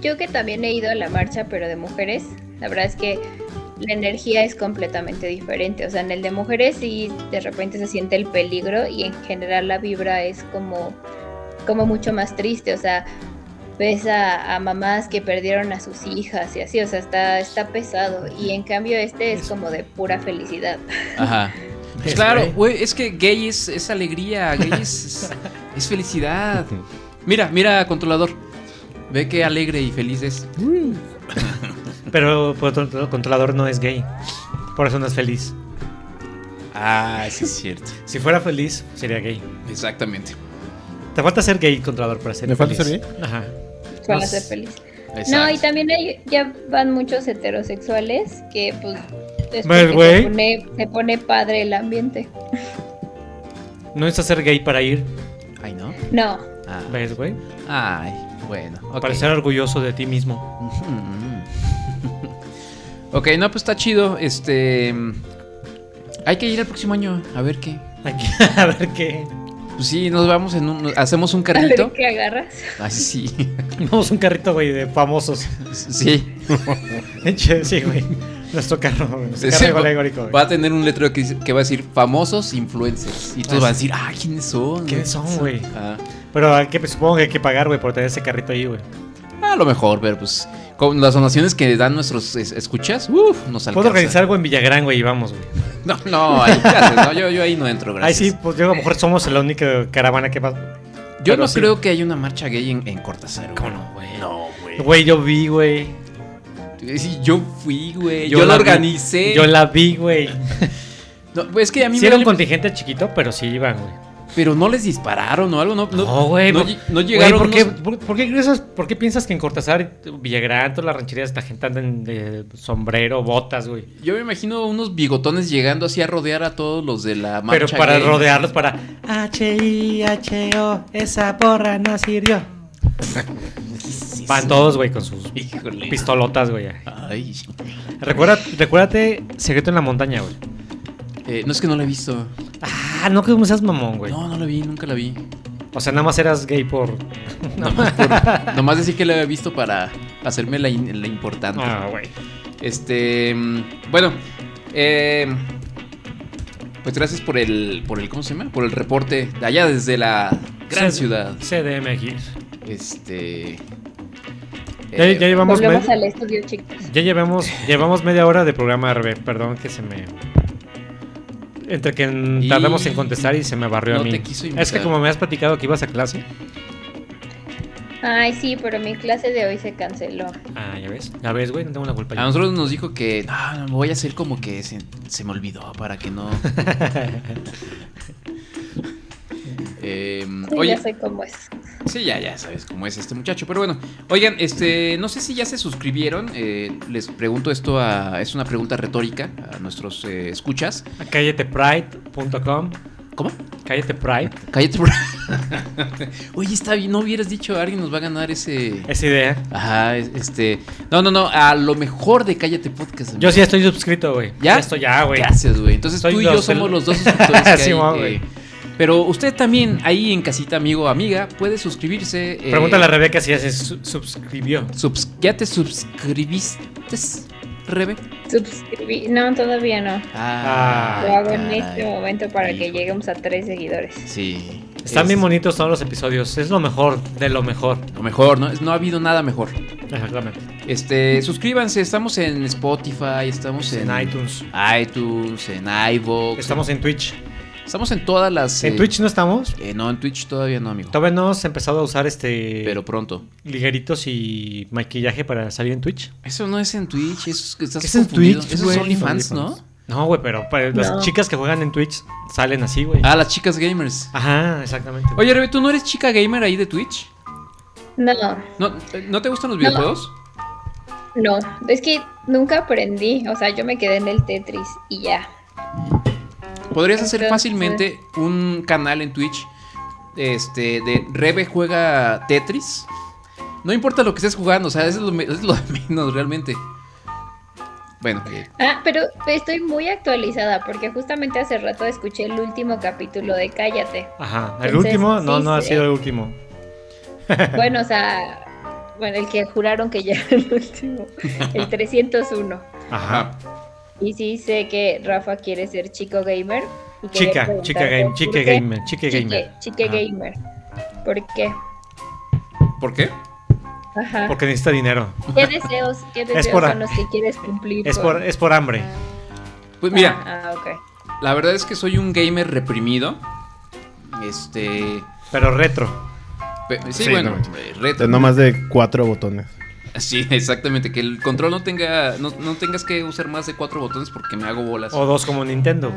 Speaker 24: Yo que también he ido a la marcha, pero de mujeres, la verdad es que la energía es completamente diferente. O sea, en el de mujeres sí de repente se siente el peligro y en general la vibra es como, como mucho más triste. O sea, ves a, a mamás que perdieron a sus hijas y así, o sea, está, está pesado. Y en cambio este es como de pura felicidad.
Speaker 10: Ajá.
Speaker 11: Este,
Speaker 10: Pues claro, güey, es que gay es, es alegría, gay es, es- es felicidad. Mira, mira, controlador. Ve qué alegre y feliz es.
Speaker 11: Pero por otro lado, el controlador no es gay. Por eso no es feliz.
Speaker 10: Ah, sí es cierto.
Speaker 11: Si fuera feliz, sería gay.
Speaker 10: Exactamente.
Speaker 11: Te falta ser gay, controlador, para ser
Speaker 12: ¿Me falta
Speaker 11: feliz.
Speaker 12: ser gay?
Speaker 11: Ajá.
Speaker 24: para
Speaker 11: No
Speaker 24: ser
Speaker 11: sé.
Speaker 24: feliz. No,
Speaker 11: Exacto.
Speaker 24: y también hay- ya van muchos heterosexuales que pues
Speaker 11: Pues,
Speaker 24: después de que
Speaker 11: güey.
Speaker 24: se, pone, se pone padre el ambiente.
Speaker 11: No necesitas ser gay para ir.
Speaker 10: Ay, no. Ah.
Speaker 24: No, <laughs>
Speaker 11: ¿Ves, güey?
Speaker 10: Ay, bueno. ok. Mm.
Speaker 11: Para ser orgulloso de ti mismo.
Speaker 10: <laughs> Ok, no, pues está chido.
Speaker 11: <laughs>
Speaker 10: Este. mm, Hay que ir el próximo año a ver qué. Pues
Speaker 11: a ver qué.
Speaker 10: Sí, nos vamos en un. Hacemos un
Speaker 24: <laughs>
Speaker 10: carrito.
Speaker 24: ¿Qué agarras?
Speaker 10: Ay, sí. <laughs>
Speaker 11: Vamos un carrito, güey, de famosos. <laughs>
Speaker 10: Sí.
Speaker 11: Che, sí, güey. Nuestro carro, güey. Nuestro
Speaker 10: Sí,
Speaker 11: carro
Speaker 10: va-
Speaker 11: alegórico, güey.
Speaker 10: va a tener un letrero que, dice- que va a decir famosos influencers. Y todos
Speaker 11: Ah,
Speaker 10: van a
Speaker 11: sí.
Speaker 10: decir, ah, ¿quiénes son?
Speaker 11: ¿Quiénes son, güey?
Speaker 10: Ah.
Speaker 11: Pero hay que, pues, supongo que hay que pagar, güey, por tener ese carrito ahí, güey.
Speaker 10: A lo mejor, pero pues con las donaciones que dan nuestros es- escuchas, uff, nos
Speaker 11: Puedo
Speaker 10: alcanza.
Speaker 11: organizar algo en Villagrán, güey, y vamos, güey.
Speaker 10: No, no, ahí, <laughs> claro, no, yo, yo ahí no entro,
Speaker 11: Ahí
Speaker 10: gracias.
Speaker 11: sí, pues yo a lo mejor somos la única caravana que va.
Speaker 10: yo
Speaker 11: Pero
Speaker 10: no
Speaker 11: sí.
Speaker 10: creo que haya una marcha gay en, en Cortázar. ¿Cómo no, güey? No,
Speaker 11: Güey, yo vi, güey.
Speaker 10: Sí, yo fui, güey. Yo, la
Speaker 11: vi.
Speaker 10: organicé.
Speaker 11: Yo la vi, güey.
Speaker 10: No, güey, es que a mí
Speaker 11: Sí
Speaker 10: me
Speaker 11: era un
Speaker 10: vale-
Speaker 11: contingente chiquito, pero sí iban, güey.
Speaker 10: Pero no les dispararon o algo, no. No,
Speaker 11: No, güey.
Speaker 10: no
Speaker 11: por-
Speaker 10: lle- no
Speaker 11: güey,
Speaker 10: llegaron.
Speaker 11: ¿por, qué,
Speaker 10: unos-
Speaker 11: por, por qué crees- por qué piensas que en Cortázar, Villagrán, todas las rancherías, la gente anda en eh, sombrero, botas, güey?
Speaker 10: Yo me imagino unos bigotones llegando así a rodear a todos los de la marcha
Speaker 11: Pero para
Speaker 10: gay.
Speaker 11: rodearlos, para.
Speaker 14: H-I-H-O, esa porra no
Speaker 10: <laughs>
Speaker 14: sirvió.
Speaker 11: Van todos, güey, con sus
Speaker 10: Híjole.
Speaker 11: pistolotas, güey.
Speaker 10: Ay.
Speaker 11: Recuerda, recuérdate, Secreto en la Montaña, güey.
Speaker 10: Eh, no es que no la he visto.
Speaker 11: Ah, no que me seas mamón, güey.
Speaker 10: No, no la vi, nunca la vi.
Speaker 11: O sea, nada más eras gay por.
Speaker 10: Nomás, por- nomás decir que la había visto para hacerme la, in- la importante.
Speaker 11: Ah, güey.
Speaker 10: Este. mm, Bueno. eh, pues gracias por el. por el. ¿Cómo se llama? Por el reporte. De allá desde la gran
Speaker 11: Sí.
Speaker 10: ciudad.
Speaker 11: CDMX.
Speaker 10: Este.
Speaker 11: Ya,
Speaker 10: eh,
Speaker 11: ya llevamos.
Speaker 24: Volvemos
Speaker 11: med-
Speaker 24: al estudio, chicos.
Speaker 11: Ya llevamos, llevamos media hora de programa, Rebe. Perdón que se me. Entre que en-
Speaker 10: Y-
Speaker 11: tardamos en contestar y se me barrió
Speaker 10: No
Speaker 11: a mí.
Speaker 10: te quiso invitar.
Speaker 11: es que como me has platicado que ibas a clase.
Speaker 24: Ay, sí, pero mi clase de hoy se canceló.
Speaker 11: Ah, ya ves. Ya ves, güey, no tengo la culpa. yo.
Speaker 10: A nosotros nos dijo que "Ah, no, voy a hacer como que se, se me olvidó para que
Speaker 11: <laughs>
Speaker 10: no. Em,
Speaker 24: Sí,
Speaker 10: oye,
Speaker 24: ya sé cómo es.
Speaker 10: sí, ya, ya sabes cómo es este muchacho. Pero bueno, oigan, este, no sé si ya se suscribieron. eh, les pregunto esto a. Es una pregunta retórica a nuestros eh, escuchas.
Speaker 11: A calletepride.com.
Speaker 10: ¿Cómo? <laughs>
Speaker 11: Cállate Pride.
Speaker 10: Cállate, bro. Oye, está bien, no hubieras dicho alguien nos va a ganar ese.
Speaker 11: Esa idea.
Speaker 10: Ajá, es- este. No, no, no, a lo mejor de Cállate Podcast.
Speaker 11: Yo
Speaker 10: amigo.
Speaker 11: sí estoy suscrito, güey.
Speaker 10: ¿Ya?
Speaker 11: Esto ya, güey.
Speaker 10: Gracias, güey. Entonces
Speaker 11: Soy
Speaker 10: tú y yo
Speaker 11: los del-
Speaker 10: somos los dos
Speaker 11: <laughs>
Speaker 10: suscriptores. que
Speaker 11: Sí,
Speaker 10: hay,
Speaker 11: mo,
Speaker 10: eh,
Speaker 11: güey.
Speaker 10: pero usted también, ahí en casita, amigo o amiga, puede suscribirse. eh,
Speaker 11: Pregúntale a Rebeca si ya se su- suscribió.
Speaker 10: subs- ¿Ya te suscribiste, Rebe?
Speaker 24: Suscribí. No, todavía no.
Speaker 10: Ah,
Speaker 24: Lo hago en
Speaker 10: caray.
Speaker 24: este momento para que lleguemos a tres seguidores.
Speaker 10: Sí.
Speaker 11: Están
Speaker 10: Es
Speaker 11: bien bonitos todos los episodios. Es lo mejor de lo mejor.
Speaker 10: Lo mejor, ¿no? Es- No ha habido nada mejor.
Speaker 11: Exactamente.
Speaker 10: Este, suscríbanse, estamos en Spotify, estamos en,
Speaker 11: En iTunes.
Speaker 10: iTunes, en iVoox.
Speaker 11: Estamos en Twitch.
Speaker 10: Estamos en todas las.
Speaker 11: ¿En
Speaker 10: eh,
Speaker 11: Twitch no estamos?
Speaker 10: eh, no, en Twitch todavía no, amigo.
Speaker 11: Todavía no has empezado a usar este.
Speaker 10: Pero pronto.
Speaker 11: ligeritos y maquillaje para salir en Twitch.
Speaker 10: Eso no es en Twitch, eso es que estás
Speaker 11: Es en
Speaker 10: confundido.
Speaker 11: Twitch,
Speaker 10: Eso es
Speaker 11: güey.
Speaker 10: OnlyFans, ¿no?
Speaker 11: No, güey, pero para las
Speaker 10: No.
Speaker 11: chicas que juegan en Twitch salen así, güey.
Speaker 10: Ah, las chicas gamers.
Speaker 11: Ajá, exactamente. güey.
Speaker 10: Oye, Rebe, ¿tú no eres chica gamer ahí de Twitch?
Speaker 24: No,
Speaker 10: ¿No, eh, ¿no te gustan los
Speaker 24: No.
Speaker 10: videojuegos?
Speaker 24: no. Es que nunca aprendí. O sea, yo me quedé en el Tetris y ya.
Speaker 10: Podrías hacer
Speaker 24: Entonces-
Speaker 10: fácilmente un canal en Twitch este, de Rebe juega Tetris. No importa lo que estés jugando, o sea, eso es lo, me- es lo de menos realmente. Bueno, eh,
Speaker 24: Ah, pero estoy muy actualizada porque justamente hace rato escuché el último capítulo de Cállate.
Speaker 11: Ajá, el
Speaker 24: Entonces,
Speaker 11: último, no,
Speaker 24: sí,
Speaker 11: no ha
Speaker 24: sí.
Speaker 11: sido el último. <laughs>
Speaker 24: Bueno, o sea, bueno, el que juraron que ya <laughs> era el último, el 301.
Speaker 11: Ajá.
Speaker 24: Y sí sé que Rafa quiere ser chico gamer. y quería
Speaker 11: Chica,
Speaker 24: preguntarte,
Speaker 11: chica game, chica
Speaker 24: ¿por qué?
Speaker 11: gamer, chica gamer.
Speaker 24: Chique
Speaker 11: Ajá.
Speaker 24: gamer. ¿Por qué?
Speaker 10: ¿por qué?
Speaker 24: Ajá.
Speaker 11: Porque necesita dinero.
Speaker 24: ¿Qué deseos,
Speaker 11: <laughs>
Speaker 24: qué deseos
Speaker 11: por-
Speaker 24: son los que quieres cumplir?
Speaker 11: Es por, es por hambre.
Speaker 10: Pues mira,
Speaker 24: Ah, ah, ok.
Speaker 10: la verdad es que soy un gamer reprimido. Este.
Speaker 11: Pero retro.
Speaker 10: pe- Sí,
Speaker 12: Sí,
Speaker 10: bueno,
Speaker 12: no.
Speaker 10: eh,
Speaker 12: De
Speaker 10: reto.
Speaker 12: no más de cuatro botones.
Speaker 10: Sí, <laughs> exactamente. Que el control no tenga. No, no tengas que usar más de cuatro botones porque me hago bolas.
Speaker 11: O dos como Nintendo.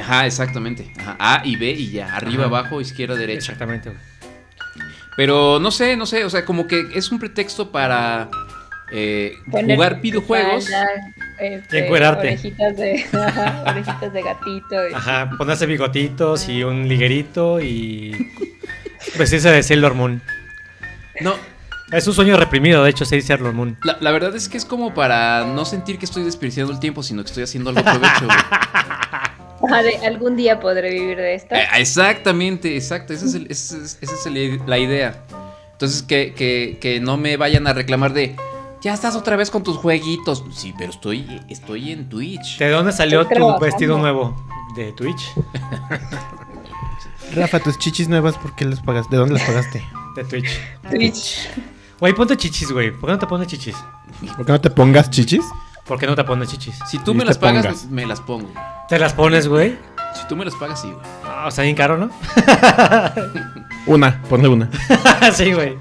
Speaker 10: Ajá, exactamente. Ajá, A y B y ya. Arriba,
Speaker 11: Ajá.
Speaker 10: abajo, izquierda, derecha.
Speaker 11: Exactamente, güey.
Speaker 10: Pero no sé, no sé. O sea, como que es un pretexto para eh,
Speaker 24: Poner
Speaker 10: jugar videojuegos.
Speaker 24: falda, este,
Speaker 11: Y encuerarte.
Speaker 24: Orejitas de, <laughs> ajá, orejitas de gatito. y-
Speaker 11: Ajá, ponerse bigotitos y un liguerito y. Vestirse de Sailor Moon.
Speaker 10: No,
Speaker 11: Es un sueño reprimido, de hecho, se dice Sailor Moon.
Speaker 10: la, la verdad
Speaker 11: <laughs>
Speaker 10: es que es como para no sentir que estoy desperdiciando el tiempo, sino que estoy haciendo algo provecho. güey.
Speaker 24: Vale, algún día podré vivir de esto.
Speaker 10: Eh, Exactamente, exacto. Esa es, el- esa es- esa es el- la idea. Entonces, que, que- que no me vayan a reclamar de. Ya estás otra vez con tus jueguitos. Sí, pero estoy, estoy en Twitch.
Speaker 11: ¿De dónde salió
Speaker 10: Estoy
Speaker 11: tu
Speaker 10: trabajando.
Speaker 11: vestido nuevo? ¿De Twitch?
Speaker 12: Rafa, tus chichis nuevas, ¿por qué las pagaste? ¿De dónde las pagaste?
Speaker 11: De Twitch.
Speaker 24: Twitch.
Speaker 11: Güey, ponte chichis, güey. ¿Por qué no te pones chichis?
Speaker 12: <laughs> ¿Por qué no te pongas chichis?
Speaker 11: ¿Por qué no te pones chichis?
Speaker 10: Si tú me las pagas, me las pongo.
Speaker 11: ¿Te las pones, güey?
Speaker 10: Si tú me las pagas, sí, güey. <laughs>
Speaker 11: Ah, o sea, bien caro, ¿no? <laughs>
Speaker 12: Una, ponle <laughs> una.
Speaker 11: sí, güey.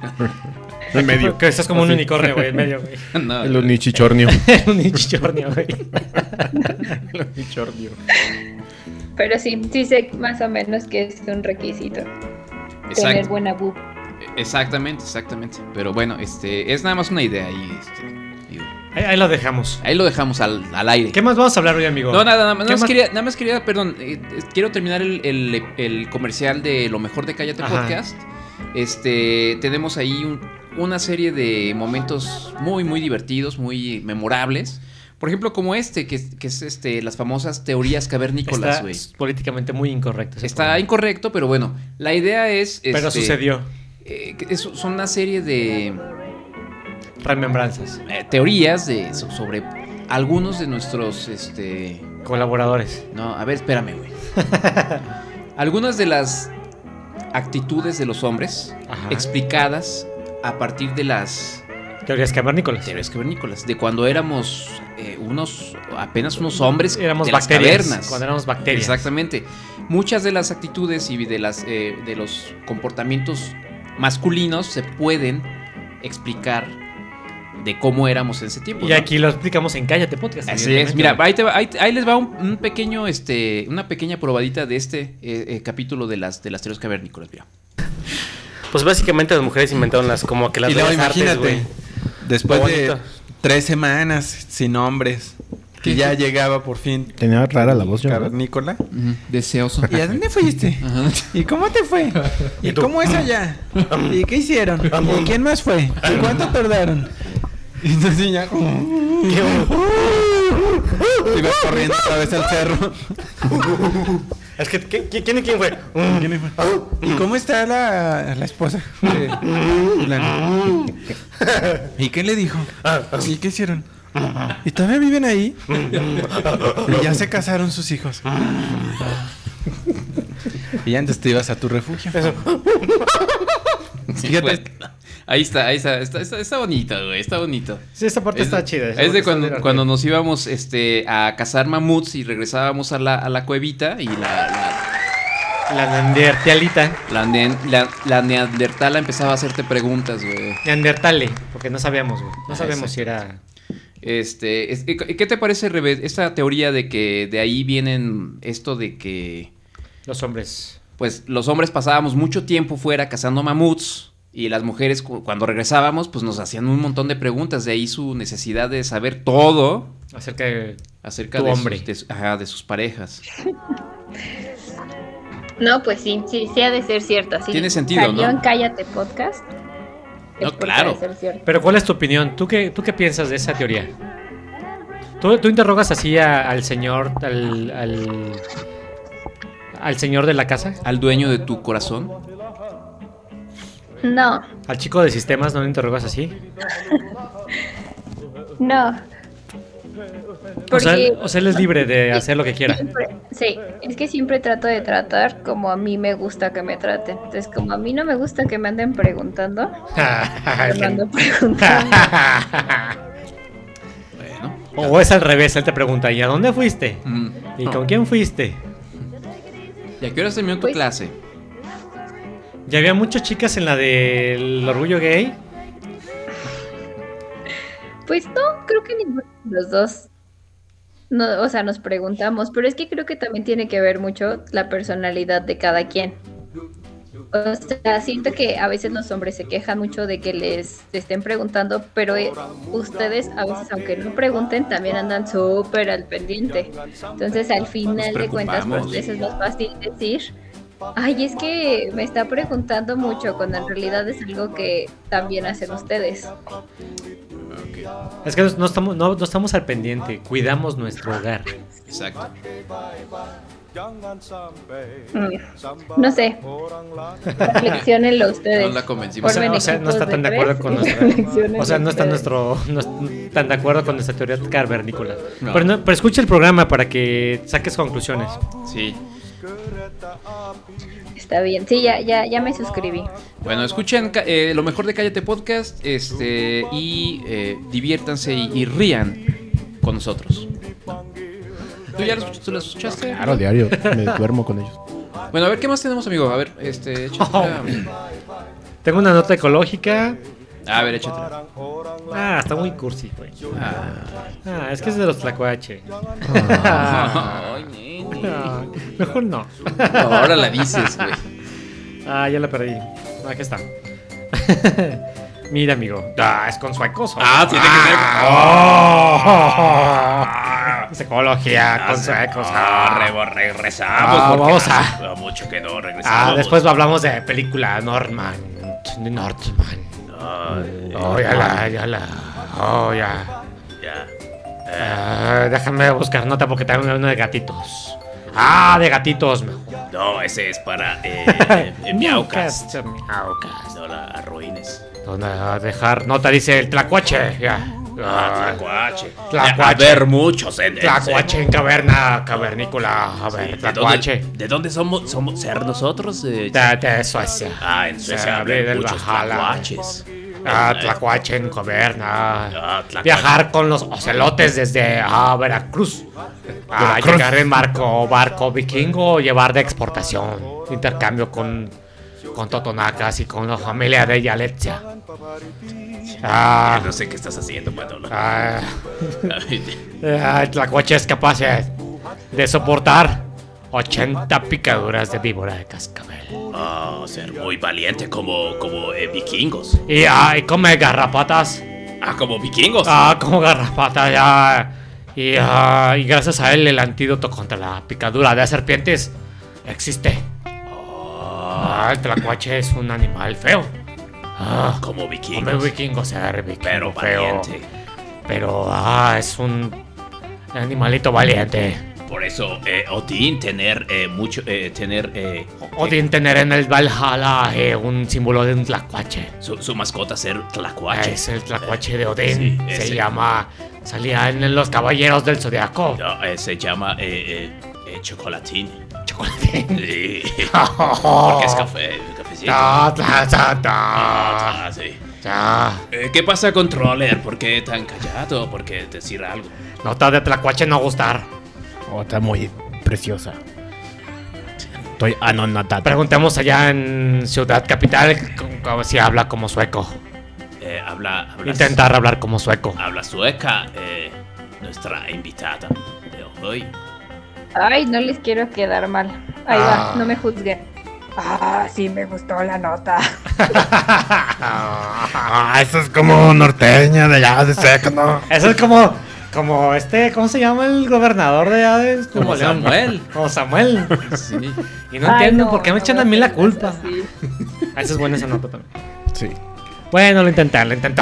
Speaker 12: En medio.
Speaker 11: Que estás como un
Speaker 12: Así.
Speaker 11: unicornio, güey, en medio,
Speaker 10: <laughs>
Speaker 11: güey. <laughs>
Speaker 10: No,
Speaker 12: El <laughs> unichichornio.
Speaker 11: El unichichornio, güey.
Speaker 12: El unichichornio.
Speaker 24: Pero sí, sí sé más o menos que es un requisito. Tener
Speaker 10: Exacto. E-,
Speaker 24: buena boob.
Speaker 10: Exactamente, exactamente. Pero bueno, este es nada más una idea y este, digo,
Speaker 11: Ahí, ahí lo dejamos.
Speaker 10: ahí lo dejamos al, al aire.
Speaker 11: ¿Qué más vamos a hablar hoy, amigo?
Speaker 10: No, nada, nada, más-
Speaker 11: ¿Qué
Speaker 10: nada más quería, nada más quería, perdón, eh, eh, quiero terminar el, el- el comercial de lo mejor de Cállate
Speaker 11: Ajá.
Speaker 10: Podcast. Este, tenemos ahí un- una serie de momentos muy, muy divertidos, muy memorables. Por ejemplo, como este, que, es- que es este, las famosas teorías cavernícolas,
Speaker 11: Está
Speaker 10: güey.
Speaker 11: políticamente muy incorrecto. ese
Speaker 10: Está incorrecto, pero bueno, la idea es...
Speaker 11: Pero
Speaker 10: este,
Speaker 11: sucedió.
Speaker 10: eh, que es- son una serie de
Speaker 11: Remembranzas.
Speaker 10: eh, teorías de, so- sobre algunos de nuestros este,
Speaker 11: Colaboradores.
Speaker 10: No, a ver, espérame,
Speaker 11: <laughs>
Speaker 10: güey. Algunas de las actitudes de los hombres
Speaker 11: Ajá. Pues
Speaker 10: explicadas a partir de las
Speaker 11: Teorías cavernícolas.
Speaker 10: Teorías cavernícolas. De cuando éramos eh, unos, apenas unos hombres
Speaker 11: Éramos
Speaker 10: de
Speaker 11: bacterias,
Speaker 10: las cavernas.
Speaker 11: cuando éramos bacterias.
Speaker 10: Exactamente. Muchas de las actitudes y de, las, eh, de los comportamientos masculinos se pueden explicar de cómo éramos en ese tiempo.
Speaker 11: Y
Speaker 10: Pues ¿no?
Speaker 11: aquí lo explicamos en Cállate Podcast.
Speaker 10: Así es, mira, ahí, te va- ahí- ahí les va un, un pequeño, este, una pequeña probadita de este eh, eh, capítulo de las, de las teorías cavernícolas, mira.
Speaker 3: Pues básicamente las mujeres inventaron las como que las
Speaker 4: y luego
Speaker 3: bellas artes,
Speaker 4: imagínate,
Speaker 3: güey.
Speaker 4: después
Speaker 3: Lo
Speaker 4: de
Speaker 3: bonito.
Speaker 4: tres semanas sin hombres, que ya llegaba por fin
Speaker 12: Tenía rara la voz, yo. ¿no? <laughs>
Speaker 4: Nicola.
Speaker 10: Deseoso.
Speaker 4: ¿Y a dónde fuiste? ¿Y cómo te fue? ¿Y, cómo es allá? ¿Y qué hicieron? ¿Y quién más fue? ¿Y cuánto tardaron? Y entonces ya como... Y va corriendo otra vez al cerro.
Speaker 3: Es que, ¿qué- qué- ¿quién, quién fue?
Speaker 4: ¿Quién fue? ¿Y cómo está la, la esposa? de fulano? ¿Y qué le dijo? ¿Y qué hicieron? ¿Y todavía viven ahí? Y ya se casaron sus hijos. Y antes te ibas a tu refugio.
Speaker 10: <laughs> Sí, bueno. Ahí está, ahí está, está, está, está bonito, güey, está bonito.
Speaker 11: Sí, esta parte
Speaker 10: Es-
Speaker 11: está chida. esta
Speaker 10: Es
Speaker 11: parte
Speaker 10: de
Speaker 11: está
Speaker 10: cuando,
Speaker 11: divertida.
Speaker 10: cuando nos íbamos este, a cazar mamuts y regresábamos a la, a la cuevita y la...
Speaker 11: La, neandertalita.
Speaker 10: La, nen- la- la neandertala empezaba a hacerte preguntas, güey.
Speaker 11: Neandertale, porque no sabíamos, güey. No
Speaker 10: Ah,
Speaker 11: sabemos si
Speaker 10: exacto.
Speaker 11: era.
Speaker 10: Este, es- ¿qué qué te parece, Rebe, esta teoría de que de ahí vienen esto de que...
Speaker 11: Los hombres.
Speaker 10: Pues los hombres pasábamos mucho tiempo fuera cazando mamuts y las mujeres cu- cuando regresábamos pues nos hacían un montón de preguntas, de ahí su necesidad de saber todo
Speaker 11: Acerca de.
Speaker 10: acerca
Speaker 11: Tu
Speaker 10: de,
Speaker 11: hombre.
Speaker 10: Sus, de su- ajá, de sus parejas.
Speaker 24: <laughs> No, pues sí, sí, sí ha de ser cierto. Sí.
Speaker 10: Tiene sentido,
Speaker 24: Salió
Speaker 10: ¿no?
Speaker 24: en Cállate Podcast.
Speaker 10: No,
Speaker 24: es porque
Speaker 10: claro.
Speaker 24: ha de ser cierto.
Speaker 11: Pero ¿cuál es tu opinión? ¿Tú qué, tú qué piensas de esa teoría? ¿Tú, tú interrogas así a- al señor, al, al, al señor de la casa?
Speaker 10: ¿Al dueño de tu corazón?
Speaker 24: No,
Speaker 11: ¿Al chico de sistemas no lo interrogas así?
Speaker 24: <laughs> no.
Speaker 11: O sea,
Speaker 24: Porque-
Speaker 11: o sea, él es libre de hacer lo que quiera.
Speaker 24: Siempre- sí, es que siempre trato de tratar como a mí me gusta que me traten. Entonces, como a mí no me gusta que me anden
Speaker 11: <laughs>
Speaker 24: preguntando,
Speaker 11: Ah,
Speaker 24: me ando preguntando.
Speaker 11: o es al revés, él te pregunta, ¿y a dónde fuiste?
Speaker 10: Mm.
Speaker 11: ¿Y con quién fuiste?
Speaker 10: ¿Y a qué hora terminó tu
Speaker 24: Pues
Speaker 10: clase?
Speaker 11: Ya había muchas chicas en la del orgullo gay.
Speaker 24: Pues no, creo que ninguno de los dos. No, o sea, nos preguntamos, pero es que creo que también tiene que ver mucho la personalidad de cada quien. O sea, siento que a veces los hombres se quejan mucho de que les estén preguntando, pero eh, ustedes a veces, aunque no pregunten, también andan súper al pendiente. Entonces, al final de cuentas, pues <laughs>
Speaker 8: preocupamos.
Speaker 24: eso es más fácil decir. Ay, es que me está preguntando mucho, cuando en realidad es algo que también hacen ustedes.
Speaker 11: Es que no estamos, no, no estamos al pendiente, cuidamos nuestro hogar.
Speaker 10: Exacto.
Speaker 24: No sé. Reflexionenlo ustedes.
Speaker 10: No la convencimos.
Speaker 11: O sea,
Speaker 24: Formen
Speaker 11: o sea, no está
Speaker 24: equipos
Speaker 11: tan de
Speaker 24: tres
Speaker 11: acuerdo con
Speaker 24: y
Speaker 11: nuestra.
Speaker 24: reflexionen
Speaker 11: O
Speaker 24: <laughs>
Speaker 11: sea, no está
Speaker 24: ustedes.
Speaker 11: nuestro, no es tan de acuerdo con nuestra teoría cavernícola.
Speaker 10: No.
Speaker 11: Pero, no- pero escucha el programa para que saques conclusiones.
Speaker 10: Sí.
Speaker 24: Está bien. Sí, ya, ya, ya me suscribí.
Speaker 10: Bueno, escuchen ca- eh, lo mejor de Cállate Podcast este, y eh, diviértanse y, y rían con nosotros. ¿Tú ya lo escuch- tú lo escuchaste?
Speaker 12: Claro, diario. Me duermo con ellos.
Speaker 10: Bueno, a ver, ¿qué más tenemos, amigo? A ver, este, échate una-
Speaker 11: Tengo una nota ecológica.
Speaker 10: A ver, échate. una.
Speaker 11: Ah, está muy cursi, güey.
Speaker 10: Ah.
Speaker 11: Ah, es que es de los tlacuache. <laughs>
Speaker 10: Ah.
Speaker 11: Ah, mejor no.
Speaker 10: <laughs> Ahora la dices, güey.
Speaker 11: Ah, ya la perdí. Aquí está. <laughs> Mira, amigo. Ah, es con su acoso.
Speaker 10: Ah, tiene que ser-
Speaker 6: Ah.
Speaker 11: que ser. Psicología con su acoso.
Speaker 6: regresamos.
Speaker 11: Ah,
Speaker 6: porque
Speaker 11: vamos a-
Speaker 6: lo mucho que no regresamos.
Speaker 11: Ah, después hablamos de película Norman. Norman.
Speaker 6: Ah,
Speaker 11: Oh, ya la, ya la. Oh, ya.
Speaker 6: Ya.
Speaker 11: Ah, déjame buscar nota porque tengo una de gatitos. Ah, de gatitos, mejor.
Speaker 6: No, ese es para
Speaker 1: <laughs>
Speaker 6: eh, eh, eh,
Speaker 11: <laughs>
Speaker 6: Miaucas.
Speaker 11: Este, Miaucas,
Speaker 6: No la arruines.
Speaker 11: ¿Dónde va a dejar nota? Dice el tlacuache. Ya.
Speaker 6: Ah, tlacuache.
Speaker 11: Tlacuache.
Speaker 6: A ver, muchos en en-
Speaker 11: Tlacuache en caverna, cavernícola. A ver,
Speaker 6: ¿De
Speaker 11: tlacuache.
Speaker 6: dónde, ¿De dónde somos, somos ser nosotros? Eh,
Speaker 11: De, de Suecia.
Speaker 6: Ah, en Suecia
Speaker 11: Sabe
Speaker 6: hablan
Speaker 11: del
Speaker 6: muchos
Speaker 11: Valhalla.
Speaker 6: tlacuaches.
Speaker 11: Ah, tlacuache en caverna.
Speaker 6: Ah, tlacuache.
Speaker 11: Viajar con los ocelotes desde ah, Veracruz. Ah,
Speaker 6: Veracruz.
Speaker 11: llegar en barco, barco vikingo, llevar de exportación. Intercambio con, con Totonacas y con la familia de Yaletia. Ah,
Speaker 6: Ya no sé qué estás haciendo, Manolo.
Speaker 11: Ah. <laughs> Ah, el tlacuache es capaz de, de soportar 80 picaduras de víbora de cascabel.
Speaker 6: Ah, ser muy valiente como, como eh, vikingos.
Speaker 11: Y, ah, y come garrapatas.
Speaker 6: Ah, como vikingos.
Speaker 11: Ah, como garrapatas, ya. Y, ah, y gracias a él el antídoto contra la picadura de serpientes existe. Ah, el tlacuache es un animal feo. Ah,
Speaker 6: como vikingos.
Speaker 11: Como vikingo, ser vikingo
Speaker 6: Pero
Speaker 11: feo.
Speaker 6: valiente.
Speaker 11: Pero, ah, es un animalito valiente.
Speaker 6: Por eso, eh, Odín, tener eh, mucho. eh, tener. eh,
Speaker 11: Odín tener en el Valhalla eh, un símbolo de un tlacuache.
Speaker 6: su, su mascota ser tlacuache.
Speaker 11: Es el tlacuache de Odín.
Speaker 6: Sí,
Speaker 11: se
Speaker 6: ese.
Speaker 11: llama. Salía en los Caballeros del Zodiaco. <laughs>
Speaker 6: No, eh, se llama eh, eh, eh, chocolatín.
Speaker 11: Chocolatín. Oh.
Speaker 6: Sí. Porque es café. Cafecito.
Speaker 11: Ta, ta, ta, ta.
Speaker 6: Ah, sí.
Speaker 11: Ta.
Speaker 6: Eh, ¿Qué pasa, controller? ¿Por qué tan callado? ¿Por qué decir algo?
Speaker 11: Nota de tlacuache no gustar.
Speaker 12: Oh, está muy preciosa. Estoy anonadado.
Speaker 11: Preguntemos allá en Ciudad Capital c- cómo- si habla como sueco.
Speaker 6: Eh, habla, habla.
Speaker 11: Intentar hablar como sueco.
Speaker 6: Habla sueca, eh, nuestra invitada de hoy.
Speaker 24: Ay, no les quiero quedar mal. Ahí
Speaker 6: Ah.
Speaker 24: va, no me juzguen. Ah, sí, me gustó la nota.
Speaker 12: Ah, eso es como norteña de allá, de seca, ¿no?
Speaker 11: Eso es como. Como este, ¿cómo se llama el gobernador de allá? de-
Speaker 10: Como
Speaker 11: León?
Speaker 10: Samuel.
Speaker 11: Como Samuel.
Speaker 10: <laughs> Sí.
Speaker 11: Y no entiendo por qué me echan a mí la culpa. Ah, esa es buena esa nota también.
Speaker 12: Sí.
Speaker 11: Bueno, lo intentaron, lo intentó.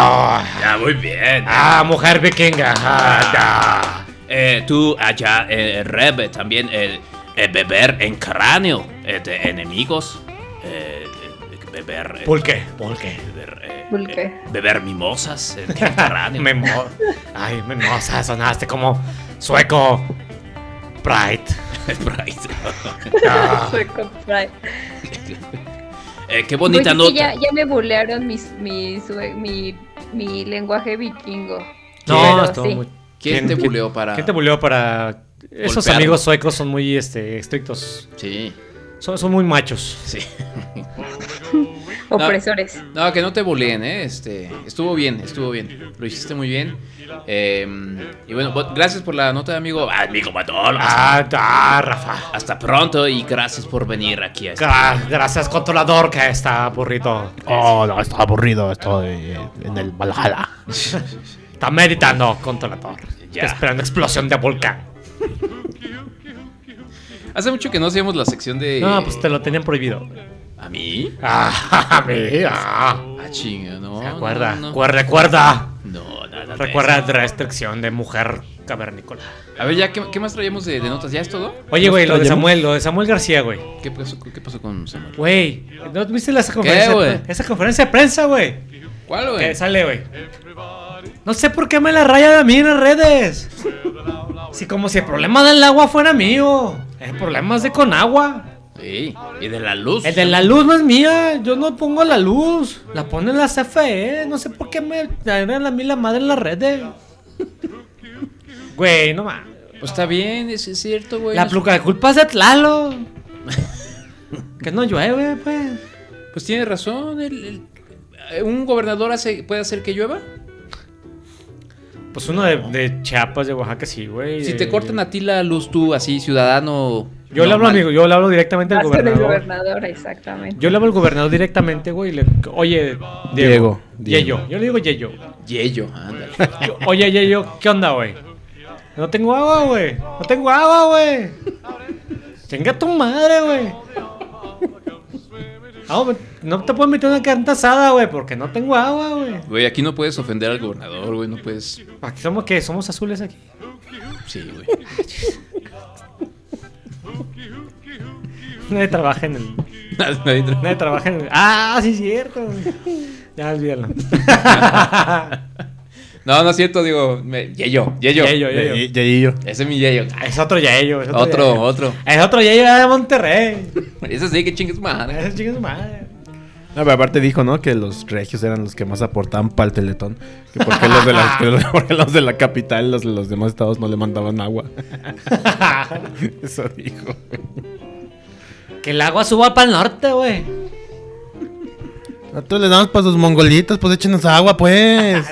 Speaker 6: Ya, muy bien.
Speaker 11: Ah, mujer vikinga. Ah,
Speaker 6: Eh, tú allá, eh, Rebe, también eh, eh, beber en cráneo eh, de enemigos. Eh, eh, beber. eh,
Speaker 11: Pulque, pulque. <laughs>
Speaker 6: Beber, eh,
Speaker 24: Pulque.
Speaker 6: eh, beber mimosas <laughs> en el cráneo.
Speaker 11: Memo- Ay, memosa, sonaste como sueco. Bright.
Speaker 6: Bright.
Speaker 11: Ah.
Speaker 24: Soy compra-
Speaker 6: Eh, qué bonita
Speaker 24: Pues es que
Speaker 6: nota.
Speaker 24: ya, ya me bulearon mis, mis- eh, mi, mi lenguaje vikingo.
Speaker 11: No,
Speaker 24: Pero
Speaker 11: estuvo
Speaker 24: sí.
Speaker 11: muy-
Speaker 10: ¿Quién te buleó para-
Speaker 11: ¿Quién te buleó para.? Esos
Speaker 10: Golpearlo.
Speaker 11: amigos suecos son muy este, estrictos.
Speaker 10: Sí.
Speaker 11: Son, son muy machos.
Speaker 10: Sí.
Speaker 24: Opresores.
Speaker 10: No, que no te buleen, ¿eh? Este, estuvo bien, estuvo bien. Lo hiciste muy bien. Eh, y bueno, bo- gracias por la nota, amigo. Ah, Amigo Manolo.
Speaker 11: Ah, ah, Rafa.
Speaker 6: Hasta pronto y gracias por venir aquí. A este-
Speaker 11: Gra- Gracias, controlador, que está aburrido.
Speaker 12: Oh, no, está aburrido. Estoy eh, en el Valhalla.
Speaker 11: Está meditando, controlador.
Speaker 10: Ya.
Speaker 11: Está esperando explosión de volcán.
Speaker 10: Hace mucho que no hacíamos la sección de.
Speaker 11: No, pues te lo tenían prohibido.
Speaker 10: ¿A mí?
Speaker 11: <laughs> Ah, a mí, ah.
Speaker 10: chinga, no.
Speaker 11: Recuerda,
Speaker 10: no, no.
Speaker 11: recuerda.
Speaker 6: No, nada. de
Speaker 11: Recuerda la restricción de mujer cavernícola.
Speaker 10: A ver, ya, ¿qué, qué más traíamos de, de notas? ¿Ya es todo?
Speaker 11: Oye, güey, lo de
Speaker 10: ¿Traemos?
Speaker 11: Samuel, lo de Samuel García, güey.
Speaker 10: ¿Qué pasó, qué pasó con Samuel?
Speaker 11: Güey, ¿no viste la- esa conferencia, de
Speaker 10: güey?
Speaker 11: pre- esa conferencia de prensa, güey?
Speaker 10: ¿Cuál, güey?
Speaker 11: Que Eh, sale, güey. No sé por qué me la rayan a mí en las redes. Si como si el problema del agua fuera mío. El problema es de con agua.
Speaker 10: Sí, y de la luz.
Speaker 11: El de la luz no es mía, yo no pongo la luz, la ponen la CFE, no sé por qué me traen a mí la madre en las redes. Güey, no más.
Speaker 10: Pues está bien, es, es cierto, güey.
Speaker 11: La
Speaker 10: No-
Speaker 11: pluca de culpa es de Tlalo. que no llueve, pues.
Speaker 10: Pues tiene razón. el- el- eh, ¿Un gobernador hace, puede hacer que llueva?
Speaker 11: Pues uno de, de Chiapas, de Oaxaca, sí, güey.
Speaker 10: Si
Speaker 11: de-
Speaker 10: te cortan a ti la luz, tú, así, ciudadano.
Speaker 11: Eh. Yo le hablo, amigo, yo le hablo directamente al
Speaker 24: Hasta del
Speaker 11: gobernador.
Speaker 24: gobernador, exactamente.
Speaker 11: Yo le hablo al gobernador directamente, güey. y le- Oye, Diego.
Speaker 12: Diego,
Speaker 11: Yeyo.
Speaker 12: Diego.
Speaker 11: Yo le digo Yeyo.
Speaker 10: Yeyo, ándale.
Speaker 11: Yo- Oye, Yeyo, ¿qué onda, güey? No tengo agua, güey. No tengo agua, güey. Chinga tu madre, güey. Ah, güey, no te puedo meter una carne asada, güey, porque no tengo agua, güey.
Speaker 10: Güey, aquí no puedes ofender al gobernador, güey, no puedes.
Speaker 11: Aquí somos qué? Somos azules aquí. <laughs>
Speaker 10: Sí, güey. <laughs>
Speaker 11: Nadie trabaja en el.
Speaker 10: Nadie tra-
Speaker 11: Nadie trabaja en el. Ah, sí, es cierto. Ya olvídalo.
Speaker 10: No, no es cierto, digo. me- Yeyo, Yeyo.
Speaker 11: Yeyo,
Speaker 12: eh,
Speaker 11: Yeyo.
Speaker 10: Ye- Ese es mi Yeyo.
Speaker 11: Ah, Es otro Yeyo. Es
Speaker 10: Otro,
Speaker 11: Yeyo.
Speaker 10: otro.
Speaker 11: Es otro Yeyo de Monterrey.
Speaker 10: <laughs> Ese sí, que chingues madre.
Speaker 11: Ese chingas madre.
Speaker 12: No, pero aparte dijo, ¿no? Que los regios eran los que más aportaban para el teletón. Que porque los de la, que los- <laughs> porque los de la capital, los de los demás estados no le
Speaker 24: <laughs>
Speaker 12: mandaban agua. Eso dijo.
Speaker 11: Que el agua suba para el norte, güey.
Speaker 12: Nosotros le damos para sus mongolitos, pues échenos agua, pues.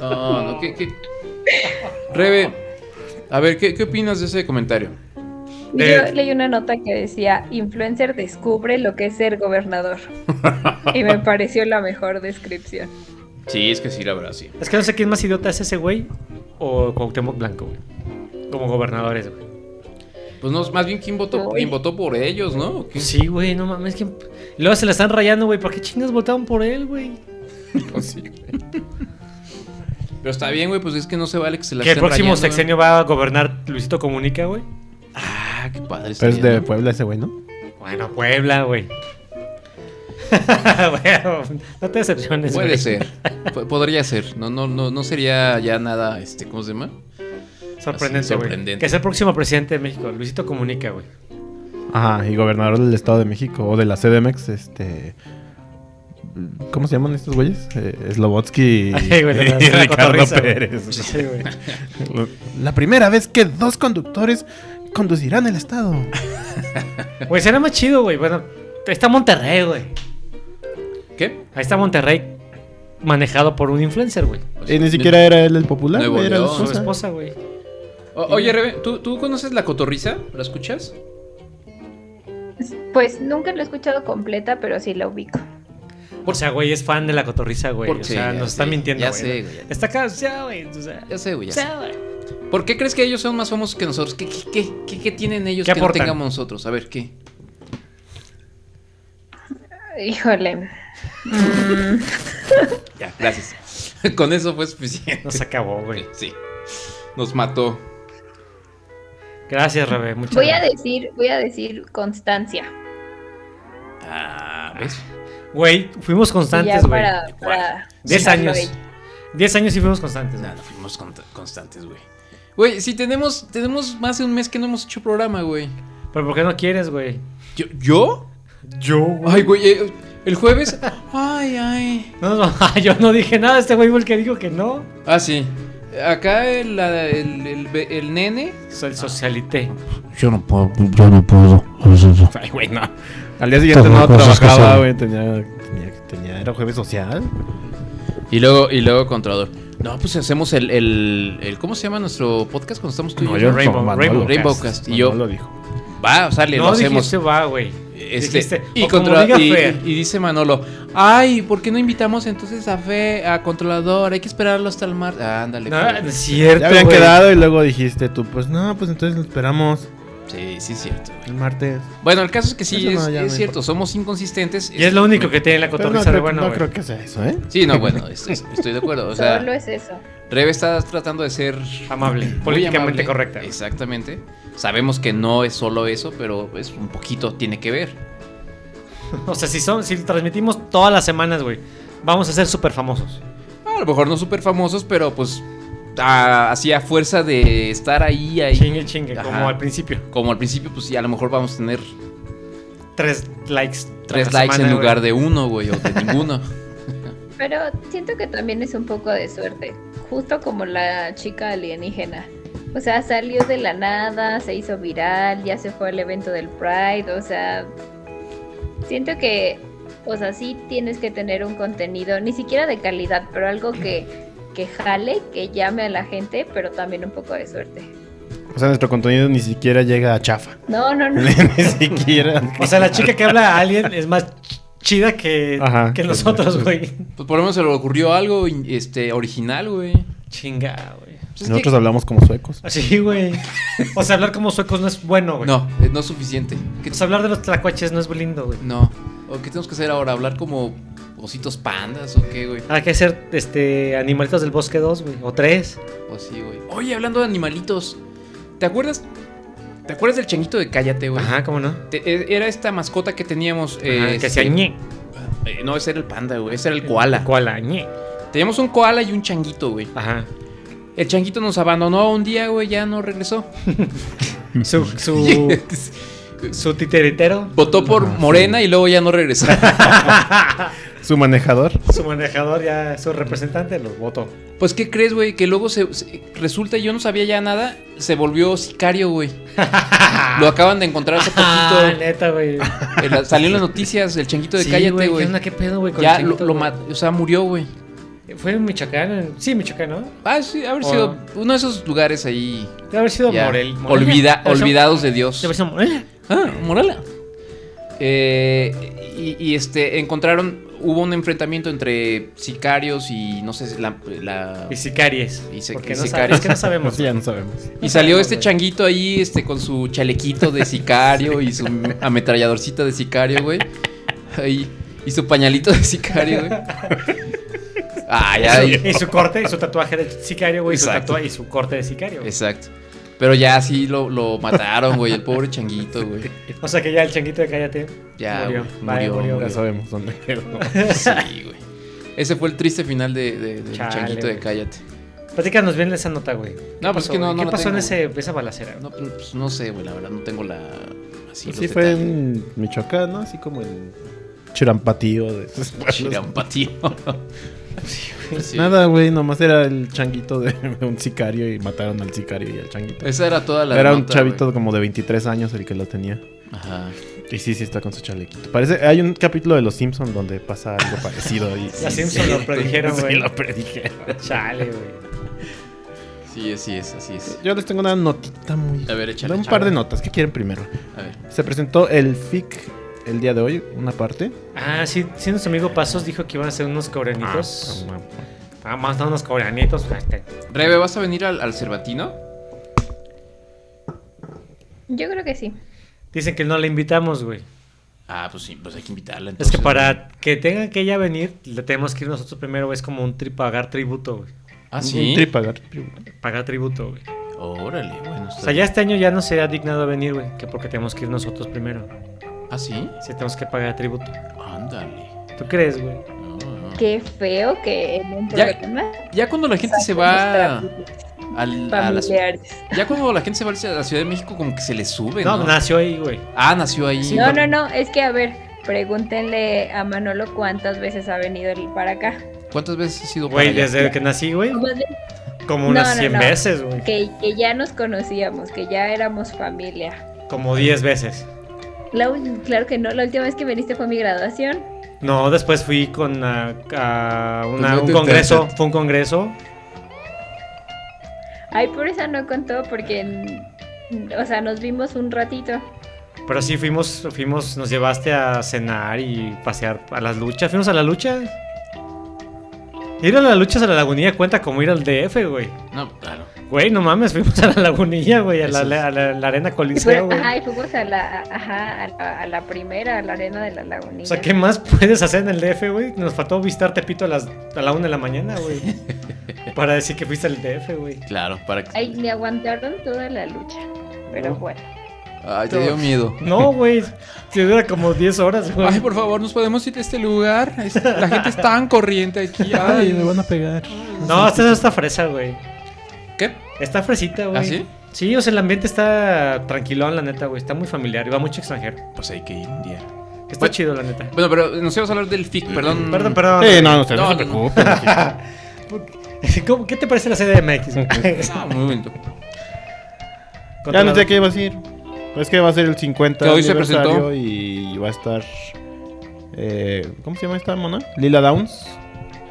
Speaker 10: No, no, ¿qué, qué? Rebe, a ver, ¿qué, qué opinas de ese comentario?
Speaker 11: Eh,
Speaker 24: Yo leí una nota que decía, influencer descubre lo que es ser gobernador. <laughs> y me pareció la mejor descripción.
Speaker 10: Sí, es que sí, la verdad, sí.
Speaker 11: Es que no sé quién más idiota es ese güey o Cuauhtémoc Blanco, güey. Como gobernadores, güey.
Speaker 10: Pues no, más bien quién votó, quién votó por ellos, ¿no? <laughs> ¿O qué?
Speaker 11: Pues Sí, güey, no mames. Que... y Luego se la están rayando, güey. ¿Por qué chingas votaron por él, güey?
Speaker 10: Pues sí, güey. Pero está bien, güey, pues es que no se vale que se la
Speaker 11: Que el
Speaker 10: estén
Speaker 11: próximo
Speaker 10: rayando,
Speaker 11: sexenio va a gobernar Luisito Comunica, güey.
Speaker 10: Ah, qué padre.
Speaker 12: Pero es
Speaker 10: estaría,
Speaker 12: Pues de
Speaker 10: ¿no?
Speaker 12: Puebla ese güey, ¿no?
Speaker 11: Bueno, Ah, Puebla, güey. <laughs> Bueno, no te
Speaker 12: pues,
Speaker 11: decepciones,
Speaker 10: Puede
Speaker 11: güey.
Speaker 10: ser. P- podría ser. No, no, no, no sería ya nada, este, ¿cómo se llama? Así,
Speaker 11: Sorprendente, güey.
Speaker 10: sorprendente.
Speaker 11: Que es el próximo presidente de México, Luisito Comunica, güey.
Speaker 12: Ajá, y gobernador del Estado de México o de la CDMX, este. ¿Cómo se llaman estos güeyes? Eh, <laughs> Slobotsky y,
Speaker 10: <laughs>
Speaker 11: Ay, güey, la-
Speaker 12: y
Speaker 11: la
Speaker 12: Ricardo
Speaker 11: cotorriza, güey.
Speaker 12: Pérez.
Speaker 11: Sí, güey.
Speaker 12: La primera vez que dos conductores conducirán el Estado.
Speaker 11: Güey, será más chido, güey. Bueno, ahí está Monterrey, güey.
Speaker 10: ¿Qué?
Speaker 11: Ahí está Monterrey manejado por un influencer, güey.
Speaker 12: Y Eh, ni siquiera era él el popular,
Speaker 10: Nuevo
Speaker 12: era la
Speaker 10: León.
Speaker 11: Su
Speaker 24: Ah.
Speaker 12: esposa.
Speaker 11: esposa, güey.
Speaker 10: O- oye, Rebe, ¿tú, ¿tú conoces la cotorriza? ¿La escuchas?
Speaker 24: Pues nunca lo he escuchado completa, pero sí la ubico.
Speaker 11: O sea, güey, es fan de la cotorriza, güey.
Speaker 10: Porque
Speaker 11: O sea,
Speaker 10: ya
Speaker 11: nos está
Speaker 10: sé,
Speaker 11: mintiendo,
Speaker 10: ya
Speaker 11: güey.
Speaker 10: sé, güey, ya-
Speaker 11: Está cansado, güey. O sea,
Speaker 10: Ya sé, güey. ya
Speaker 11: Sí,
Speaker 10: sé. ¿Por qué crees que ellos son más famosos que nosotros? ¿Qué, qué, qué, qué- qué tienen ellos
Speaker 11: ¿Qué
Speaker 10: que
Speaker 11: aportan?
Speaker 10: no tengamos nosotros? A ver, ¿qué?
Speaker 24: Híjole.
Speaker 10: Ya, gracias. <laughs> Con eso fue suficiente.
Speaker 11: Nos acabó, güey.
Speaker 10: Sí. Nos mató.
Speaker 11: Gracias, Rebe. Muchas
Speaker 24: Mm, Voy a
Speaker 11: gracias.
Speaker 24: decir, voy a decir constancia.
Speaker 10: Ah, ¿ves?
Speaker 11: Güey, fuimos
Speaker 24: ya
Speaker 11: constantes, güey.
Speaker 24: para, para
Speaker 11: 10
Speaker 24: sacarlo
Speaker 11: años.
Speaker 24: de-
Speaker 11: 10 años y fuimos constantes. güey.
Speaker 10: Nada, fuimos const- constantes, güey. Güey, sí, tenemos, tenemos más de un mes que no hemos hecho programa, güey.
Speaker 11: Pero ¿por qué no quieres, güey?
Speaker 10: ¿Yo? ¿Yo?
Speaker 11: Yo, güey.
Speaker 10: Ay, güey, eh, el jueves. Ay, ay.
Speaker 11: No, no, <laughs> yo no dije nada. Este güey fue el que dijo que no.
Speaker 10: Ah, sí. Acá el, la- el, el, el nene.
Speaker 11: Soy el socialité.
Speaker 12: Yo no puedo, yo no puedo. Ay, güey, no. Al día siguiente
Speaker 10: Tengo
Speaker 12: no
Speaker 10: cosas que
Speaker 12: trabajaba,
Speaker 10: hacer.
Speaker 12: güey. Tenía, tenía, tenía, era jueves social.
Speaker 10: Y luego, y luego Contrador. No, pues hacemos el, el, el- ¿Cómo se llama nuestro podcast cuando estamos tú y
Speaker 12: No,
Speaker 10: yo?
Speaker 12: yo no, Manolo.
Speaker 10: Rainbowcast. Y yo.
Speaker 12: Manolo dijo.
Speaker 10: Va, sale,
Speaker 11: No
Speaker 10: lo hacemos.
Speaker 11: dijiste va, güey.
Speaker 10: Este,
Speaker 11: Dijiste,
Speaker 10: y,
Speaker 11: o como
Speaker 10: contra-
Speaker 11: diga
Speaker 10: y-
Speaker 11: Fer.
Speaker 10: y dice Manolo, ay, ¿por qué no invitamos entonces a Fe, a Controlador? Hay que esperarlo hasta el martes. Ah, ándale.
Speaker 11: No,
Speaker 10: Fer.
Speaker 11: no es cierto,
Speaker 12: Ya habían
Speaker 11: güey.
Speaker 12: quedado y luego dijiste tú, pues no, pues entonces lo esperamos
Speaker 10: Sí, sí es cierto.
Speaker 12: el martes.
Speaker 10: Bueno, el caso es que sí,
Speaker 12: Eso no,
Speaker 10: es,
Speaker 12: ya
Speaker 10: es
Speaker 12: no
Speaker 10: cierto, somos inconsistentes.
Speaker 11: Y es lo único que tiene la
Speaker 12: Pero no
Speaker 11: cotorriza
Speaker 12: creo
Speaker 11: de
Speaker 12: que-
Speaker 11: bueno,
Speaker 12: no
Speaker 11: güey.
Speaker 12: creo que sea eso, ¿eh?
Speaker 10: Sí, no, bueno, es- es- estoy de acuerdo. O sea,
Speaker 24: Solo es eso.
Speaker 10: Rebe está tratando de ser
Speaker 11: Amable,
Speaker 10: muy
Speaker 11: políticamente correcta.
Speaker 10: Exactamente. Sabemos que no es solo eso, pero es un poquito tiene que ver.
Speaker 11: O sea, si, son, si transmitimos todas las semanas, güey, vamos a ser súper famosos.
Speaker 10: Ah, A lo mejor no súper famosos, pero pues a- así a fuerza de estar ahí, ahí.
Speaker 11: Chingue, chingue, como al principio.
Speaker 10: Como al principio, pues sí, a lo mejor vamos a tener
Speaker 11: Tres likes. tras
Speaker 10: tres
Speaker 11: la
Speaker 10: likes
Speaker 11: semana,
Speaker 10: en
Speaker 11: güey.
Speaker 10: lugar de uno, güey, o de
Speaker 11: <laughs>
Speaker 10: ninguno.
Speaker 24: Pero siento que también es un poco de suerte, justo como la chica alienígena. O sea, salió de la nada, se hizo viral, ya se fue al evento del Pride, o sea, siento que, o sea, sí tienes que tener un contenido, ni siquiera de calidad, pero algo que, que jale, que llame a la gente, pero también un poco de suerte.
Speaker 12: O sea, nuestro contenido ni siquiera llega a chafa. <laughs>
Speaker 24: No, no, no.
Speaker 12: ni siquiera.
Speaker 11: O sea, la chica que habla a alguien es más ch- chida que,
Speaker 12: Ajá.
Speaker 11: que nosotros, güey.
Speaker 10: Pues por lo menos se le ocurrió algo in- este, original, güey.
Speaker 11: Ah, Chinga, güey.
Speaker 12: Nosotros hablamos como suecos.
Speaker 11: Sí, güey. O sea, hablar como suecos no es bueno, güey.
Speaker 10: No, eh, no es suficiente.
Speaker 11: O sea, hablar de los tlacuaches no es lindo, güey.
Speaker 10: No. ¿O ¿Qué tenemos que hacer ahora? ¿Hablar como ositos pandas o qué, güey?
Speaker 11: Hay que hacer este, animalitos del bosque 2, güey. O 3.
Speaker 10: Pues sí, güey. Oye, hablando de animalitos, ¿te acuerdas? ¿Te acuerdas del changuito de Cállate, güey?
Speaker 11: Ajá, ¿cómo no?
Speaker 10: Te- e- era esta mascota que teníamos. eh,
Speaker 11: Ajá, que
Speaker 10: este-
Speaker 11: hacía ñe.
Speaker 10: Eh, No, ese era el panda, güey. Ese era el koala.
Speaker 11: Koala, ñe.
Speaker 10: Teníamos un koala y un changuito, güey.
Speaker 11: Ajá.
Speaker 10: El changuito nos abandonó un día, güey, ya no regresó.
Speaker 11: <laughs> Su, su, su titeritero.
Speaker 10: Votó por Morena y luego ya no regresó. <laughs>
Speaker 12: Su manejador.
Speaker 11: Su manejador ya, su representante, los votó.
Speaker 10: pues, ¿qué crees, güey? Que luego se, se- resulta, yo no sabía ya nada, se volvió sicario,
Speaker 11: <laughs>
Speaker 10: güey. Lo acaban de encontrar hace
Speaker 11: Ah, <laughs>
Speaker 10: poquito.
Speaker 11: neta, güey.
Speaker 10: En la- salió en las noticias, el changuito de
Speaker 11: Sí,
Speaker 10: Cállate,
Speaker 11: güey,
Speaker 10: güey.
Speaker 11: ¿qué onda? ¿Qué pedo, güey, con
Speaker 10: Ya
Speaker 11: el changuito,
Speaker 10: lo, lo
Speaker 11: güey?
Speaker 10: mat- o sea, murió, güey.
Speaker 11: Fue en Michoacán. en- Sí, Michoacán, ¿no?
Speaker 10: Ah, sí, haber
Speaker 11: O-
Speaker 10: sido uno de esos lugares ahí.
Speaker 11: Debe haber sido
Speaker 10: ya,
Speaker 11: Morel. Morelia.
Speaker 10: olvida-
Speaker 11: Debe ser-
Speaker 10: olvidados de Dios.
Speaker 11: Debe ser Morelia.
Speaker 10: Ah, Morala. Eh, y, y, este, encontraron, hubo un enfrentamiento entre sicarios y no sé, la... la-
Speaker 11: Y sicaries.
Speaker 10: y se-
Speaker 11: Porque
Speaker 10: y
Speaker 11: no sab-
Speaker 10: sicarios.
Speaker 11: es que Pues no sabemos. <laughs>
Speaker 12: Sí, ya no sabemos.
Speaker 10: Y salió este changuito ahí, este, con su chalequito de sicario y su ametralladorcita de sicario, güey. Ahí, y su pañalito de sicario, güey. Ah, ya.
Speaker 11: Y su corte, y su tatuaje de sicario, güey. y su
Speaker 10: Exacto.
Speaker 11: tatua- Y su corte de sicario. güey.
Speaker 10: Exacto. Pero ya sí lo, lo mataron, güey, el pobre changuito, güey.
Speaker 11: O sea que ya el changuito de cállate.
Speaker 10: Ya,
Speaker 11: murió.
Speaker 10: güey,
Speaker 11: Vaya,
Speaker 10: murió,
Speaker 11: murió.
Speaker 10: murió.
Speaker 12: Ya sabemos dónde quedó.
Speaker 10: Sí, güey. Ese fue el triste final de, de- del
Speaker 11: Chale,
Speaker 10: changuito de
Speaker 11: güey.
Speaker 10: cállate.
Speaker 11: Platícanos bien esa nota, güey.
Speaker 10: No,
Speaker 11: ¿Qué
Speaker 10: pues es
Speaker 11: pasó,
Speaker 10: que no-
Speaker 11: güey?
Speaker 10: no
Speaker 11: ¿Qué
Speaker 10: la
Speaker 11: pasó en
Speaker 10: tengo,
Speaker 11: ese, esa balacera?
Speaker 10: No, pues no sé, güey, la verdad, no tengo la. Así
Speaker 12: Pues Sí,
Speaker 10: los
Speaker 12: fue
Speaker 10: detalles.
Speaker 12: en Michoacán, ¿no? Así como en Chirampatío. de esos
Speaker 10: <laughs>
Speaker 12: pueblos.
Speaker 10: Chirampatío. Sí.
Speaker 12: Nada, güey, nomás era el changuito de <laughs> un sicario y mataron al sicario y al changuito.
Speaker 10: Esa era toda la
Speaker 12: Era un
Speaker 10: nota,
Speaker 12: chavito como de 23 años el que lo tenía.
Speaker 10: Ajá.
Speaker 12: Y sí, sí está con su chalequito. Parece, hay un capítulo de Los Simpsons donde pasa algo parecido.
Speaker 10: <laughs>
Speaker 12: Y,
Speaker 11: Los
Speaker 12: sí,
Speaker 11: Simpsons
Speaker 12: sí.
Speaker 11: lo predijeron,
Speaker 12: Sí,
Speaker 11: güey.
Speaker 12: lo predijeron.
Speaker 11: Chale, güey.
Speaker 10: Sí, así es, así es.
Speaker 12: Yo les tengo una notita muy.
Speaker 10: A ver, échale,
Speaker 12: Un
Speaker 10: échale.
Speaker 12: par de notas. ¿Qué quieren primero?
Speaker 10: A ver.
Speaker 12: Se presentó el FIC el día de hoy, una parte.
Speaker 11: Ah, sí, sí, nuestro amigo Pasos dijo que iban a hacer unos coreanitos.
Speaker 12: Ah, ah,
Speaker 11: Ah, más no, unos coreanitos. Ah, te-
Speaker 10: Rebe, ¿vas a venir al, al Cervatino?
Speaker 24: Yo creo que sí.
Speaker 11: Dicen que no le invitamos, güey.
Speaker 10: Ah, pues sí, pues hay que invitarla.
Speaker 11: Es
Speaker 10: Entonces,
Speaker 11: que para que tenga que ella venir, le tenemos que ir nosotros primero, güey. Es como un tri pagar tributo, güey.
Speaker 10: Ah,
Speaker 12: Un
Speaker 10: sí.
Speaker 12: tri pagar.
Speaker 11: Pagar tributo, güey.
Speaker 10: Órale, bueno.
Speaker 11: O sea, ya este año ya no se ha dignado venir, güey. Que porque tenemos que ir nosotros primero.
Speaker 10: ¿Ah, sí?
Speaker 11: Sí, tenemos que pagar tributo.
Speaker 10: Ándale.
Speaker 11: ¿Tú crees, güey?
Speaker 24: Qué feo que en un
Speaker 10: Ya-
Speaker 24: programa
Speaker 10: Ya cuando la gente se va al, a la ciudad.
Speaker 24: familiares.
Speaker 10: Ya cuando la gente se va a la Ciudad de México, como que se le sube, Pues ¿no?
Speaker 11: No, nació ahí, güey.
Speaker 10: Ah, nació ahí.
Speaker 24: No, no, no, es que a ver, pregúntenle a Manolo cuántas veces ha venido él para acá.
Speaker 10: ¿Cuántas veces has ido para
Speaker 11: Güey,
Speaker 10: allá?
Speaker 11: desde que nací, güey.
Speaker 24: Más bien,
Speaker 11: Como
Speaker 24: no,
Speaker 11: unas
Speaker 24: no,
Speaker 11: 100
Speaker 24: no,
Speaker 11: veces, güey.
Speaker 24: Que, que ya nos conocíamos, que ya éramos familia.
Speaker 11: Como 10 veces.
Speaker 24: La ul- claro que no, la última vez que viniste fue a mi graduación.
Speaker 11: No, después fui con ah, a una-
Speaker 10: Pues no
Speaker 11: un
Speaker 10: te
Speaker 11: congreso.
Speaker 10: interesa.
Speaker 11: Fue un congreso.
Speaker 24: Ay, por esa no contó porque, mm, o sea, nos vimos un ratito.
Speaker 11: Pero sí fuimos, fuimos, nos llevaste a cenar y pasear a las luchas. Fuimos a la lucha. Ir a las luchas a la lagunilla cuenta como ir al DF, güey.
Speaker 10: No, claro.
Speaker 11: Güey, no mames, fuimos a la lagunilla, güey, a la, a la- a la arena coliseo, güey.
Speaker 24: Ajá, y fuimos a la, ajá, a la, a la primera, a la arena de la lagunilla.
Speaker 11: O sea, ¿qué más puedes hacer en el DF, güey? Nos faltó visitar Tepito a, las, a la una de la mañana,
Speaker 10: <laughs>
Speaker 11: güey. Para decir que fuiste al DF, güey.
Speaker 10: Claro, para que.
Speaker 24: Ay, me aguantaron toda la lucha. Pero
Speaker 7: Oh.
Speaker 24: bueno.
Speaker 10: Ay, te dio miedo.
Speaker 11: No, güey. Te dura como 10 horas, güey.
Speaker 7: Ay, por favor, nos podemos ir de este lugar. Es- La gente es tan corriente
Speaker 10: <laughs>
Speaker 7: aquí.
Speaker 4: Ay,
Speaker 7: Ay,
Speaker 4: me van a pegar.
Speaker 11: No, esta está fresa, güey.
Speaker 7: ¿Qué?
Speaker 11: Está fresita, güey.
Speaker 7: ¿Ah, sí?
Speaker 11: Sí, o sea, el ambiente está tranquilón, la neta, güey. Está muy familiar y va mucho extranjero.
Speaker 10: Pues hay que ir un día.
Speaker 11: Está chido, la neta.
Speaker 10: Bueno, pero nos íbamos a hablar del FIC, perdón.
Speaker 11: Perdón, perdón.
Speaker 10: Sí, no, no, usted no se preocupe. <laughs>
Speaker 11: <laughs> ¿Cómo- ¿Qué te parece la
Speaker 12: <laughs>
Speaker 11: CDMX?
Speaker 10: No, muy bonito.
Speaker 12: Ya no sé qué iba a decir. Es que va a ser el 50
Speaker 10: Que hoy se
Speaker 12: aniversario
Speaker 10: presentó.
Speaker 12: y va a estar. eh, ¿Cómo se llama esta mona? Lila Downs.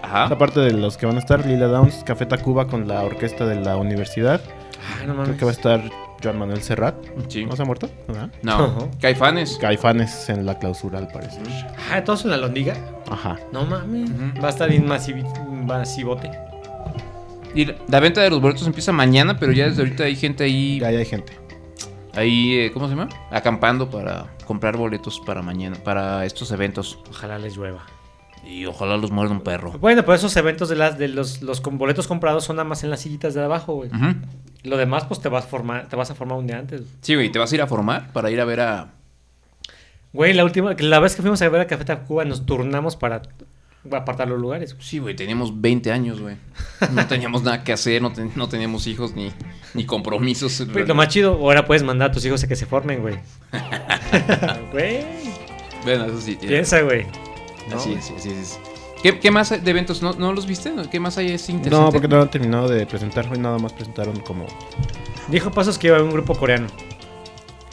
Speaker 10: Ajá.
Speaker 12: Aparte de los que van a estar, Lila Downs, Café Tacuba con la orquesta de la universidad.
Speaker 11: no mames.
Speaker 12: Ah, Creo que va a estar Joan Manuel Serrat. ¿No se ha muerto? ¿Verdad?
Speaker 10: No. Caifanes.
Speaker 12: Caifanes en la clausura, al parecer.
Speaker 11: Ah, todos en la londiga.
Speaker 10: Mm.
Speaker 12: Ajá.
Speaker 11: No mames. Va a estar bien masivi- masivote.
Speaker 10: Y la- la venta de los boletos empieza mañana, pero ya desde ahorita hay gente ahí. Ya,
Speaker 12: hay gente.
Speaker 10: Ahí, eh, ¿cómo se llama? Acampando para comprar boletos para mañana, para estos eventos.
Speaker 11: Ojalá les llueva.
Speaker 10: Y ojalá los muerda un perro.
Speaker 11: Bueno, pero esos eventos de las de los, los con boletos comprados son nada más en las sillitas de abajo, güey.
Speaker 10: Ujú.
Speaker 11: Lo demás, pues te vas a formar, te vas a formar un día antes. güey.
Speaker 10: Sí, güey, ¿te vas a ir a formar para ir a ver a.
Speaker 11: Güey, la última, la vez que fuimos a ver a Café Tacuba nos turnamos para apartar los lugares.
Speaker 10: Sí, güey, teníamos 20 años, güey. No teníamos nada que hacer, no, ten- no teníamos hijos ni, ni compromisos. en
Speaker 11: Lo
Speaker 10: realidad.
Speaker 11: más chido, ahora puedes mandar a tus hijos a que se formen,
Speaker 12: <laughs>
Speaker 11: güey. <laughs> Güey.
Speaker 10: Bueno, eso sí. tiene-
Speaker 11: Piensa, güey.
Speaker 10: Así
Speaker 11: No,
Speaker 10: es, así es. ¿Qué, qué más de eventos? ¿No, no los viste? ¿Qué más hay es interesante?
Speaker 12: No, porque no han terminado de presentar. Hoy nada más presentaron como.
Speaker 11: Dijo Pasos que iba a haber un grupo coreano. <laughs>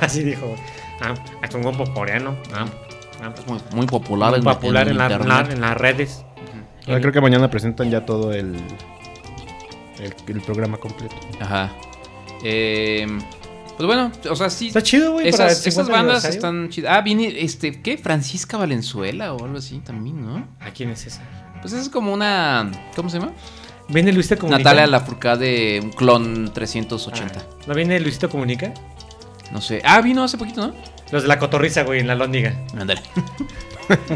Speaker 11: Así dijo. Ah, es un grupo coreano. Ah, ah.
Speaker 10: Muy, muy popular en-
Speaker 11: popular
Speaker 10: en
Speaker 11: en, la-
Speaker 10: internet.
Speaker 11: la- en las redes.
Speaker 12: Ah, creo que mañana presentan ya todo el. El, el programa completo.
Speaker 10: Ajá. Eh, pues bueno, o sea, sí.
Speaker 11: Está chido, güey, para el
Speaker 10: Esas,
Speaker 11: 50
Speaker 10: esas bandas
Speaker 11: aniversario.
Speaker 10: están chidas. Ah, viene, este, ¿qué? Francisca Valenzuela o algo así también, ¿no?
Speaker 11: ¿A quién es esa?
Speaker 10: Pues es como una. ¿Cómo se llama?
Speaker 11: Viene Luisita Comunica.
Speaker 10: Natalia Lafourcade, un clon 380.
Speaker 11: Ah, ¿No viene Luisito Comunica?
Speaker 10: No sé. Ah, vino hace poquito, ¿no?
Speaker 11: Los de la cotorriza, güey, en la lóndiga.
Speaker 10: Ándale.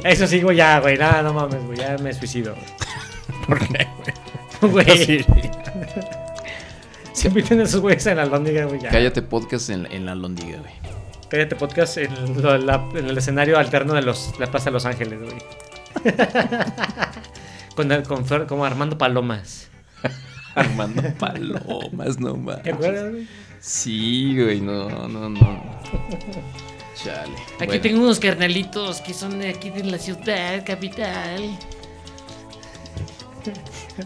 Speaker 11: Eso sí, güey, ya, güey. Nada, no mames, güey. Ya me suicido.
Speaker 10: <laughs> ¿Por qué, Así.
Speaker 11: güey? <laughs> Güey. Siempre tienen esos güeyes en la lóndiga, güey. ya.
Speaker 10: Cállate podcast en, en la londiga, güey.
Speaker 11: Cállate podcast en, lo- la- en el escenario alterno de los, la Plaza de Los Ángeles,
Speaker 10: <laughs>
Speaker 11: güey. con, el- con Fer- como Armando Palomas.
Speaker 10: Armando Palomas, no más.
Speaker 11: ¿Te acuerdas, güey?
Speaker 10: Sí, güey, no, no, no. Chale.
Speaker 8: Aquí
Speaker 10: Bueno.
Speaker 8: tengo unos carnalitos que son de aquí de la ciudad capital.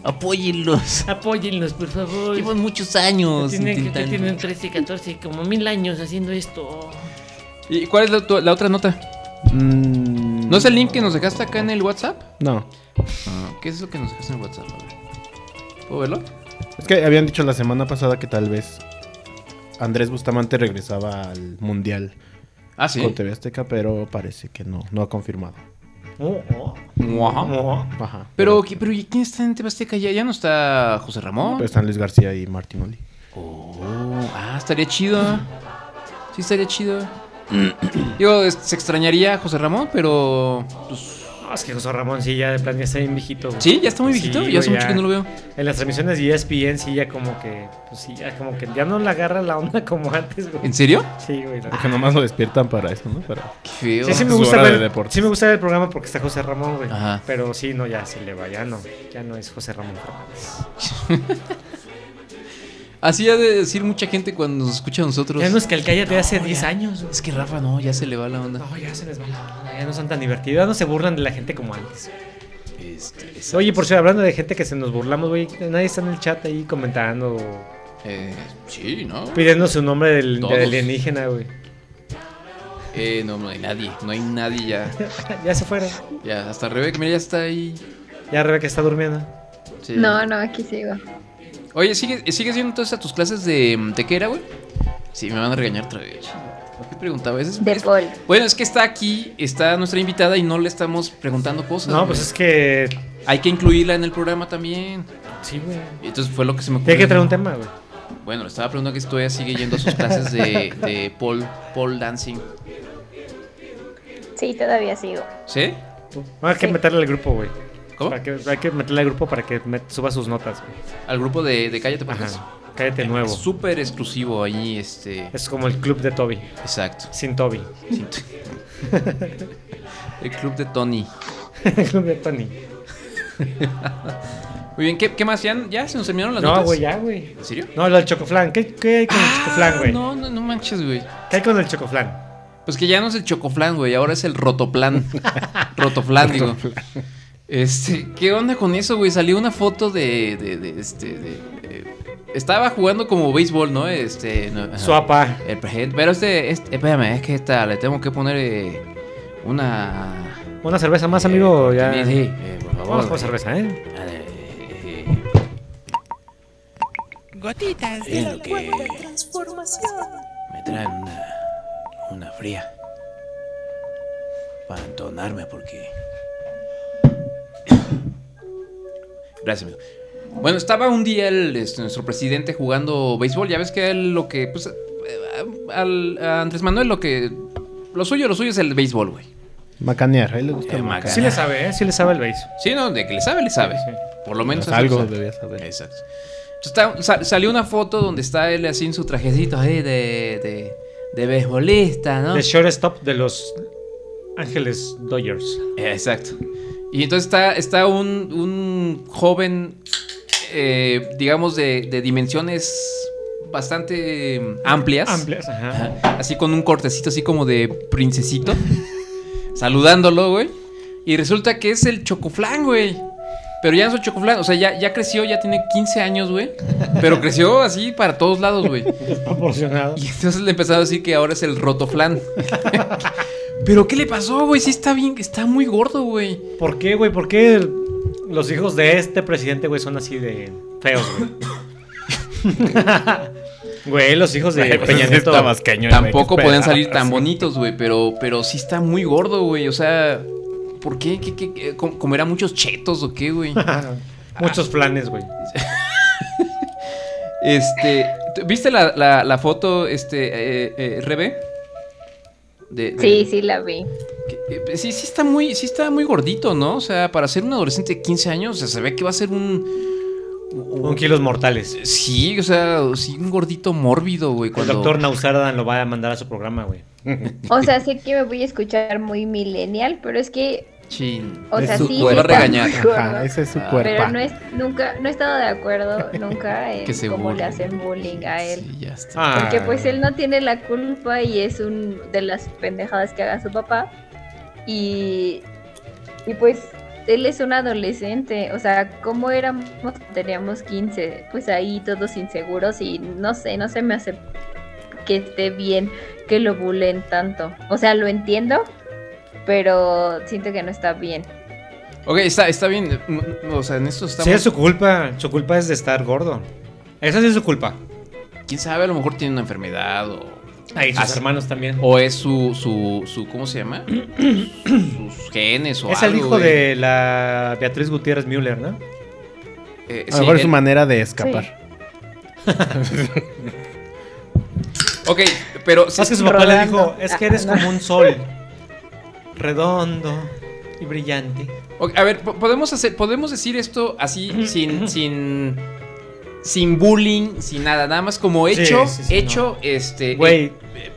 Speaker 10: Apóyenlos.
Speaker 8: Apóyenlos, por favor.
Speaker 10: Llevan muchos años
Speaker 8: Tienen, que-
Speaker 10: intentando.
Speaker 8: tienen 13, 14, como mil años haciendo esto.
Speaker 10: ¿Y cuál es la, tu- la otra nota? ¿No es el link que nos dejaste acá en el WhatsApp?
Speaker 12: No.
Speaker 10: Ah, ¿Qué es lo que nos dejaste en el WhatsApp? A ver. ¿Puedo verlo?
Speaker 12: Es que habían dicho la semana pasada que tal vez Andrés Bustamante regresaba al Mundial.
Speaker 10: Ah, sí.
Speaker 12: Con TV Azteca, pero parece que no, no ha confirmado.
Speaker 11: Oh,
Speaker 10: Ajá.
Speaker 12: Ajá.
Speaker 10: Pero, ¿qui- pero ¿y ¿quién está en Tebasteca? ¿Ya, ya no está José Ramón?
Speaker 11: Pues,
Speaker 12: Pero están pues, Luis García y Martín Oli.
Speaker 10: Oh, ah, estaría chido. Sí, estaría
Speaker 11: <clears throat>
Speaker 10: chido. Digo, es- se extrañaría a José Ramón, pero. pues,
Speaker 11: No, es que José Ramón sí ya de plan ya está bien viejito. güey.
Speaker 10: Sí, ya está muy viejito, ya hace
Speaker 11: güey,
Speaker 10: mucho que no lo veo.
Speaker 11: En las transmisiones de E ESPN sí ya como que, pues sí, ya como que ya no le agarra la onda <laughs> como antes, güey.
Speaker 12: ¿En serio?
Speaker 11: Sí, güey. la
Speaker 12: Porque
Speaker 10: Ah.
Speaker 12: nomás lo despiertan para eso, ¿no? Para
Speaker 10: feo.
Speaker 11: Sí, sí me
Speaker 12: su
Speaker 11: gusta
Speaker 12: hora de
Speaker 11: ver,
Speaker 12: deporte.
Speaker 11: sí me gusta ver el programa porque está José Ramón, güey.
Speaker 10: Ajá.
Speaker 11: Pero sí, no, ya se le va, ya no, ya no es José Ramón Fernández.
Speaker 10: Así ha de decir mucha gente cuando nos escucha a nosotros.
Speaker 11: Ya no es que el cállate
Speaker 10: No,
Speaker 11: hace
Speaker 10: ya.
Speaker 11: 10 años.
Speaker 10: Es que Rafa no, ya se le va la onda.
Speaker 11: No, ya se les va la onda, ya no son tan divertidos, ya no se burlan de la gente como antes.
Speaker 10: Este,
Speaker 11: Oye, por cierto, hablando de gente que se nos burlamos, güey, nadie está en el chat ahí comentando,
Speaker 10: Eh, sí, ¿no?
Speaker 11: pidiendo su nombre del,
Speaker 10: Todos.
Speaker 11: del alienígena, güey.
Speaker 10: Eh, no, no hay nadie. No hay nadie ya.
Speaker 11: Ya se fueron.
Speaker 10: Ya, hasta Rebeca, mira, ya está ahí.
Speaker 11: Ya Rebeca está durmiendo.
Speaker 10: Sí.
Speaker 24: No, no, aquí sigo.
Speaker 10: mm, Oye, ¿sigues, ¿sigues yendo entonces a tus clases de, de qué era, güey? Sí, me van a regañar otra vez. ¿Qué preguntaba? ¿Ese es-
Speaker 24: de Paul.
Speaker 10: Bueno, es que está aquí, está nuestra invitada y no le estamos preguntando cosas.
Speaker 11: No,
Speaker 10: güey.
Speaker 11: pues es que.
Speaker 10: Hay que incluirla en el programa también.
Speaker 11: Sí, güey.
Speaker 10: Entonces fue lo que se me ocurrió.
Speaker 11: Tiene que traer un tema, güey.
Speaker 10: Bueno, le estaba preguntando que estoy sigue yendo a sus clases de, de pole, pole dancing.
Speaker 24: Sí, todavía sigo.
Speaker 10: ¿Sí?
Speaker 11: No, hay que meterle al grupo, güey.
Speaker 10: ¿Cómo?
Speaker 11: Para que- hay que meterle al grupo para que met- suba sus notas, güey.
Speaker 10: Al grupo de, de Cállate Podcast.
Speaker 11: Ajá. Cállate nuevo.
Speaker 10: Es súper exclusivo ahí, este.
Speaker 11: Es como el club de Toby.
Speaker 10: Exacto.
Speaker 11: Sin Toby. <laughs>
Speaker 10: Sin t- el club de Tony.
Speaker 11: el club de Tony.
Speaker 10: Muy bien, ¿qué, qué más? ¿Ya, ya se nos terminaron las
Speaker 11: No,
Speaker 10: notas?
Speaker 11: güey, ya, güey.
Speaker 10: ¿En serio?
Speaker 11: No, lo del chocoflan. ¿Qué, qué hay con el chocoflan, güey?
Speaker 10: No, no, no manches, güey.
Speaker 11: ¿Qué hay con el chocoflan?
Speaker 10: Pues que ya no es el chocoflan, güey, ahora es el
Speaker 11: <laughs>
Speaker 10: rotoplan. rotoplan, digo. Este, ¿qué onda con eso, güey? Salió una foto de, de, de, este, de, eh, estaba jugando como béisbol, ¿no? Este, no, ajá.
Speaker 11: Suapa.
Speaker 10: El presidente, pero este, este- espérame, es que esta le tengo que poner eh, una
Speaker 11: Una cerveza más, amigo. Ya.
Speaker 10: también, sí, eh, por favor,
Speaker 11: Vamos con
Speaker 10: güey.
Speaker 11: cerveza, ¿eh?
Speaker 14: Gotitas
Speaker 10: de la cuarta
Speaker 14: transformación.
Speaker 6: Me traen una, una fría. Para entonarme porque...
Speaker 10: <coughs> Gracias, amigo. Bueno, estaba un día el, este, nuestro presidente jugando béisbol. Ya ves que a él lo que. Pues, eh, a- al- a Andrés Manuel lo que. Lo suyo, lo suyo es el béisbol, güey.
Speaker 12: Macanear, ahí le gusta.
Speaker 10: Eh,
Speaker 12: macanear.
Speaker 10: macanear.
Speaker 11: Sí le sabe, ¿eh? Sí le sabe el base.
Speaker 10: Sí, no, de que le sabe, le sabe. Por lo menos.
Speaker 12: Pues algo
Speaker 10: debía saber. Exacto. Entonces, está- sa- salió una foto donde está él así en su trajecito ahí de. de, de beisbolista, ¿no?
Speaker 11: De shortstop de los Ángeles Dodgers.
Speaker 10: Eh, Exacto. Y entonces está, está un, un joven, eh, digamos, de, de dimensiones bastante eh, amplias.
Speaker 11: Amplias, ajá.
Speaker 10: Ajá. Así con un cortecito así como de princesito. <laughs> saludándolo, güey. Y resulta que es el chocoflán, güey. Pero ya no es chocoflán, o sea, ya, ya creció, ya tiene 15 años, güey. Pero creció así para todos lados, güey.
Speaker 11: Desproporcionado.
Speaker 10: Y entonces le empezaron a decir que ahora es el rotoflán. <laughs> Pero ¿qué le pasó, güey? Sí está bien, está muy gordo, güey.
Speaker 11: ¿Por qué, güey? ¿Por qué los hijos de este presidente, güey, son así de feos, güey? Güey, los hijos de
Speaker 10: Güey, pues,
Speaker 11: Peña
Speaker 10: sí
Speaker 11: Nieto.
Speaker 10: está más cañón, Tampoco güey, qué podían pedazo. salir tan bonitos, güey, pero, pero sí está muy gordo, güey. O sea, ¿por qué? ¿Qué, qué, qué? ¿Com- comerá muchos chetos o qué,
Speaker 11: <laughs>
Speaker 10: güey?
Speaker 11: <laughs> Muchos planes, güey.
Speaker 10: Este, ¿tú- ¿viste la, la- la foto, este, eh, eh, Rebe? De- de-
Speaker 24: Sí, sí la vi.
Speaker 10: Eh, Sí, sí está muy, sí está muy gordito, ¿no? O sea, para ser un adolescente de 15 años, o sea, se ve que va a ser un.
Speaker 11: Con kilos mortales.
Speaker 10: Sí, o sea, sí, un gordito mórbido, güey. Cuando...
Speaker 11: El doctor Nausardan lo va a mandar a su programa, güey.
Speaker 24: O sea, sé que me voy a escuchar muy millennial, pero es que
Speaker 10: Chin.
Speaker 24: O sea, sí,
Speaker 10: Lo va a
Speaker 24: está
Speaker 10: regañar.
Speaker 24: muy gordo. Ajá,
Speaker 12: ese es su
Speaker 24: Pero no es, nunca, no he estado de acuerdo nunca en
Speaker 10: Que se
Speaker 24: cómo le
Speaker 10: burlen.
Speaker 24: hacen bullying a él.
Speaker 10: Ya está.
Speaker 11: Ah.
Speaker 24: Porque pues él no tiene la culpa y es un de las pendejadas que haga su papá. Y, y pues él es un adolescente. O sea, ¿cómo éramos? cuando Teníamos 15. Pues ahí todos inseguros y no sé, no se me hace que esté bien que lo bulen tanto. O sea, lo entiendo, pero siento que no está bien.
Speaker 10: Ok, está, está bien. mm, O sea, en esto está.
Speaker 11: Sí,
Speaker 10: muy-
Speaker 11: es su culpa. Su culpa es de estar gordo. Esa sí es su culpa.
Speaker 10: Quién sabe, a lo mejor tiene una enfermedad o.
Speaker 11: Ay, sus
Speaker 10: Así-
Speaker 11: hermanos también.
Speaker 10: O es su, su, su ¿cómo se
Speaker 11: <clears throat>
Speaker 10: llama? Sus genes o
Speaker 11: Es el
Speaker 10: algo.
Speaker 11: hijo
Speaker 10: güey.
Speaker 11: de la Beatriz Gutiérrez Müller, ¿no?
Speaker 10: Eh, sí,
Speaker 12: A lo mejor es
Speaker 10: él-
Speaker 12: su manera de escapar.
Speaker 10: Ok, pero sí-
Speaker 11: Es que su papá le dijo,
Speaker 10: Rodando.
Speaker 11: es que eres
Speaker 10: Ah, no.
Speaker 11: como un
Speaker 12: <laughs>
Speaker 11: sol. Redondo y brillante.
Speaker 10: Ok, a ver, po- podemos hacer, podemos decir esto
Speaker 11: <clears throat>
Speaker 10: así sin, sin, sin bullying, sin nada, nada más como
Speaker 11: Sí,
Speaker 10: hecho,
Speaker 11: sí, sí,
Speaker 10: hecho, este,
Speaker 11: Güey.
Speaker 10: eh,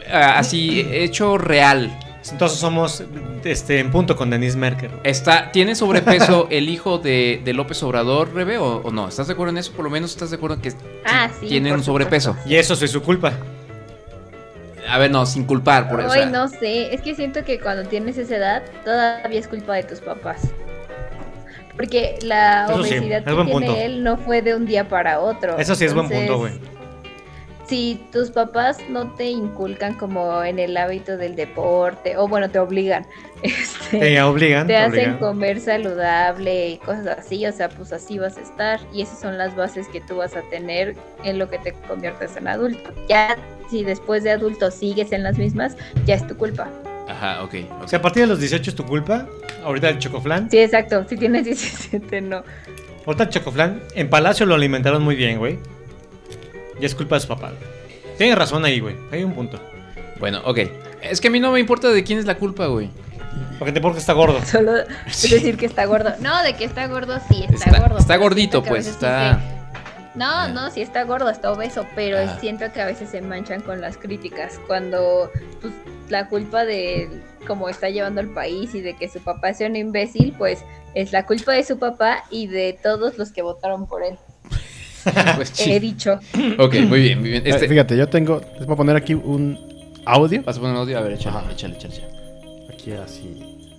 Speaker 10: eh, así hecho real.
Speaker 11: Entonces somos este, en punto con Denise Merkel.
Speaker 10: Está, ¿tiene sobrepeso el hijo de, de López Obrador, Rebe, o, o no? ¿Estás de acuerdo en eso? Por lo menos estás de acuerdo en que
Speaker 24: Ah, sí.
Speaker 10: tiene
Speaker 24: por
Speaker 10: un sobrepeso.
Speaker 11: Y eso sí es su culpa.
Speaker 10: A ver, no, sin culpar, por
Speaker 24: Ay,
Speaker 10: eso. sea,
Speaker 24: no sé, es que siento que cuando tienes esa edad todavía es culpa de tus papás. Porque la
Speaker 11: Eso sí,
Speaker 24: obesidad
Speaker 11: es
Speaker 24: que
Speaker 11: buen
Speaker 24: tiene
Speaker 11: punto.
Speaker 24: él no fue de un día para otro.
Speaker 11: Eso sí es buen punto,
Speaker 24: Entonces,
Speaker 11: güey.
Speaker 24: si tus papás no te inculcan como en el hábito del deporte, o bueno, te obligan, este,
Speaker 11: Te obligan,
Speaker 24: te
Speaker 11: te
Speaker 24: hacen
Speaker 11: obligan.
Speaker 24: comer saludable y cosas así, o sea, pues así vas a estar y esas son las bases que tú vas a tener en lo que te conviertes en adulto. Ya si después de adulto sigues en las mismas, ya es tu culpa.
Speaker 10: Ajá, ok.
Speaker 11: O sea, a partir de los 18 es tu culpa. Ahorita el chocoflan.
Speaker 24: Sí, exacto, si tienes <laughs> 17 no.
Speaker 11: Ahorita el chocoflan. En Palacio lo alimentaron muy bien, güey. Y es culpa de su papá. güey. Tienes razón ahí, güey. Hay un punto.
Speaker 10: Bueno, ok. Es que a mí no me importa de quién es la culpa, güey.
Speaker 11: Porque te porque está gordo.
Speaker 24: Solo decir que está gordo. No, de que está gordo sí, está, gordo.
Speaker 10: Está
Speaker 24: pero
Speaker 10: gordito,
Speaker 24: siento que a
Speaker 10: pues.
Speaker 24: veces
Speaker 10: Está.
Speaker 24: No, no, sí está gordo, está obeso, pero
Speaker 10: Ah.
Speaker 24: siento que a veces se manchan con las críticas cuando pues, la culpa de cómo está llevando el país y de que su papá sea un imbécil, pues es la culpa de su papá y de todos los que votaron
Speaker 10: <laughs>
Speaker 24: por él. He dicho.
Speaker 10: Pues Ok, muy bien, muy bien. Este-
Speaker 12: Eh, Fíjate, yo tengo. Les voy a poner aquí un audio.
Speaker 10: ¿Vas a poner un audio? A ver, échale, échale, échale.
Speaker 12: Aquí así.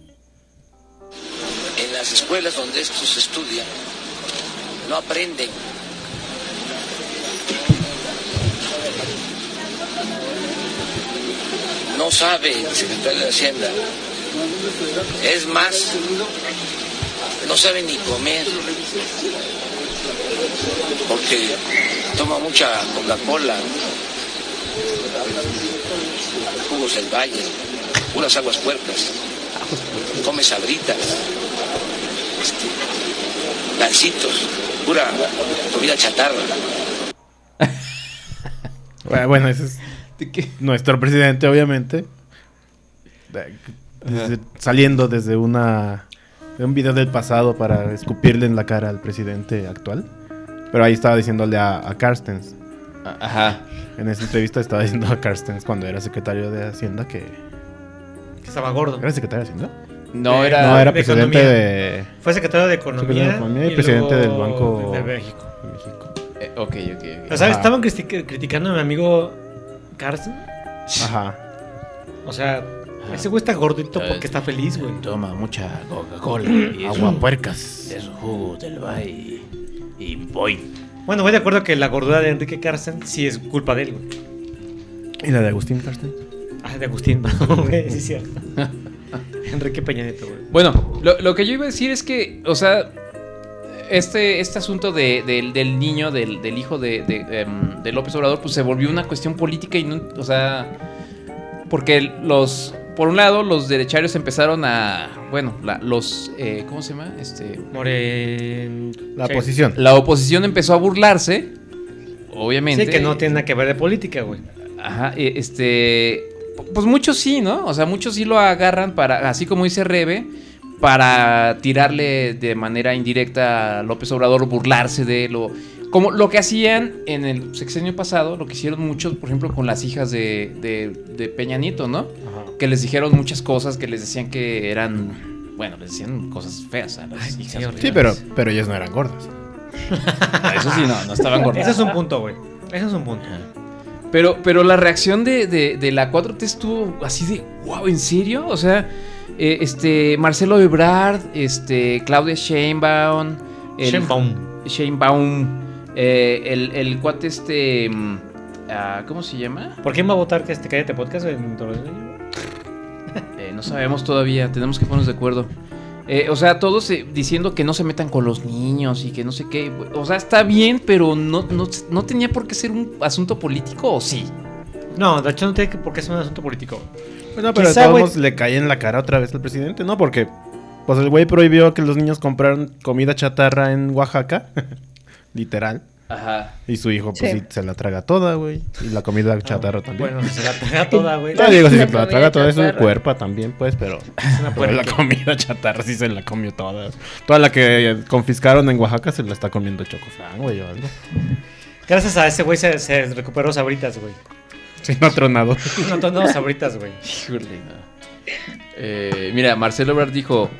Speaker 9: en las escuelas donde estos estudian, no aprenden. No sabe el secretario de Hacienda. Es más, no sabe ni comer. Porque toma mucha Coca-Cola, jugos del valle, puras aguas puercas, come sabritas gancitos, pura comida chatarra.
Speaker 12: Eh, Bueno, ese es nuestro presidente, obviamente. De- desde- saliendo desde una de un video del pasado para escupirle en la cara al presidente actual. Pero ahí estaba diciéndole a, a Carstens.
Speaker 10: Ajá.
Speaker 12: En esa entrevista estaba diciendo a Carstens cuando era secretario de Hacienda que.
Speaker 11: Que estaba gordo.
Speaker 12: ¿Era secretario de Hacienda?
Speaker 10: No,
Speaker 12: Eh,
Speaker 10: era-
Speaker 12: No, era
Speaker 10: Ah, de
Speaker 12: presidente
Speaker 10: Economía.
Speaker 12: de.
Speaker 11: Fue secretario de Economía
Speaker 12: Secretario de Economía y,
Speaker 11: y
Speaker 12: presidente del
Speaker 11: luego
Speaker 12: Banco.
Speaker 11: de México.
Speaker 10: Eh, ok, ok, ok.
Speaker 11: O sea,
Speaker 10: Ajá.
Speaker 11: estaban cristi- criticando a mi amigo Carson.
Speaker 12: Ajá.
Speaker 11: O sea, ese güey está gordito porque está feliz, güey.
Speaker 6: Toma mucha Coca-Cola.
Speaker 12: puercas.
Speaker 6: De esos jugos del valle. Y voy.
Speaker 11: Bueno, voy de acuerdo que la gordura de Enrique Carson sí es culpa de él, güey.
Speaker 12: ¿Y la de Agustín Carstens?
Speaker 11: Ah, de Agustín, <laughs> perdón, güey, sí es <laughs> cierto. Enrique Peña Nieto, güey.
Speaker 10: Bueno, lo, lo que yo iba a decir es que, o sea, este, este asunto de- del- del niño, del, del hijo de, de, em, de López Obrador, pues se volvió una cuestión política y no, o sea, porque los, por un lado, los derecharios empezaron a, bueno, la- los, eh, ¿cómo se llama? Este,
Speaker 12: La oposición.
Speaker 10: La oposición empezó a burlarse, obviamente.
Speaker 11: Sí, que no tiene nada que ver de política, güey.
Speaker 10: Ajá, eh, este. Pues muchos sí, ¿no? O sea, muchos sí lo agarran para, así como dice Rebe, para tirarle de manera indirecta a López Obrador, burlarse de lo. Como lo que hacían en el sexenio pasado, lo que hicieron muchos, por ejemplo, con las hijas de, de, de Peña Nieto, ¿no? Que les dijeron muchas cosas, que les decían que eran. Bueno, les decían cosas feas a las hijas. güey.
Speaker 12: Sí, pero, pero ellas no eran gordas.
Speaker 10: Eso sí, no, no estaban gordas.
Speaker 11: Ese es un punto, güey. Ese es un punto.
Speaker 10: Pero, pero la reacción de, de- de la 4T estuvo así de, wow, ¿en serio? O sea, eh, este, Marcelo Ebrard, este, Claudia Sheinbaum.
Speaker 11: Sheinbaum.
Speaker 10: Sheinbaum. eh, el, el cuate este... mm, ah, ¿Cómo se llama?
Speaker 11: ¿Por quién va a votar que este cállate podcast en todos los años?
Speaker 10: Eh, no sabemos todavía, tenemos que ponernos de acuerdo. Eh, o sea, todos eh, diciendo que no se metan con los niños y que no sé qué. O sea, está bien, pero no, no, no tenía por qué ser un asunto político, ¿o sí?
Speaker 11: No, de hecho no tiene que- por qué ser un asunto político.
Speaker 12: No, pero
Speaker 11: Quizá,
Speaker 12: de todos
Speaker 11: güey,
Speaker 12: modos le cae en la cara otra vez al presidente, ¿no? Porque pues el güey prohibió que los niños compraran comida chatarra en Oaxaca, <laughs> literal.
Speaker 10: Ajá.
Speaker 12: Y su hijo pues
Speaker 11: Sí.
Speaker 12: sí, se la traga toda, güey. Y la comida chatarra también.
Speaker 11: Ah, Bueno, se la traga toda,
Speaker 12: <laughs>
Speaker 11: güey.
Speaker 12: No digo si
Speaker 11: La
Speaker 12: se la
Speaker 11: comida
Speaker 12: traga toda, es un
Speaker 11: chatarra.
Speaker 12: cuerpa también, pues, pero,
Speaker 11: una
Speaker 12: pero <laughs> la
Speaker 11: puerca.
Speaker 12: comida chatarra sí se la comió toda. Toda la que eh, confiscaron en Oaxaca se la está comiendo Chocoflan, güey, o algo.
Speaker 11: Gracias a ese güey se, se recuperó sabritas, güey.
Speaker 12: <laughs> Sí, no tronado.
Speaker 11: No, no, no, sabritas, güey.
Speaker 10: Híjole, no. Eh, mira, Marcelo Ebrard dijo...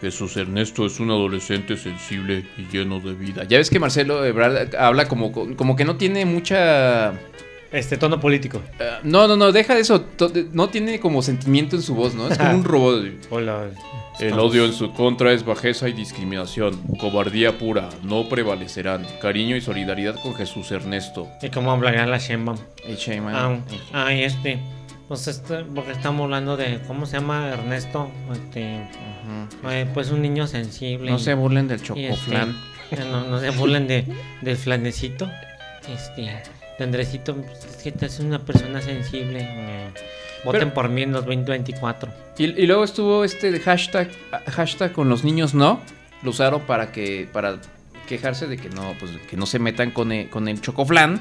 Speaker 6: Jesús Ernesto es un adolescente sensible y lleno de vida.
Speaker 10: Ya ves que Marcelo Ebrard habla como, como que no tiene mucha eh,
Speaker 11: Este tono político.
Speaker 10: No, no, no, deja eso. To- No tiene como sentimiento en su voz, ¿no? Es como un robot. <laughs>
Speaker 11: Hola.
Speaker 10: El odio en su contra es bajeza y discriminación. Cobardía pura. No prevalecerán. Cariño y solidaridad con Jesús Ernesto.
Speaker 11: ¿Y cómo hablarán la Sheinbaum?
Speaker 10: Y Sheinbaum.
Speaker 11: Ah, ah, y este. Pues este, porque estamos hablando de. ¿Cómo se llama Ernesto? Este. eh, pues un niño sensible.
Speaker 10: No
Speaker 11: y-
Speaker 10: se burlen del
Speaker 11: y
Speaker 10: chocoflan.
Speaker 11: este, eh, no, no se burlen de, del flanecito. Este. De Andresito, pues, es que es una persona sensible. eh, Voten
Speaker 10: Pero-
Speaker 11: por mí en los 2024.
Speaker 10: Y, y luego estuvo este de hashtag, hashtag con los niños no. Lo usaron para que para quejarse de que no, pues que no se metan con el, con el chocoflan.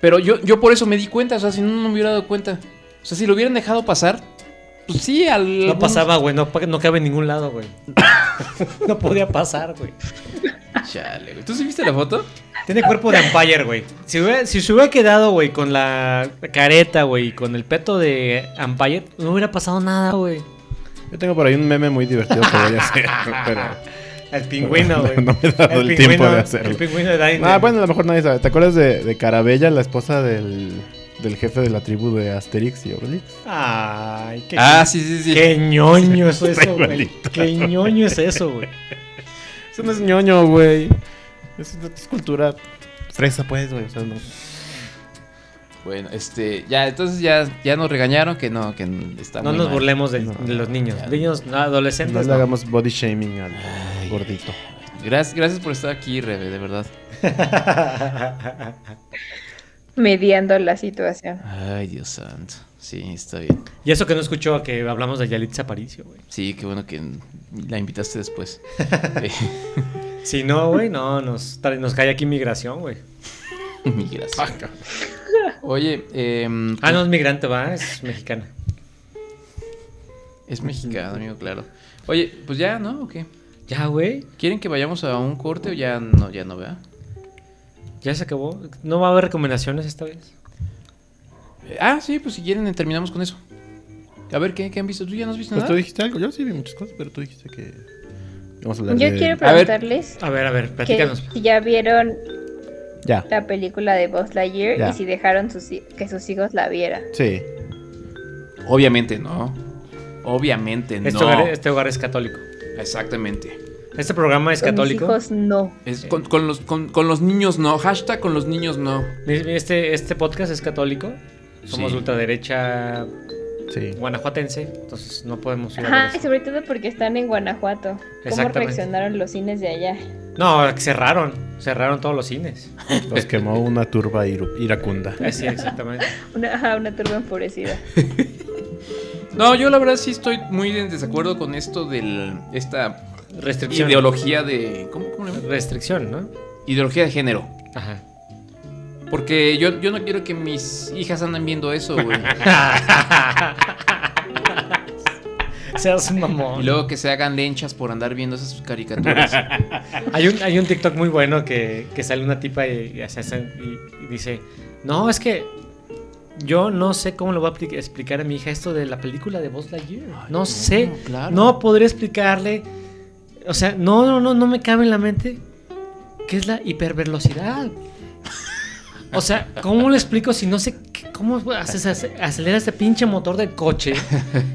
Speaker 10: Pero yo, yo por eso me di cuenta, o sea, si no, no me hubiera dado cuenta. O sea, si lo hubieran dejado pasar, pues sí, al...
Speaker 11: No pasaba, güey. No, pa- no cabe en ningún lado, güey. <laughs> no podía pasar, güey.
Speaker 10: Chale, güey. ¿Tú sí viste la foto?
Speaker 11: Tiene cuerpo de Empire, güey. Si, hubiera- si se hubiera quedado, güey, con la careta, güey, y con el peto de Empire, no hubiera pasado nada, güey.
Speaker 12: Yo tengo por ahí un meme muy divertido que voy a hacer, <laughs> pero...
Speaker 11: El pingüino, güey.
Speaker 12: No me he dado el, tiempo
Speaker 11: pingüino-
Speaker 12: de hacerlo.
Speaker 11: El pingüino de Dine.
Speaker 12: Ah, bueno, a lo mejor nadie sabe. ¿Te acuerdas de, de Carabella, la esposa del, del jefe de la tribu de Asterix y Obelix?
Speaker 11: Ay, qué.
Speaker 12: Ah, sí, sí, sí.
Speaker 11: Qué ñoño es
Speaker 12: <laughs> Está
Speaker 11: eso, güey.
Speaker 12: igualito.
Speaker 11: Qué ñoño es eso, güey.
Speaker 12: Eso no es ñoño, güey. Es, es cultura fresa, pues, güey. O sea, no.
Speaker 10: Bueno, este, ya, entonces ya, ya nos regañaron que no, que está
Speaker 11: No
Speaker 10: muy
Speaker 11: nos
Speaker 10: mal.
Speaker 11: burlemos de, de los niños. Niños, no,
Speaker 12: No
Speaker 11: adolescentes.
Speaker 12: le
Speaker 11: no.
Speaker 12: hagamos body shaming al gordito.
Speaker 10: Gracias, gracias por estar aquí, Rebe, de verdad.
Speaker 24: mediando la situación.
Speaker 10: Ay, Dios santo. Sí, está bien.
Speaker 11: Y eso que no escuchó a que hablamos de Yalitza Aparicio, güey.
Speaker 10: Sí, qué bueno que la invitaste después. Eh, <laughs>
Speaker 11: Si no, güey, no, nos, tra- nos cae aquí migración, güey.
Speaker 10: Migración. Oye, em,
Speaker 11: Ah, no es migrante, va, es mexicana.
Speaker 10: es mexicano, amigo, claro. Oye, pues ya, ¿no? ¿O qué?
Speaker 11: Ya, güey.
Speaker 10: ¿Quieren que vayamos a un corte o ya no, ya no vea?
Speaker 11: Ya se acabó. ¿No va a haber recomendaciones esta vez?
Speaker 10: Eh, ah, sí, pues si quieren eh, terminamos con eso. A ver, ¿qué, qué han visto? ¿Tú ya no has visto
Speaker 12: Pues
Speaker 10: nada?
Speaker 12: tú dijiste algo. Yo sí vi muchas cosas, pero tú dijiste que... Vamos a hablar
Speaker 24: Yo
Speaker 12: de-
Speaker 24: quiero preguntarles
Speaker 11: A ver, a ver,
Speaker 24: que
Speaker 11: platícanos.
Speaker 24: si ya vieron
Speaker 12: Ya.
Speaker 24: la película de Buzz Lightyear
Speaker 10: Ya.
Speaker 24: y si dejaron sus hi- que sus hijos la vieran.
Speaker 12: Sí.
Speaker 10: Obviamente no. Obviamente no.
Speaker 11: Este, hogar, este hogar es católico.
Speaker 10: Exactamente.
Speaker 11: Este programa es
Speaker 24: Con mis
Speaker 11: católico.
Speaker 24: hijos Pues no.
Speaker 10: Es con, con los, con, con los niños no. Hashtag con los niños no.
Speaker 11: Este, este podcast es católico. Somos
Speaker 10: Sí.
Speaker 11: ultraderecha
Speaker 12: sí.
Speaker 11: guanajuatense, entonces no podemos ir a ver
Speaker 24: Ajá,
Speaker 11: eso.
Speaker 24: y sobre todo porque están en Guanajuato. ¿Cómo
Speaker 11: Exactamente.
Speaker 24: reaccionaron los cines de allá?
Speaker 11: No, cerraron. Cerraron todos los cines.
Speaker 12: Los quemó una turba iru- iracunda.
Speaker 11: Eh,
Speaker 10: <laughs>
Speaker 11: Sí, exactamente.
Speaker 24: Una, ajá, una turba enfurecida.
Speaker 10: No, yo la verdad sí estoy muy en desacuerdo con esto del esta
Speaker 11: Restricción.
Speaker 10: Este, ideología de ¿cómo, cómo le llaman?
Speaker 11: Restricción, ¿no?
Speaker 10: Ideología de género.
Speaker 11: Ajá.
Speaker 10: Porque yo, yo no quiero que mis hijas andan viendo eso, güey.
Speaker 11: <laughs> Seas mamón.
Speaker 10: y luego que se hagan lenchas por andar viendo esas caricaturas.
Speaker 11: Hay un, hay un TikTok muy bueno que, que sale una tipa y, y hace- hace- y- y dice, no, es que yo no sé cómo le voy a apli- explicar a mi hija esto de la película de Buzz Lightyear. no, sé,
Speaker 10: claro.
Speaker 11: no podría explicarle, o sea, no, no, no, no me cabe en la mente qué es la
Speaker 10: <laughs>
Speaker 11: hipervelocidad. O sea, ¿cómo le explico si no sé qué- cómo haces- hace- acelera este pinche motor del coche?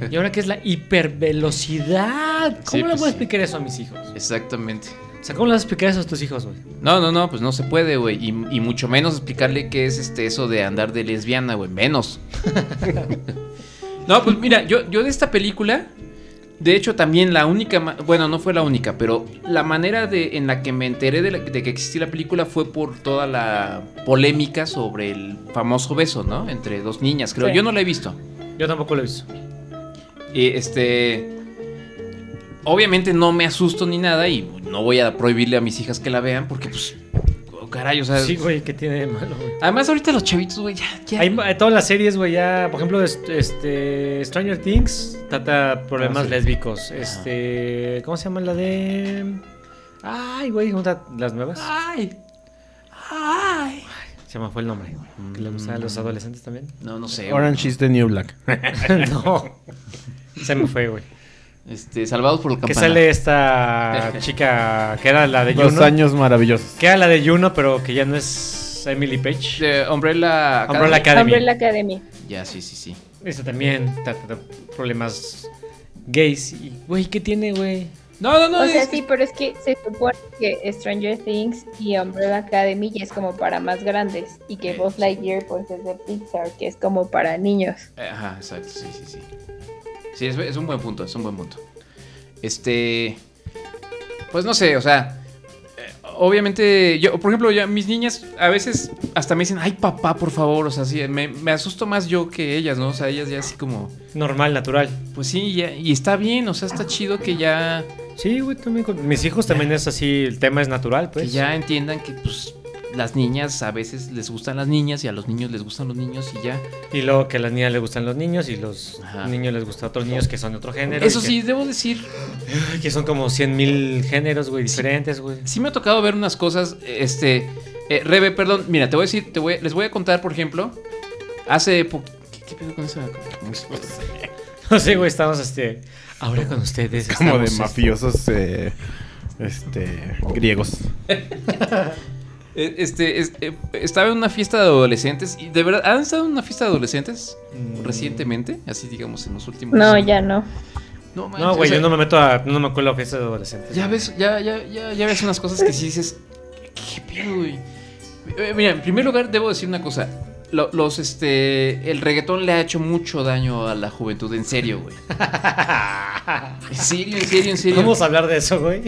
Speaker 11: Y ahora qué es la hipervelocidad. ¿Cómo
Speaker 10: Sí,
Speaker 11: le
Speaker 10: pues
Speaker 11: voy a
Speaker 10: sí.
Speaker 11: explicar eso a mis hijos?
Speaker 10: Exactamente.
Speaker 11: O sea, ¿cómo le vas a explicar eso a tus hijos, güey?
Speaker 10: No, no, no, pues no se puede, güey. Y, y mucho menos explicarle qué es este eso de andar de lesbiana, güey. Menos. <laughs> no, pues mira, yo, yo de esta película, de hecho también la única, ma- bueno, no fue la única, pero la manera de, en la que me enteré de, la- de que existía la película fue por toda la polémica sobre el famoso beso, ¿no? Entre dos niñas, creo.
Speaker 11: Sí.
Speaker 10: Yo no la he visto.
Speaker 11: Yo tampoco lo he visto.
Speaker 10: Y este. Obviamente no me asusto ni nada y no voy a prohibirle a mis hijas que la vean porque, pues. oh, caray, o sea.
Speaker 11: Sí, güey, ¿qué tiene de malo, güey?
Speaker 10: Además, ahorita los chavitos, güey, ya. ya-
Speaker 11: Hay ma- todas las series, güey, ya, por ejemplo, est- este, Stranger Things trata problemas
Speaker 10: Ah, sí.
Speaker 11: lésbicos. Este, ¿cómo se llama la de...? Ay, güey, junta las nuevas.
Speaker 10: Ay. Ay.
Speaker 11: Se me fue el nombre.
Speaker 10: Mm.
Speaker 11: Que le gusta a los
Speaker 10: <laughs>
Speaker 11: adolescentes también. <laughs>
Speaker 10: No, no
Speaker 11: Eh,
Speaker 10: sé.
Speaker 12: Orange is the New Black.
Speaker 11: no. Se me fue, güey.
Speaker 10: Este, Salvados por el
Speaker 11: Que
Speaker 10: Campana. <laughs>
Speaker 11: sale esta chica que era la de
Speaker 12: Los
Speaker 11: Juno.
Speaker 12: años maravillosos.
Speaker 11: Que era la de Juno, pero que ya no es es Emily Page.
Speaker 10: De Umbrella Academy.
Speaker 11: Umbrella Academy.
Speaker 24: Umbrella Academy.
Speaker 10: Ya, sí, sí, sí.
Speaker 11: Esa también trata de problemas gays. Y, güey, ¿qué tiene, güey?
Speaker 10: No, no,
Speaker 24: o sea, sí, pero es que se supone que Stranger Things y Umbrella Academy ya es como para más grandes y que Buzz Lightyear pues es de Pixar, que es como para niños.
Speaker 10: Eh, Ajá, exacto, sí, sí, sí. Sí, es, es un buen punto, es un buen punto. Este. Pues no sé, o sea. eh, Obviamente, yo, por ejemplo, ya mis niñas a veces hasta me dicen, ay papá, por favor, o sea, sí, me, me asusto más yo que ellas, ¿no? O sea, ellas ya así como...
Speaker 11: Normal, natural.
Speaker 10: Pues sí, ya, y está bien, o sea, está chido que ya...
Speaker 11: Sí, güey, también con mis hijos también es así, el tema es natural, pues.
Speaker 10: Que ya entiendan que pues las niñas a veces les gustan las niñas y a los niños les gustan los niños y ya.
Speaker 11: Y luego que a las niñas les gustan los niños y los niños les gustan otros niños que son de otro género.
Speaker 10: Eso
Speaker 11: y que-
Speaker 10: sí, debo decir,
Speaker 11: Ay, Que son como 100 mil géneros, güey, diferentes, güey.
Speaker 10: sí me ha tocado ver unas cosas, este, eh, Rebe, perdón, mira, te voy a decir, te voy, les voy a contar, por ejemplo, hace po- ¿Qué, qué pedo con esa?
Speaker 11: No sé, güey, estamos este. Ahora con ustedes.
Speaker 12: Como de
Speaker 11: estamos,
Speaker 12: mafiosos eh, este, griegos.
Speaker 10: Eh, Este, es- eh, estaba en una fiesta de adolescentes y de verdad, ¿han estado en una fiesta de adolescentes
Speaker 11: Mm.
Speaker 10: recientemente? Así digamos en los últimos.
Speaker 24: No, ya no.
Speaker 10: No,
Speaker 11: este. No, güey, yo no me meto a. No me acuerdo a fiestas de adolescentes.
Speaker 10: Ya ves, ya, ya, ya, ya ves unas cosas que sí dices, ¿qué pedo, güey? Eh, Mira, en primer lugar debo decir una cosa. Lo- Los, este, el reggaetón le ha hecho mucho daño a la juventud, en serio,
Speaker 11: <laughs>
Speaker 10: güey. En serio, en serio, en serio.
Speaker 11: Vamos a hablar de eso, güey.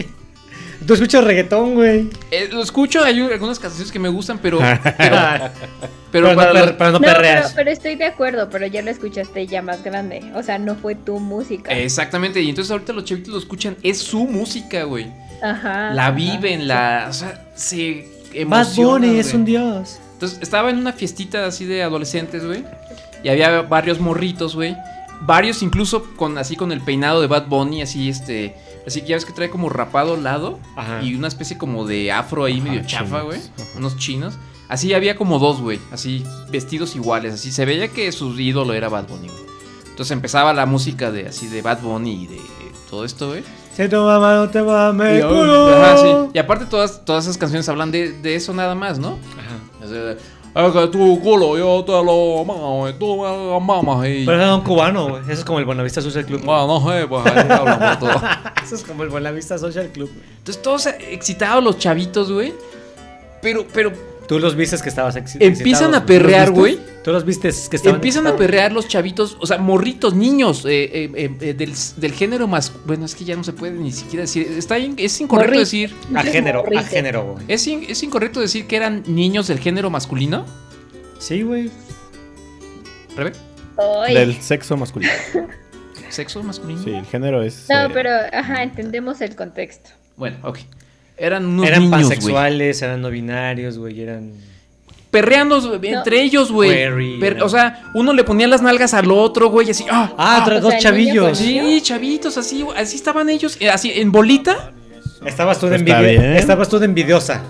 Speaker 11: Tú escuchas reggaetón, güey.
Speaker 10: Eh, lo escucho, hay un- algunas canciones que me gustan,
Speaker 11: <laughs>
Speaker 10: pero... Pero,
Speaker 11: Pero,
Speaker 10: pero
Speaker 11: no
Speaker 10: cuando-
Speaker 11: per- pero no
Speaker 24: pero,
Speaker 11: perreas.
Speaker 24: pero estoy de acuerdo, pero ya lo escuchaste ya más grande. O sea, no fue tu música.
Speaker 11: Eh,
Speaker 10: Exactamente, y entonces ahorita los chavitos lo escuchan, es su música, güey.
Speaker 24: Ajá.
Speaker 10: La viven, la... O sea, se
Speaker 11: Bad
Speaker 10: emocionan,
Speaker 11: Bunny es
Speaker 10: güey.
Speaker 11: un dios.
Speaker 10: Entonces estaba en una fiestita así de adolescentes, güey. Y había varios morritos, güey. Varios incluso con así con el peinado de Bad Bunny, así este. Así que ya ves que trae como rapado al lado y una especie como de afro ahí medio chafa, güey. Unos chinos. Así había como dos, güey. Así vestidos iguales. Así se veía que su ídolo era Bad Bunny, güey. Entonces empezaba la música de así de Bad Bunny y de eh, todo esto, güey.
Speaker 11: Si tu mamá no te va, me
Speaker 10: Y,
Speaker 11: culo.
Speaker 10: ajá, sí. Y aparte todas, todas esas canciones hablan de, de eso nada más, ¿no? Es de- "Es que tu culo yo te lo mamo y tú me lo mamas y-".
Speaker 11: Pero era un cubano, güey. Eso es como el Buenavista Social Club.
Speaker 10: Bueno, no sé, pues, ahí <laughs> hablamos todo.
Speaker 11: <laughs> Eso es como el Buenavista Social Club. güey.
Speaker 10: Entonces todos excitados los chavitos, güey. Pero, pero
Speaker 11: Tú los vistes que estabas exi-
Speaker 10: Empiezan
Speaker 11: excitados,
Speaker 10: a perrear,
Speaker 11: ¿Los viste?
Speaker 10: güey.
Speaker 11: Tú los vistes que estaban
Speaker 10: empiezan a perrear los chavitos, o sea, morritos, niños eh, eh, eh, eh, del, del género más... Bueno, es que ya no se puede ni siquiera decir... Está in- es incorrecto
Speaker 11: Morri-
Speaker 10: decir...
Speaker 24: <laughs>
Speaker 11: A género, a género, güey.
Speaker 10: ¿Es, in- ¿Es incorrecto decir que eran niños del género masculino?
Speaker 11: Sí, güey.
Speaker 10: ¿Rebe?
Speaker 24: Ay.
Speaker 12: Del sexo masculino.
Speaker 10: ¿Sexo masculino?
Speaker 12: Sí, el género es.
Speaker 24: No,
Speaker 12: eh,
Speaker 24: pero ajá, entendemos el contexto.
Speaker 10: Bueno, ok. Eran unos
Speaker 11: eran
Speaker 10: niños, güey.
Speaker 11: pansexuales, eran no binarios, güey, eran...
Speaker 10: Perreando güey,
Speaker 24: No.
Speaker 10: entre ellos, güey.
Speaker 11: Query,
Speaker 10: Per-
Speaker 11: ¿no?
Speaker 10: O sea, uno le ponía las nalgas al otro, güey, así. Ah,
Speaker 11: Ah, tra-
Speaker 24: O dos sea, el chavillos. niño con
Speaker 10: pues Sí, chavitos, así, güey, así estaban ellos, eh, así, en bolita.
Speaker 11: Estabas tú de
Speaker 12: Pues está bien.
Speaker 11: envidiosa. Estabas tú de envidiosa.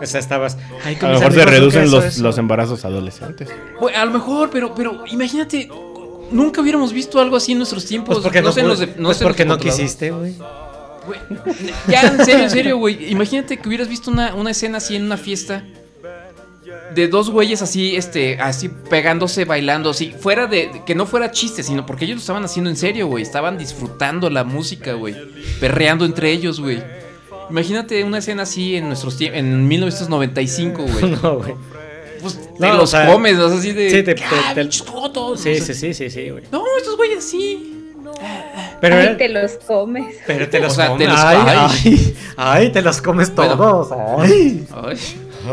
Speaker 11: O sea, estabas... Ay,
Speaker 12: a
Speaker 11: con
Speaker 12: lo
Speaker 11: mis
Speaker 12: mejor se
Speaker 11: amigos nunca
Speaker 12: reducen
Speaker 11: hizo
Speaker 12: los,
Speaker 11: eso.
Speaker 12: los em- embarazos adolescentes.
Speaker 10: Güey, a lo mejor, pero, pero imagínate, nunca hubiéramos visto algo así en nuestros tiempos.
Speaker 11: Pues porque
Speaker 10: no,
Speaker 11: no,
Speaker 10: sé en los de-
Speaker 11: pues
Speaker 10: no sé en los
Speaker 11: porque no
Speaker 10: controladores.
Speaker 11: quisiste, güey. <laughs>
Speaker 10: Ya, en serio, en serio, güey. Imagínate que hubieras visto una, una escena así en una fiesta. De dos güeyes así, este, así pegándose, bailando, así, fuera de, que no fuera chiste, sino porque ellos lo estaban haciendo en serio, güey, estaban disfrutando la música, güey, perreando entre ellos, güey. Imagínate una escena así en nuestros tiempos, en 1995, güey.
Speaker 11: No, güey.
Speaker 10: Pues te
Speaker 11: No,
Speaker 10: los
Speaker 11: o sea,
Speaker 10: comes, ¿no? Así de...
Speaker 11: Sí, te- te-
Speaker 10: "Ah,
Speaker 11: te-
Speaker 10: pinches jotos", o
Speaker 11: Sí,
Speaker 10: sea,
Speaker 11: sí, sí, sí, sí, güey.
Speaker 10: No, estos güeyes sí.
Speaker 11: Pero,
Speaker 24: Ay,
Speaker 11: eran-
Speaker 24: te los comes.
Speaker 11: pero te los
Speaker 10: O sea,
Speaker 11: comes.
Speaker 10: te los-
Speaker 11: ay,
Speaker 10: ay.
Speaker 11: ay, ay, te los comes
Speaker 10: Bueno.
Speaker 11: todos. Ay,
Speaker 10: Ay.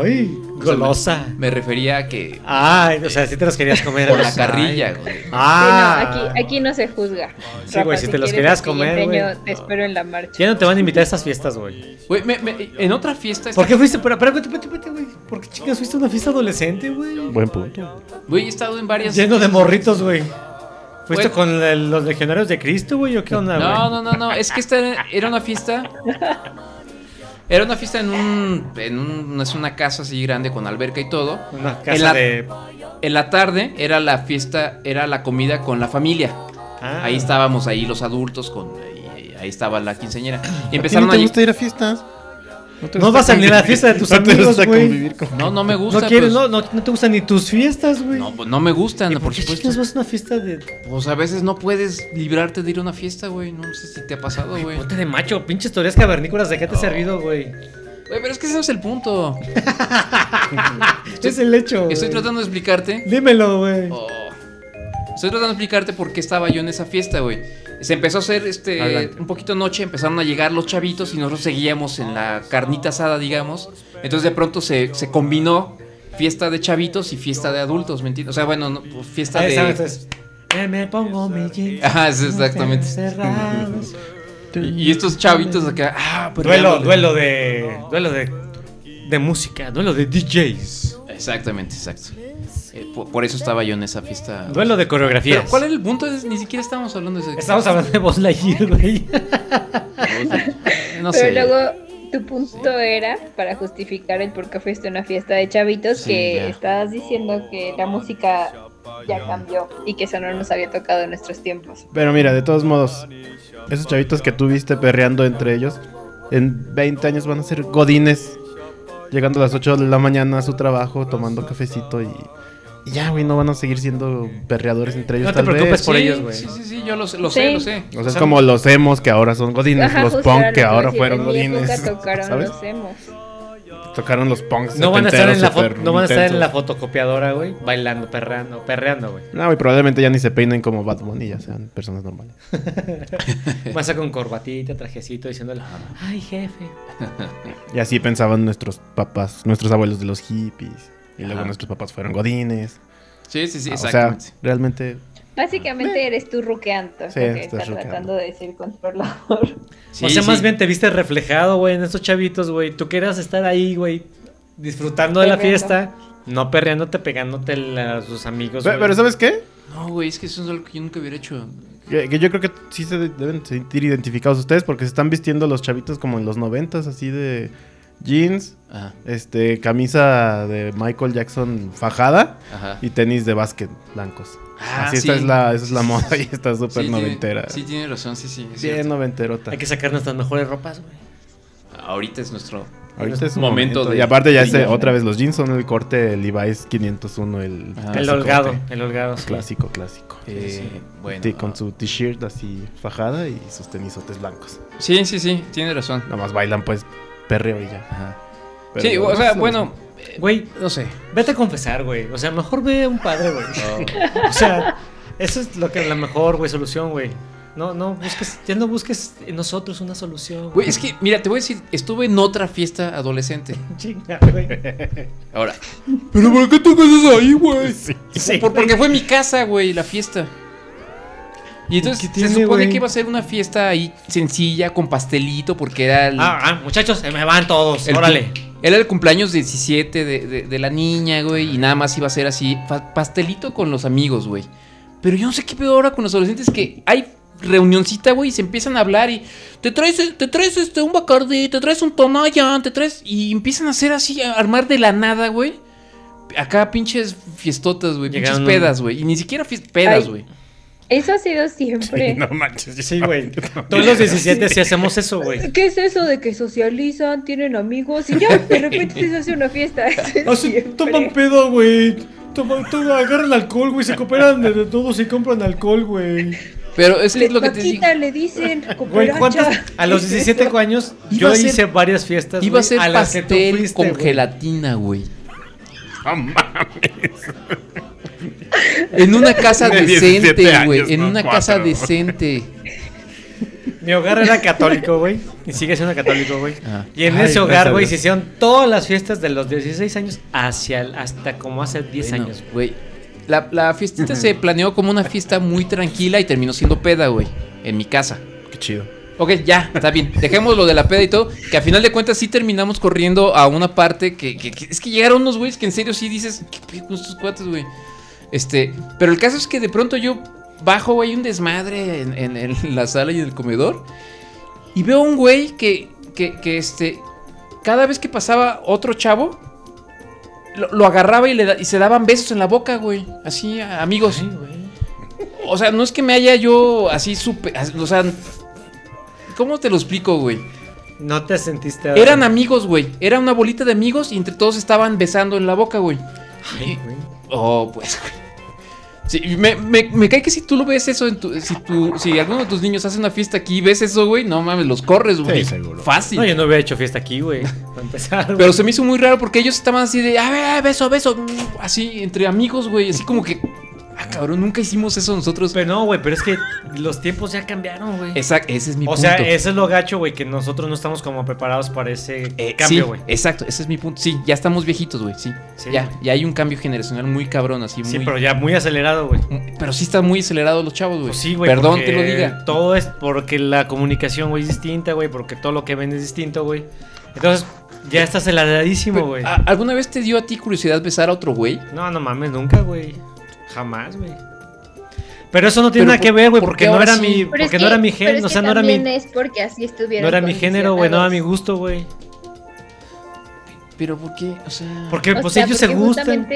Speaker 11: ay,
Speaker 10: O sea, me-
Speaker 11: golosa.
Speaker 10: me refería a que
Speaker 11: Ay, o sea, sí te los querías comer.
Speaker 10: Por la
Speaker 11: Ay.
Speaker 10: carrilla, güey.
Speaker 24: Sí,
Speaker 11: Ah.
Speaker 24: no, aquí, aquí no se juzga.
Speaker 11: Sí, güey, si te los
Speaker 24: quieres
Speaker 11: querías comer,
Speaker 24: desempeño,
Speaker 11: güey.
Speaker 24: Te espero en la marcha.
Speaker 11: Ya no te van a invitar a estas fiestas, güey.
Speaker 10: Güey, me- me- en otra fiesta.
Speaker 11: ¿Por qué fuiste? Pero, pero, espérate, espérate, espérate, güey. ¿Por qué chicas fuiste a una fiesta adolescente, güey?
Speaker 12: Buen punto.
Speaker 10: Güey, he estado en varias.
Speaker 11: Lleno de morritos, güey. ¿Fuiste
Speaker 10: Güey.
Speaker 11: con el- los legionarios de Cristo, güey? ¿O qué onda, güey?
Speaker 10: No, no, no, no. Es que esta era- era una fiesta. Era una fiesta en un. En un es una casa así grande con alberca y todo.
Speaker 11: Una casa
Speaker 10: en la,
Speaker 11: de-
Speaker 10: En la tarde era la fiesta, era la comida con la familia.
Speaker 11: Ah.
Speaker 10: Ahí estábamos, ahí los adultos con. Ahí, ahí estaba la quinceñera. Y
Speaker 12: ¿A ti no
Speaker 10: empezaron
Speaker 12: te
Speaker 10: a lleg-
Speaker 12: gusta ir a fiestas?
Speaker 11: No, vas a ni a la fiesta de
Speaker 10: <laughs>
Speaker 11: tus amigos, güey.
Speaker 10: No, no me gusta.
Speaker 11: No quieres,
Speaker 10: pues.
Speaker 11: no, no, no te gustan ni tus fiestas, güey.
Speaker 10: No, pues, no me gustan, por supuesto.
Speaker 11: Nos vas a una fiesta de
Speaker 10: Pues a veces no puedes librarte de ir a una fiesta, güey. No sé si te ha pasado, güey.
Speaker 11: puta de macho, pinches teorías cavernícolas de qué te he
Speaker 10: No.
Speaker 11: servido, güey.
Speaker 10: Güey, pero es que ese no es el punto.
Speaker 11: Es el hecho.
Speaker 10: Estoy
Speaker 11: güey. Oh.
Speaker 10: tratando Oh, de explicarte.
Speaker 11: Dímelo, güey.
Speaker 10: Estoy tratando de explicarte por qué estaba yo en esa fiesta, güey. Se empezó a hacer este
Speaker 11: Adelante.
Speaker 10: un poquito noche, empezaron a llegar los chavitos y nosotros seguíamos en la carnita asada, digamos. Entonces de pronto se, se combinó fiesta de chavitos y fiesta de adultos, ¿me entiendes? O sea, bueno, no, pues, fiesta
Speaker 11: Ahí
Speaker 10: de...
Speaker 11: sabes, Me, "Eh, me pongo mi jean.
Speaker 10: Ajá, es Ah, exactamente.
Speaker 11: Cerrados.
Speaker 10: <laughs> Y y estos chavitos acá... Ah, pero
Speaker 11: duelo,
Speaker 10: ya no-
Speaker 11: duelo de. Duelo de. De música, duelo de DJs.
Speaker 10: Exactamente, exacto. Eh, po- por, eso estaba yo en esa fiesta.
Speaker 11: Duelo de coreografías.
Speaker 10: Ah, Pero, ¿Cuál era el punto? Es- Ni siquiera estábamos hablando de eso.
Speaker 11: Estamos hablando de Buzz Lightyear, güey.
Speaker 24: <laughs>
Speaker 10: No sé.
Speaker 24: Pero luego tu punto era para justificar el por qué fuiste a una fiesta de chavitos
Speaker 10: Sí,
Speaker 24: que
Speaker 10: ya.
Speaker 24: estabas diciendo que la música ya cambió y que eso no nos había tocado en nuestros tiempos.
Speaker 12: Pero mira, de todos modos, esos chavitos que tú viste perreando entre ellos, en 20 años van a ser godines, llegando a las 8 de la mañana a su trabajo, tomando cafecito y, y ya, güey, no van a seguir siendo perreadores entre ellos.
Speaker 11: No te
Speaker 12: tal
Speaker 11: preocupes
Speaker 12: vez.
Speaker 11: por ellos, güey.
Speaker 10: Sí, sí, sí, yo lo, sé- lo sé,
Speaker 24: Sí.
Speaker 10: lo sé.
Speaker 12: O sea, es como los emos que ahora son godines,
Speaker 24: Ajá,
Speaker 12: los
Speaker 24: justo
Speaker 12: punk
Speaker 24: era
Speaker 12: que
Speaker 24: lo
Speaker 12: ahora
Speaker 24: iba a decir,
Speaker 12: fueron
Speaker 24: en mi época <laughs>
Speaker 12: godines.
Speaker 24: tocaron
Speaker 12: ¿sabes?
Speaker 24: los emos.
Speaker 12: Tocaron los punks.
Speaker 11: No van a estar en la, fo-
Speaker 12: foto
Speaker 11: no van a estar en la fotocopiadora, güey. Bailando, perreando, perreando, güey.
Speaker 12: No, güey, probablemente ya ni se peinen como Bad Bunny, ya sean personas normales.
Speaker 11: Vas a con corbatita, trajecito, diciéndole, ay, jefe.
Speaker 12: Y así pensaban nuestros papás, nuestros abuelos de los hippies. Y luego
Speaker 10: Ajá.
Speaker 12: nuestros papás fueron godines.
Speaker 10: Sí, sí, sí,
Speaker 12: Ah,
Speaker 10: exactamente.
Speaker 12: O sea, realmente.
Speaker 24: Básicamente eres tú ruqueando,
Speaker 12: Sí,
Speaker 24: lo que
Speaker 12: estás
Speaker 24: está
Speaker 12: ruqueando.
Speaker 24: tratando de decir controlador.
Speaker 11: o sea, más bien te viste reflejado, güey, en estos chavitos, güey. Tú querías estar ahí, güey, disfrutando de la
Speaker 24: Perreando.
Speaker 11: fiesta, no perreándote, pegándote la- a sus amigos.
Speaker 12: Pe-
Speaker 11: güey.
Speaker 12: pero ¿sabes qué?
Speaker 10: No, güey, es que eso es algo que yo nunca hubiera hecho.
Speaker 12: Que, que yo creo que sí se de- deben sentir identificados ustedes porque se están vistiendo los chavitos como en los noventas, así de jeans,
Speaker 10: Ajá.
Speaker 12: este camisa de Michael Jackson fajada
Speaker 10: Ajá.
Speaker 12: y tenis de básquet blancos.
Speaker 10: Ah,
Speaker 12: así
Speaker 10: sí.
Speaker 12: esta es la, esa es la
Speaker 10: Sí, sí,
Speaker 12: moda
Speaker 10: sí.
Speaker 12: y está súper
Speaker 10: Sí, tiene-
Speaker 12: noventera.
Speaker 10: Sí, tiene razón, sí, sí. es
Speaker 12: Bien
Speaker 10: cierto.
Speaker 12: noventerota.
Speaker 11: Hay que sacar nuestras mejores ropas, güey.
Speaker 10: Ahorita es nuestro
Speaker 12: Ahorita es un
Speaker 10: momento,
Speaker 12: momento.
Speaker 10: de.
Speaker 12: Y aparte ya
Speaker 10: de-
Speaker 12: sé, otra vez los jeans son el corte Levi's 501, el,
Speaker 10: Ajá.
Speaker 11: El
Speaker 12: clásico
Speaker 11: holgado,
Speaker 12: corte.
Speaker 11: el holgado, sí.
Speaker 12: Clásico, clásico.
Speaker 10: Eh, Sí, sí. bueno,
Speaker 12: Sí, con su t-shirt así fajada y sus tenisotes blancos.
Speaker 10: Sí, sí, sí, tiene razón.
Speaker 12: Nada más bailan pues perreo y ya. Pero
Speaker 10: sí, o
Speaker 12: bueno,
Speaker 10: sea,
Speaker 12: es lo
Speaker 10: bueno.
Speaker 11: Güey,
Speaker 10: no sé.
Speaker 11: Vete a confesar, güey. O sea, mejor ve a un padre, güey. <laughs> O sea, eso es lo que la mejor, güey, solución, güey. No, no busques, ya no busques en nosotros una solución.
Speaker 10: Güey, es que, mira, te voy a decir, estuve en otra fiesta adolescente.
Speaker 11: <laughs> Chinga, güey.
Speaker 10: Ahora. ¿Pero por qué tocas eso ahí, güey?
Speaker 11: <laughs> Sí.
Speaker 10: Por- porque fue mi casa, güey, la fiesta. Y entonces se
Speaker 11: tiene,
Speaker 10: supone
Speaker 11: güey?
Speaker 10: que iba a ser una fiesta ahí sencilla, con pastelito, porque era el,
Speaker 11: Ah, ah, muchachos, se me van todos.
Speaker 10: el
Speaker 11: órale.
Speaker 10: cum- Era el cumpleaños 17 de, de- de la niña, güey, y nada más iba a ser así, fa- pastelito con los amigos, güey. Pero yo no sé qué pedo ahora con los adolescentes que hay reunioncita, güey, y se empiezan a hablar y te traes, te traes este, un Bacardi, te traes un Tonayan, te traes... Y empiezan a hacer así, a armar de la nada, güey. Acá pinches fiestotas, güey, pinches
Speaker 11: Llegaron-
Speaker 10: pedas, güey. Y ni siquiera fies- pedas,
Speaker 24: Ay,
Speaker 10: güey.
Speaker 24: <laughs> Eso ha sido siempre.
Speaker 12: manches.
Speaker 11: Sí, güey. Todos los 17 sí hacemos eso, güey.
Speaker 24: ¿Qué es eso de que socializan, tienen amigos y ya de repente se hace una fiesta? <laughs>
Speaker 11: Ah,
Speaker 24: Eso es siempre.
Speaker 11: toman pedo, güey. Toman, todo, agarran alcohol, güey. Se cooperan de todos y compran alcohol, güey.
Speaker 10: Pero es que
Speaker 24: Le-
Speaker 10: es lo que te digo.
Speaker 24: Paquita, le dicen
Speaker 11: Güey,
Speaker 24: cooperacha.
Speaker 11: ¿cuántos? A los 17 años
Speaker 10: Iba
Speaker 11: yo
Speaker 10: a ser-
Speaker 11: hice varias fiestas.
Speaker 10: Iba
Speaker 11: güey,
Speaker 10: a ser
Speaker 11: las que tú
Speaker 10: pastel
Speaker 11: fuiste,
Speaker 10: con
Speaker 11: güey.
Speaker 10: gelatina, güey. En
Speaker 11: <laughs>
Speaker 10: una casa
Speaker 11: De 17
Speaker 10: decente,
Speaker 11: años,
Speaker 10: güey. En
Speaker 11: no
Speaker 10: una
Speaker 11: cuatro.
Speaker 10: casa decente.
Speaker 11: Mi hogar era católico, güey. Y sigue siendo católico, güey.
Speaker 10: Ajá.
Speaker 11: Y
Speaker 10: Ay,
Speaker 11: en ese
Speaker 10: gracias a
Speaker 11: hogar, güey,
Speaker 10: Dios.
Speaker 11: se hicieron todas las fiestas de los 16 años hacia el- hasta como hace 10
Speaker 10: Bueno,
Speaker 11: años.
Speaker 10: güey. La, la fiestita se planeó como una fiesta muy tranquila y terminó siendo peda, güey. En mi casa.
Speaker 12: <laughs> Qué chido.
Speaker 10: Ok, ya, está bien. Dejemos lo de la peda y todo. Que a final de cuentas sí terminamos corriendo a una parte que, que- que- es que llegaron unos güeyes que en serio sí dices, ¿qué pedo con estos cuates, güey? Este, pero el caso es que de pronto yo bajo, güey, un desmadre en, en- en <laughs> la sala y en el comedor. Y veo un güey que, que, que este, cada vez que pasaba otro chavo, lo, lo agarraba y, le da- y se daban besos en la boca, güey. Así, a- amigos. O sea, no es que me haya yo así súper. as- O sea, ¿cómo te lo explico, güey?
Speaker 11: No te sentiste.
Speaker 10: Eran amigos, güey. Era una bolita de amigos y entre todos estaban besando en la boca, güey. Oh, pues, güey. Sí, me, me- me cae que si tú lo ves eso, en tu- si, tu- si alguno de tus niños hace una fiesta aquí y ves eso, güey, no mames, los corres, güey. Fácil.
Speaker 11: No, yo no hubiera hecho fiesta aquí,
Speaker 10: <laughs>
Speaker 11: güey. Para empezar. güey.
Speaker 10: Pero se me hizo muy raro porque ellos estaban así de, a ver, a ver, beso, beso, mm, así entre amigos, güey, así como que, ah, cabrón, nunca hicimos eso nosotros.
Speaker 11: Pero no, güey, pero es que los tiempos ya cambiaron, güey.
Speaker 10: Exacto, ese es mi
Speaker 11: O
Speaker 10: punto.
Speaker 11: sea, eso es lo gacho, güey, que nosotros no estamos como preparados para ese cambio,
Speaker 10: Eh, sí,
Speaker 11: güey.
Speaker 10: exacto, ese es mi punto. Sí, ya estamos viejitos, güey, sí.
Speaker 11: Sí.
Speaker 10: Ya, ya hay un cambio generacional muy cabrón, así Eh, muy.
Speaker 11: Sí, pero ya muy acelerado, güey. Pues
Speaker 10: Pero sí están muy acelerados los chavos, güey.
Speaker 11: sí, güey.
Speaker 10: Perdón
Speaker 11: porque
Speaker 10: que lo diga.
Speaker 11: Todo es porque la comunicación, güey, es distinta, güey, porque todo lo que ven es distinto, güey. Entonces, ya estás aceleradísimo,
Speaker 10: Pero, ah.
Speaker 11: güey.
Speaker 10: ¿a- ¿Alguna vez te dio a ti curiosidad besar a otro güey?
Speaker 11: No, no mames, nunca, güey. Jamás, güey. Pero eso no tiene
Speaker 10: Pero
Speaker 11: nada
Speaker 10: por-
Speaker 11: que ver, güey,
Speaker 10: ¿por
Speaker 11: porque
Speaker 10: qué
Speaker 11: no
Speaker 10: ahora
Speaker 11: era
Speaker 10: sí?
Speaker 11: mi
Speaker 10: Pero
Speaker 11: porque
Speaker 10: es
Speaker 11: no era
Speaker 10: que-
Speaker 11: mi
Speaker 24: Pero
Speaker 11: gen,
Speaker 24: es
Speaker 11: o
Speaker 24: que
Speaker 11: sea, no era mi
Speaker 24: también es porque así estuvieron
Speaker 11: no era mi género, güey, no era mi gusto, güey.
Speaker 10: Pero ¿por qué? O sea,
Speaker 11: Porque pues ellos se gustan.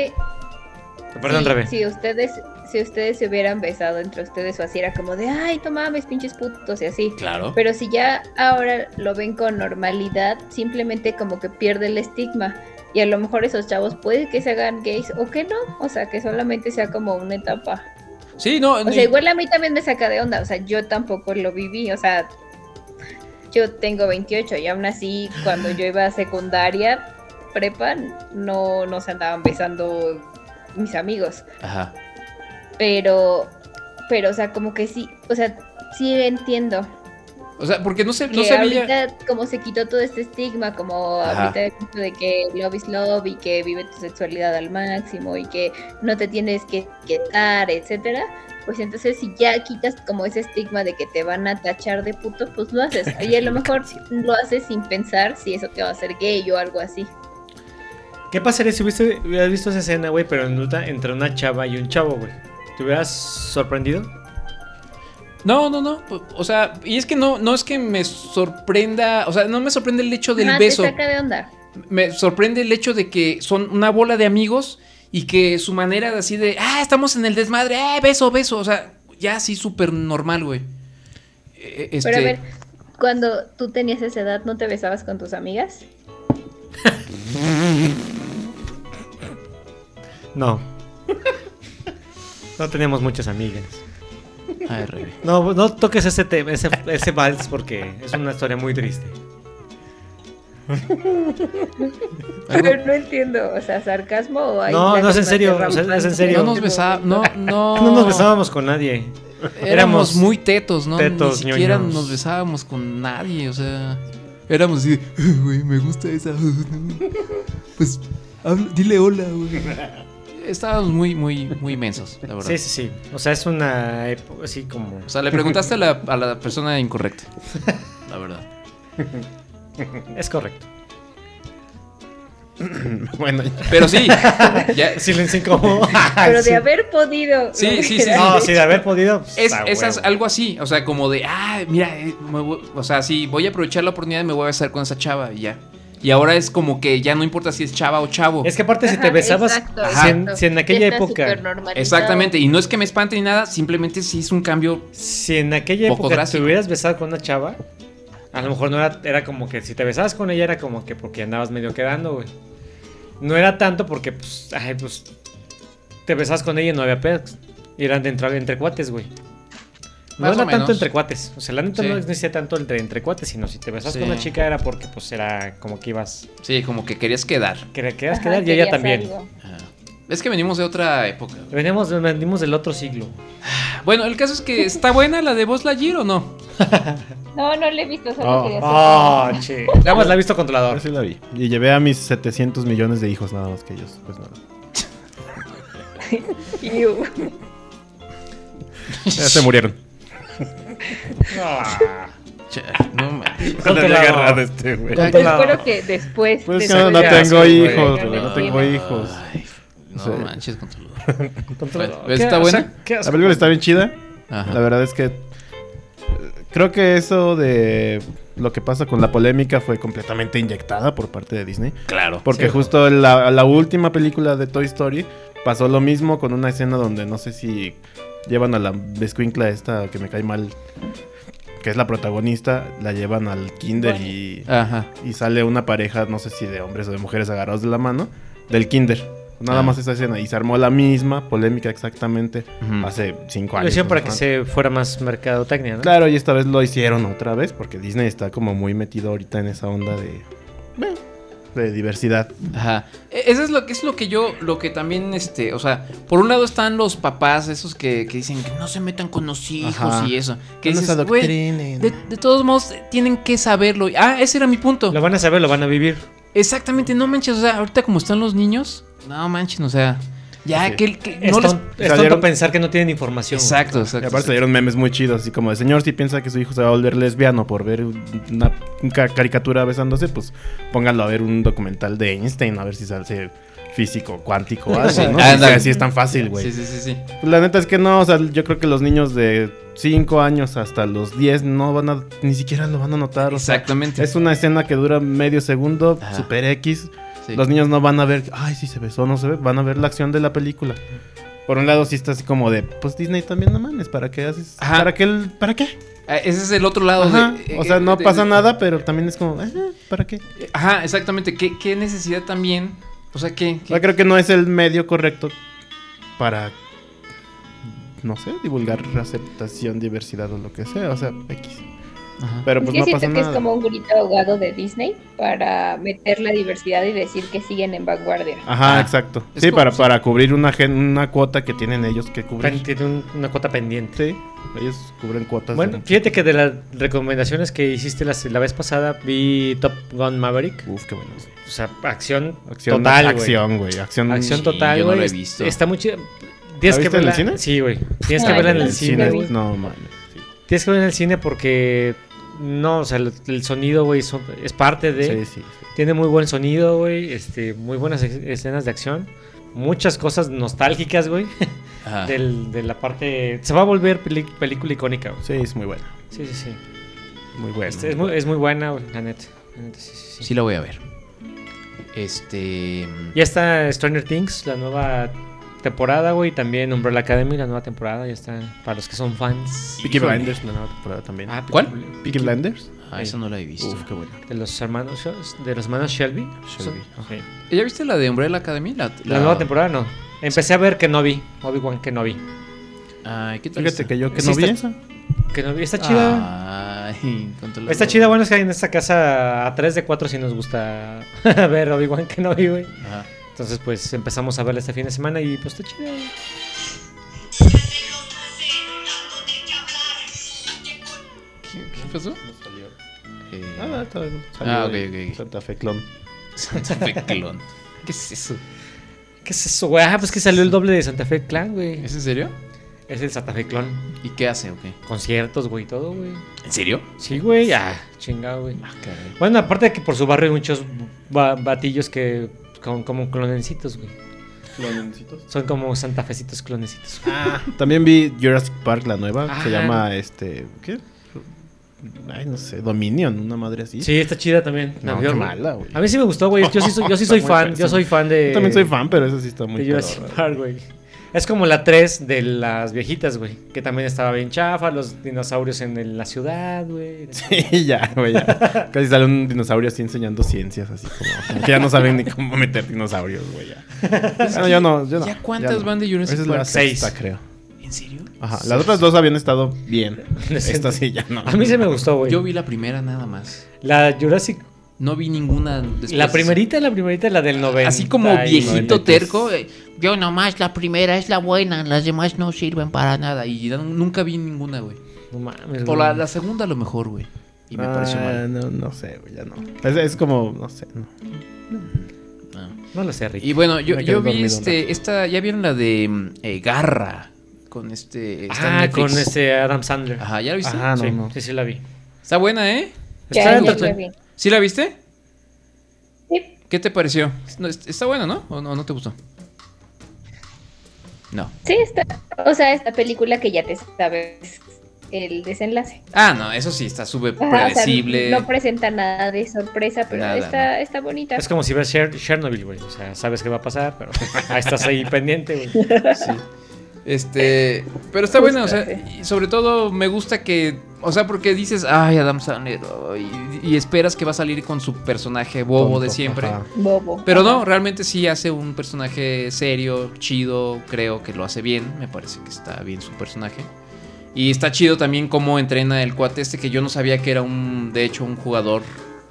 Speaker 11: Perdón,
Speaker 24: si,
Speaker 11: Rebe.
Speaker 24: si ustedes si ustedes se hubieran besado entre ustedes o así era como de ay no mames pinches putos y así
Speaker 10: Claro.
Speaker 24: pero si ya ahora lo ven con normalidad simplemente como que pierde el estigma y a lo mejor esos chavos puede que se hagan gays o que no o sea que solamente sea como una etapa
Speaker 10: Sí, no.
Speaker 24: o sea igual a mí también me saca de onda o sea yo tampoco lo viví o sea yo tengo 28 y aún así cuando yo iba a secundaria prepa no nos andaban besando mis amigos
Speaker 10: Ajá.
Speaker 24: pero, pero, o sea, como que sí, o sea, sí entiendo.
Speaker 10: O sea, porque no se, no
Speaker 24: que
Speaker 10: se veía.
Speaker 24: ahorita, como se quitó todo este estigma, como
Speaker 10: Ajá.
Speaker 24: ahorita el punto de que love is love y que vive tu sexualidad al máximo y que no te tienes que quedar, etcétera. Pues entonces, si ya quitas como ese estigma de que te van a tachar de puto, pues lo haces. Y a lo mejor lo haces sin pensar si eso te va a hacer gay o algo así.
Speaker 11: ¿Qué pasaría si hubiese- hubieras visto esa escena, güey, pero en luta entre una chava y un chavo, güey? ¿Te hubieras sorprendido?
Speaker 10: No, no, no. O sea, y es que no, no es que me sorprenda. O sea, no me sorprende el hecho del
Speaker 24: Ajá,
Speaker 10: beso.
Speaker 24: Te saca de onda.
Speaker 10: Me sorprende el hecho de que son una bola de amigos y que su manera de así de, ah, estamos en el desmadre, eh, beso, beso. O sea, ya así súper normal, güey. Eh, Este,
Speaker 24: Pero a ver, cuando tú tenías esa edad, ¿no te besabas con tus amigas?
Speaker 11: <laughs> No. No teníamos muchas amigas.
Speaker 10: Ay, Rebe.
Speaker 11: No, no toques ese tema, ese, ese vals porque es una historia muy triste.
Speaker 24: Pero no entiendo, o sea, sarcasmo o hay
Speaker 11: No, no es
Speaker 24: lágrimas
Speaker 11: en
Speaker 24: de
Speaker 11: serio,
Speaker 24: Raúl
Speaker 11: o sea, es
Speaker 24: Blanco?
Speaker 11: en serio.
Speaker 10: No nos besaba- no, <laughs> no.
Speaker 11: No nos besábamos con nadie.
Speaker 10: Éramos muy tetos, ¿no?
Speaker 11: Tetos,
Speaker 10: Ni siquiera
Speaker 11: ñoños.
Speaker 10: nos besábamos con nadie, o sea. Éramos así, de, "Ah, güey, me gusta esa. <laughs> Pues, habla- dile hola, güey. Estábamos muy, muy, muy inmensos, la verdad.
Speaker 11: Sí, sí, sí. O sea, es una epo- así como.
Speaker 10: O sea, le preguntaste a <laughs> la, a la persona incorrecta, <laughs> la verdad.
Speaker 11: Es correcto.
Speaker 12: <laughs> bueno,
Speaker 10: Pero <laughs> sí, ya.
Speaker 11: Silencio incómodo.
Speaker 24: Pero de haber podido. <laughs>
Speaker 10: Sí,
Speaker 24: lo
Speaker 10: sí, sí.
Speaker 24: hubieras
Speaker 11: <laughs> No, sí,
Speaker 24: hecho.
Speaker 11: de haber podido. pues,
Speaker 10: Es,
Speaker 11: a
Speaker 10: es
Speaker 11: huevo.
Speaker 10: as- algo así, o sea, como de, ah, mira, eh, me voy- o sea, sí, voy a aprovechar la oportunidad y me voy a besar con esa chava y ya. Y ahora es como que ya no importa si es chava o chavo.
Speaker 11: Es que aparte, si te
Speaker 24: Ajá,
Speaker 11: besabas.
Speaker 24: exacto,
Speaker 11: si,
Speaker 24: exacto.
Speaker 11: en, si en
Speaker 24: Ya
Speaker 11: aquella
Speaker 24: está
Speaker 11: época.
Speaker 24: supernormalizado.
Speaker 10: Exactamente, y no es que me espante ni nada, simplemente sí es un cambio.
Speaker 11: Si en aquella
Speaker 10: Poco
Speaker 11: época
Speaker 10: drástico.
Speaker 11: te hubieras besado con una chava, a lo mejor no era, era como que si te besabas con ella era como que porque andabas medio quedando, güey. No era tanto porque, pues, ay, pues, te besabas con ella y no había pedos. Y eran de entre, entre cuates, güey. No
Speaker 10: Más o
Speaker 11: era tanto
Speaker 10: menos.
Speaker 11: entre cuates. O sea, la neta
Speaker 10: Sí.
Speaker 11: no existía tanto entre, entre cuates, sino si te besabas
Speaker 10: Sí.
Speaker 11: con una chica era porque, pues, era como que ibas.
Speaker 10: Sí, como que querías quedar.
Speaker 11: Que le querías
Speaker 24: Ajá,
Speaker 11: quedar y ella
Speaker 24: querías
Speaker 11: también.
Speaker 24: algo.
Speaker 10: Es que venimos de otra época.
Speaker 11: Venimos, venimos del otro siglo.
Speaker 10: Bueno, el caso es que está buena la de Voz Lightyear o no?
Speaker 24: No, no le he visto, solo quería hacer-
Speaker 11: Oh, che. Nada más la ha visto controlador.
Speaker 12: sí la vi. Y llevé a mis 700 millones de hijos nada más que ellos. Pues nada.
Speaker 24: Iu.
Speaker 12: Ya se murieron.
Speaker 10: No manches.
Speaker 12: Controlador. había agarrado este, güey.
Speaker 24: Yo espero que después.
Speaker 12: Pues que
Speaker 24: después
Speaker 12: no, no
Speaker 24: de-
Speaker 12: tengo
Speaker 24: Sí,
Speaker 12: hijos,
Speaker 24: güey,
Speaker 12: güey, no
Speaker 24: sí,
Speaker 12: tengo
Speaker 24: no.
Speaker 12: hijos.
Speaker 10: No
Speaker 12: Sí.
Speaker 10: manches, controlador.
Speaker 11: Controlador.
Speaker 10: Bueno, ¿ves?
Speaker 11: ¿Qué
Speaker 10: ¿Está
Speaker 11: asco?
Speaker 10: buena?
Speaker 11: ¿Qué
Speaker 12: La
Speaker 11: asco?
Speaker 12: película está bien chida.
Speaker 10: Ajá.
Speaker 12: La verdad es que eh, creo que eso de lo que pasa con la polémica fue completamente inyectada por parte de Disney.
Speaker 10: Claro.
Speaker 12: Porque
Speaker 10: Sí.
Speaker 12: justo la, la última película de Toy Story pasó lo mismo con una escena donde no sé si llevan a la escuincla esta que me cae mal. que es la protagonista, la llevan al kinder y,
Speaker 10: Ajá.
Speaker 12: y sale una pareja, no sé si de hombres o de mujeres agarrados de la mano, del kinder. Nada
Speaker 10: Ah.
Speaker 12: más esa escena. Y se armó la misma polémica exactamente
Speaker 11: Ujú.
Speaker 12: hace cinco
Speaker 11: Lo
Speaker 12: años.
Speaker 11: hicieron para que
Speaker 12: Ajá.
Speaker 11: se fuera más mercadotecnia, ¿no?
Speaker 12: Claro, y esta vez lo hicieron otra vez porque Disney está como muy metido ahorita en esa onda de, de diversidad.
Speaker 10: Ajá. E- Eso es lo que es lo que yo, lo que también, este, o sea, por un lado están los papás, esos que, que dicen que no se metan con los hijos
Speaker 12: Ajá.
Speaker 10: y eso. Que
Speaker 12: No nos
Speaker 10: dices, "Güey,
Speaker 12: adoctrinen".
Speaker 10: de, de todos modos eh, tienen que saberlo. Ah, ese era mi punto.
Speaker 11: Lo van a saber, lo van a vivir.
Speaker 10: Exactamente, no manches, o sea, ahorita como están los niños, no manches, o sea, ya
Speaker 11: Sí.
Speaker 10: que, el- que
Speaker 11: Es
Speaker 10: no les...
Speaker 11: tonto- es tonto pensar que no tienen información.
Speaker 10: Exacto,
Speaker 12: Y
Speaker 10: exacto.
Speaker 12: aparte salieron memes muy chidos, así como de señor, si piensa que su hijo se va a volver lesbiano por ver una ca- caricatura besándose, pues pónganlo a ver un documental de Einstein, a ver si se hace físico,
Speaker 10: <laughs>
Speaker 12: cuántico, o algo, ¿no?
Speaker 10: Ándale.
Speaker 12: O sea, así es tan fácil, güey.
Speaker 10: Sí, sí, sí, sí.
Speaker 12: Pues La neta es que no, o sea, yo creo que los niños de 5 años hasta los 10 no van a, ni siquiera lo van a notar. o sea,
Speaker 10: Exactamente.
Speaker 12: es una escena que dura medio segundo, super X.
Speaker 10: Sí.
Speaker 12: Los niños no van a ver, ay, si se besó, no se ve, van a ver la acción de la película. Por un lado sí está así como de, pues Disney también no mames, ¿para qué haces? ¿Para qué? el- ¿Para qué?
Speaker 10: Ah, Ese es el otro lado.
Speaker 12: Ajá,
Speaker 10: de- eh,
Speaker 12: o sea, no
Speaker 10: de-
Speaker 12: pasa
Speaker 10: de- eh,
Speaker 12: nada, pero también es como, "Ah". ¿Para qué?
Speaker 10: Ajá, exactamente. ¿Qué, qué necesidad también? O sea, ¿qué?
Speaker 12: O
Speaker 10: qué-
Speaker 12: sea, creo que no es el medio correcto para, no sé, divulgar aceptación, diversidad o lo que sea, o sea, X. Pero pues
Speaker 24: Yo
Speaker 12: no
Speaker 24: siento
Speaker 12: pasa
Speaker 24: que
Speaker 12: nada.
Speaker 24: es como un grito ahogado de Disney para meter la diversidad y decir que siguen en vanguardia.
Speaker 12: Ajá, exacto.
Speaker 24: Es
Speaker 12: Sí,
Speaker 24: como-
Speaker 12: para, para cubrir una, gen- una cuota que tienen ellos que cubrir.
Speaker 11: Pen- Tiene un- una cuota pendiente.
Speaker 12: Sí, ellos cubren cuotas.
Speaker 11: Bueno,
Speaker 12: de-
Speaker 11: fíjate que de las recomendaciones que hiciste las- la vez pasada, vi Top Gun Maverick.
Speaker 12: Uf, qué bueno.
Speaker 11: O sea, acción,
Speaker 12: Acción-
Speaker 11: total.
Speaker 12: acción, güey, acción-
Speaker 11: acción
Speaker 12: Sí,
Speaker 11: total,
Speaker 12: yo no
Speaker 11: güey.
Speaker 12: la he visto.
Speaker 11: Está muy chida.
Speaker 12: ¿La
Speaker 11: Tienes que
Speaker 12: viste en
Speaker 11: verla
Speaker 12: el cine?
Speaker 11: Sí, güey. Tienes que
Speaker 12: Ay,
Speaker 11: verla en
Speaker 12: en
Speaker 11: el
Speaker 12: el
Speaker 11: cine.
Speaker 12: cine,
Speaker 11: güey.
Speaker 12: no mames,
Speaker 11: Tienes que verla en el cine porque. No, o sea, el, el sonido, güey, son- es parte de.
Speaker 12: Sí, sí, sí.
Speaker 11: Tiene muy buen sonido, güey. Este, muy buenas ex- escenas de acción. Muchas cosas nostálgicas, güey. <laughs>
Speaker 10: Ajá.
Speaker 11: Del- de la parte. Se va a volver peli- película icónica, güey.
Speaker 12: Sí, es muy buena.
Speaker 11: Sí, sí, sí.
Speaker 12: Muy buena.
Speaker 11: Este, es, muy, es muy buena, güey, la neta. La neta, sí, sí, sí.
Speaker 10: Sí, la voy a ver. Este.
Speaker 11: Ya está Stranger Things, la nueva temporada, güey. También Umbrella Academy, la nueva temporada. Ya está para los que son fans.
Speaker 12: Peaky Blinders, la nueva temporada también.
Speaker 11: Ah, Peaky
Speaker 10: ¿Cuál?
Speaker 11: Blinders.
Speaker 12: Peaky Blinders.
Speaker 10: Ah, esa no la he visto.
Speaker 12: Uf, qué bueno.
Speaker 11: De los hermanos, de los hermanos Shelby.
Speaker 10: Shelby,
Speaker 11: Son- sí.
Speaker 10: ¿Ya viste la de Umbrella Academy? La,
Speaker 11: La nueva temporada no. Empecé a ver Kenobi, Obi-Wan Kenobi.
Speaker 10: Ay, ¿qué tal?
Speaker 12: Fíjate
Speaker 10: está?
Speaker 12: que yo que
Speaker 11: Sí
Speaker 12: no
Speaker 11: está-
Speaker 12: vi esa.
Speaker 11: Kenobi está chida.
Speaker 10: Ah, Ay, controlador.
Speaker 11: Está chida, bueno, es que en esta casa a 3 de 4 sí nos gusta <laughs> ver Obi-Wan Kenobi, güey.
Speaker 10: Ajá.
Speaker 11: Entonces, pues empezamos a verla este fin de semana y pues está chida. güey.
Speaker 10: ¿Qué, qué pasó? Eh,
Speaker 12: Ah, está bien.
Speaker 10: Ah, ok,
Speaker 12: Salió de
Speaker 10: ok, ok.
Speaker 12: Santa Fe Clon.
Speaker 10: <laughs> Santa Fe Clon. ¿Qué es eso?
Speaker 11: ¿Qué es eso, güey? Ah, pues que salió el doble de Santa Fe Clan, güey.
Speaker 10: ¿Es en serio?
Speaker 11: Es el Santa Fe Clan.
Speaker 10: ¿Y qué hace o qué?
Speaker 11: Conciertos, güey, y todo, güey.
Speaker 10: ¿En serio?
Speaker 11: Sí, güey, ah, chingado, güey.
Speaker 10: caray.
Speaker 11: Bueno, aparte de que por su barrio hay muchos ba- batillos que son como clonencitos, güey.
Speaker 12: ¿Clonencitos?
Speaker 11: Son como santafecitos clonecitos.
Speaker 12: Ah, También vi Jurassic Park, la nueva.
Speaker 11: Ajá.
Speaker 12: Se llama este. ¿Qué? Ay, no sé, Dominion, una madre así.
Speaker 11: Sí, está chida también.
Speaker 12: No,
Speaker 11: Yo-
Speaker 12: qué mala, güey.
Speaker 11: A mí sí me gustó, güey. Yo sí soy, yo sí soy
Speaker 12: Está muy
Speaker 11: fan.
Speaker 12: pésimo.
Speaker 11: Yo soy fan de.
Speaker 12: Yo también soy fan, pero esa sí está muy
Speaker 11: de Jurassic
Speaker 12: pedorra.
Speaker 11: Park, güey. Es como la 3 de las viejitas, güey. Que también estaba bien chafa. Los dinosaurios en el- la ciudad, güey.
Speaker 12: Y ya, güey, ya. Casi sale un dinosaurio así enseñando ciencias, así como, como que ya no saben ni cómo meter dinosaurios, güey, ya.
Speaker 10: Es
Speaker 12: Bueno,
Speaker 10: que
Speaker 12: yo no, yo no.
Speaker 10: ¿Ya cuántas
Speaker 12: no.
Speaker 10: van de Jurassic
Speaker 12: Esa es la
Speaker 10: Park?
Speaker 12: sexta,
Speaker 10: Seis.
Speaker 12: creo.
Speaker 10: ¿En serio?
Speaker 12: Ajá,
Speaker 10: Sí.
Speaker 12: las otras dos habían estado bien. <laughs> Esta sí ya no.
Speaker 11: A mí se me gustó, güey.
Speaker 10: Yo vi la primera nada más.
Speaker 11: La Jurassic.
Speaker 10: No vi ninguna después.
Speaker 11: La primerita, la primerita, la del 90.
Speaker 10: Así como
Speaker 11: y-
Speaker 10: viejito terco. eh,
Speaker 8: Yo nomás la primera es la buena, las demás no sirven para
Speaker 10: nada. Y no- nunca vi ninguna, güey.
Speaker 11: No mames.
Speaker 10: O la,
Speaker 11: güey.
Speaker 10: la segunda a lo mejor, güey. Y me pareció
Speaker 12: Ah,
Speaker 10: mal.
Speaker 12: No, no sé, güey, ya no. Es, es como, no sé, no.
Speaker 11: No lo sé, Rick.
Speaker 10: Ah. Y bueno, yo,
Speaker 11: Me
Speaker 10: yo
Speaker 11: quedé
Speaker 10: vi
Speaker 11: dormido,
Speaker 10: este, esta, ya vieron la de mm, eh, Garra con este. está en
Speaker 11: Ah,
Speaker 10: Netflix.
Speaker 11: con este Adam Sandler.
Speaker 10: Ajá, ¿ya la viste?
Speaker 11: Ah, no,
Speaker 10: Sí.
Speaker 11: no. Sí, sí, la vi.
Speaker 10: Está buena, ¿eh?
Speaker 11: Ya, Está ya la
Speaker 10: entreten-
Speaker 11: vi.
Speaker 10: ¿Sí la viste?
Speaker 24: Sí.
Speaker 10: ¿Qué te pareció? No, es- está buena, ¿no? ¿O no, no te gustó? No.
Speaker 24: Sí, está, o sea, esta película que ya te sabes el desenlace.
Speaker 10: Ah, no, eso sí, está súper
Speaker 24: Ajá, o sea,
Speaker 10: predecible.
Speaker 24: no presenta nada de sorpresa, pero
Speaker 10: Nada,
Speaker 24: está, está bonita.
Speaker 11: Es como si ves Cher- Chernobyl, güey. O sea, sabes qué va a pasar, pero <laughs> ahí estás ahí pendiente, güey.
Speaker 10: Este. Pero está buena, o sea, y sobre todo me gusta que O sea, porque dices, ay, Adam Sandler, ay", y, y esperas que va a salir con su personaje bobo
Speaker 2: Tonto,
Speaker 10: de siempre.
Speaker 2: ajá. Bobo.
Speaker 10: Pero no,
Speaker 2: Ajá.
Speaker 10: realmente sí hace un personaje serio, chido, creo que lo hace bien, me parece que está bien su personaje. Y está chido también cómo entrena el cuate este, que yo no sabía que era un, de hecho, un jugador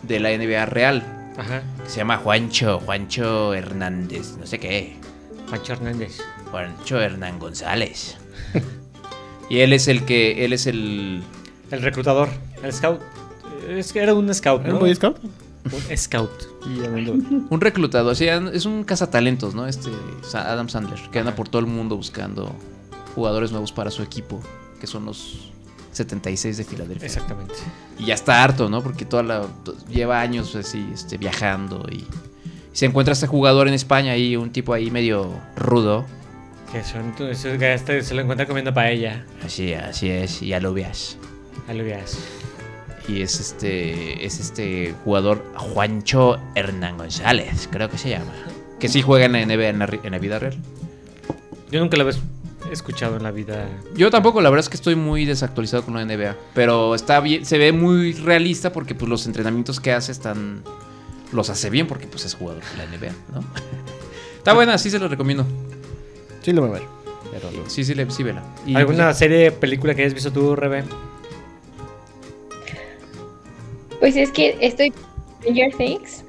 Speaker 10: de la NBA real.
Speaker 11: Ajá.
Speaker 10: Que se llama Juancho, Juancho Hernández, no sé qué.
Speaker 11: Juancho Hernández.
Speaker 10: Juancho Hernán González. <laughs> y él es el que, él es el...
Speaker 11: El reclutador, el scout. Eh, Es que era un scout,
Speaker 10: ¿Era
Speaker 11: ¿no?
Speaker 10: un Boy Scout?
Speaker 11: Un scout.
Speaker 10: Un reclutador, sí, es un cazatalentos, ¿no? Este Sa- Adam Sandler, que anda por todo el mundo buscando jugadores nuevos para su equipo, que son los 76 de Filadelfia.
Speaker 11: Exactamente.
Speaker 10: Y ya está harto, ¿no? Porque toda la to- lleva años así este, viajando y, y se encuentra este jugador en España y un tipo ahí medio rudo.
Speaker 11: Que son, esos que hasta se lo encuentra comiendo paella.
Speaker 10: Así, así es, y alubias.
Speaker 11: Alubias.
Speaker 10: Y es este es este jugador Juancho Hernán González, creo que se llama. Que sí juega en la NBA en la, re- en la vida real.
Speaker 11: Yo nunca lo había escuchado en la vida.
Speaker 10: Yo tampoco, la verdad es que estoy muy desactualizado con la NBA. Pero está bien, se ve muy realista porque pues los entrenamientos que hace están. los hace bien porque pues es jugador de la NBA, ¿no? <laughs> está buena, sí se la recomiendo.
Speaker 12: Sí, lo voy a ver.
Speaker 10: Sí, sí, le- sí, vela. Y, pues,
Speaker 11: ¿Alguna serie, película que hayas visto tú, Rebe?
Speaker 24: Pues es que estoy con Stranger Things,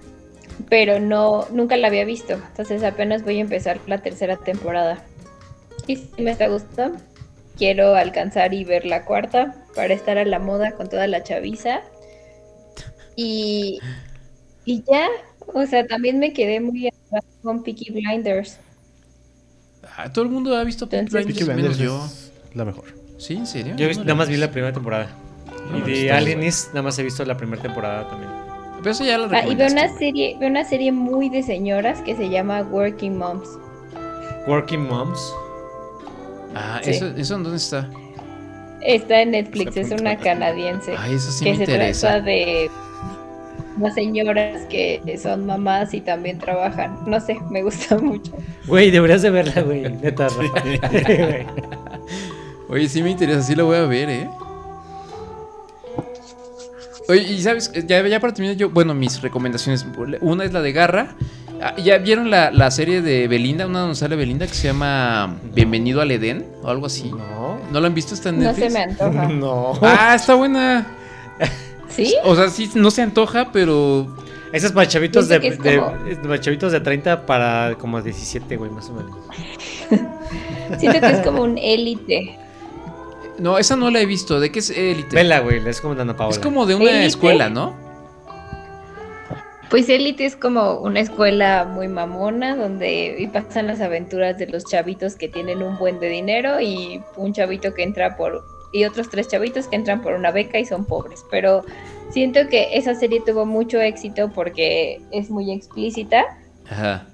Speaker 24: pero no, nunca la había visto. Entonces apenas voy a empezar la tercera temporada. Y si me está gustando, quiero alcanzar y ver la cuarta para estar a la moda con toda la chaviza. Y, y ya, o sea, también me quedé muy atrás con Peaky Blinders.
Speaker 10: Ah, todo el mundo ha visto Peaky Blinders,
Speaker 12: Peaky
Speaker 10: menos
Speaker 12: Blinders
Speaker 10: yo.
Speaker 12: es La mejor.
Speaker 10: ¿Sí? ¿En serio?
Speaker 11: Yo he visto-
Speaker 10: No,
Speaker 11: nada
Speaker 10: no.
Speaker 11: más vi la primera temporada.
Speaker 10: No,
Speaker 11: Y
Speaker 10: no,
Speaker 11: de
Speaker 10: está muy
Speaker 11: Alienis nada más he visto la primera temporada también.
Speaker 10: Pero eso ya
Speaker 24: Ah, y veo una serie, veo una serie muy de señoras que se llama Working Moms.
Speaker 11: Working Moms.
Speaker 10: Ah,
Speaker 24: Sí.
Speaker 10: ¿eso, ¿eso en dónde está?
Speaker 24: Está en Netflix, es una canadiense.
Speaker 10: Ay, eso sí
Speaker 24: este, que
Speaker 10: me
Speaker 24: se
Speaker 10: interesa.
Speaker 24: trata de unas señoras que son mamás y también trabajan. No sé, me gusta mucho.
Speaker 11: Güey, deberías de verla, güey. Neta, Rafa. Güey.
Speaker 10: Oye, sí me interesa, sí lo voy a ver, ¿eh? Oye, y sabes, eh, ya, ya para terminar yo, bueno, mis recomendaciones. Una es la de Garra. Ah, ¿Ya vieron la, la serie de Belinda, una donde sale Belinda que se llama Bienvenido al Edén o algo así? No. ¿No la han visto? ¿Está en
Speaker 24: No se
Speaker 10: Netflix?
Speaker 24: me antoja.
Speaker 11: No.
Speaker 10: Ah, está buena.
Speaker 24: <laughs> ¿Sí?
Speaker 10: O sea, sí, no se antoja, pero...
Speaker 11: Esos machavitos de,
Speaker 24: Dice que es
Speaker 11: de-
Speaker 24: como-
Speaker 11: es machavitos de 30 para como 17, güey, más o menos.
Speaker 24: Siento que es como un élite.
Speaker 10: No, esa no la he visto. ¿De qué es élite?
Speaker 11: Vela, güey, es como de Ana Paola.
Speaker 10: Es como de una
Speaker 24: Élite.
Speaker 10: escuela, ¿no?
Speaker 24: Pues élite es como una escuela muy mamona donde y pasan las aventuras de los chavitos que tienen un buen de dinero y un chavito que entra por y otros tres chavitos que entran por una beca y son pobres. Pero siento que esa serie tuvo mucho éxito porque es muy explícita.
Speaker 10: Ajá.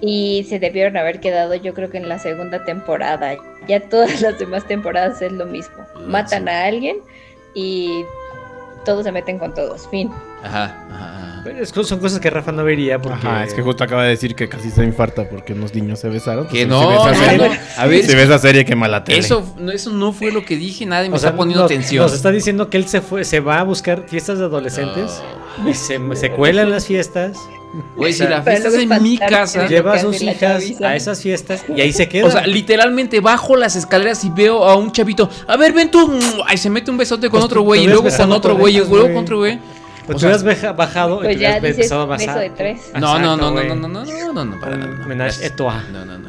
Speaker 24: Y se debieron haber quedado, yo creo que en la segunda temporada. Ya todas <laughs> las demás temporadas es lo mismo.
Speaker 12: Ah,
Speaker 24: Matan a alguien y todos se meten con todos. Fin.
Speaker 10: Ajá, ajá.
Speaker 11: Pero es que son cosas que Rafa no vería porque.
Speaker 12: Ajá, es que justo acaba de decir que casi se infarta porque unos niños se besaron.
Speaker 10: Que
Speaker 12: Pues,
Speaker 10: no,
Speaker 12: si ves esa
Speaker 10: no,
Speaker 12: serie-
Speaker 10: no. A ver,
Speaker 12: si ves esa serie, qué mala tele.
Speaker 10: Eso, no, eso no fue lo que dije, nadie me
Speaker 11: O sea,
Speaker 10: está poniendo
Speaker 11: nos-
Speaker 10: atención.
Speaker 11: Nos está diciendo que él se fue, se va a buscar fiestas de adolescentes y se, se cuela en las fiestas.
Speaker 10: Ah, Güey,
Speaker 11: O
Speaker 10: si
Speaker 11: sea,
Speaker 10: la fiesta es en mi casa.
Speaker 11: Lleva a sus hijas a esas fiestas y ahí se
Speaker 10: <laughs>
Speaker 11: queda.
Speaker 10: O sea, literalmente bajo las escaleras y veo a un chavito. A ver, ven tú. Ahí se mete un besote con
Speaker 11: Pues
Speaker 10: otro
Speaker 11: tú-
Speaker 10: güey.
Speaker 11: tú
Speaker 10: Y luego
Speaker 11: hubieras
Speaker 10: con
Speaker 11: besado
Speaker 10: otro
Speaker 11: con
Speaker 10: güey. Y
Speaker 11: ellos,
Speaker 10: luego
Speaker 11: güey.
Speaker 10: con otro güey.
Speaker 11: Pues
Speaker 10: O
Speaker 11: tú
Speaker 10: sea-
Speaker 11: hubieras beja- bajado y
Speaker 24: Pues
Speaker 11: te
Speaker 24: ya
Speaker 11: hubieras
Speaker 24: dices
Speaker 11: empezado a
Speaker 24: beso
Speaker 11: basar.
Speaker 24: de tres.
Speaker 10: No, no, no, no,
Speaker 11: güey.
Speaker 10: no, no, no, no, no, no, para nada. no.
Speaker 11: Menage
Speaker 10: Gracias.
Speaker 11: etoa.
Speaker 10: No, no, no.
Speaker 12: Bueno,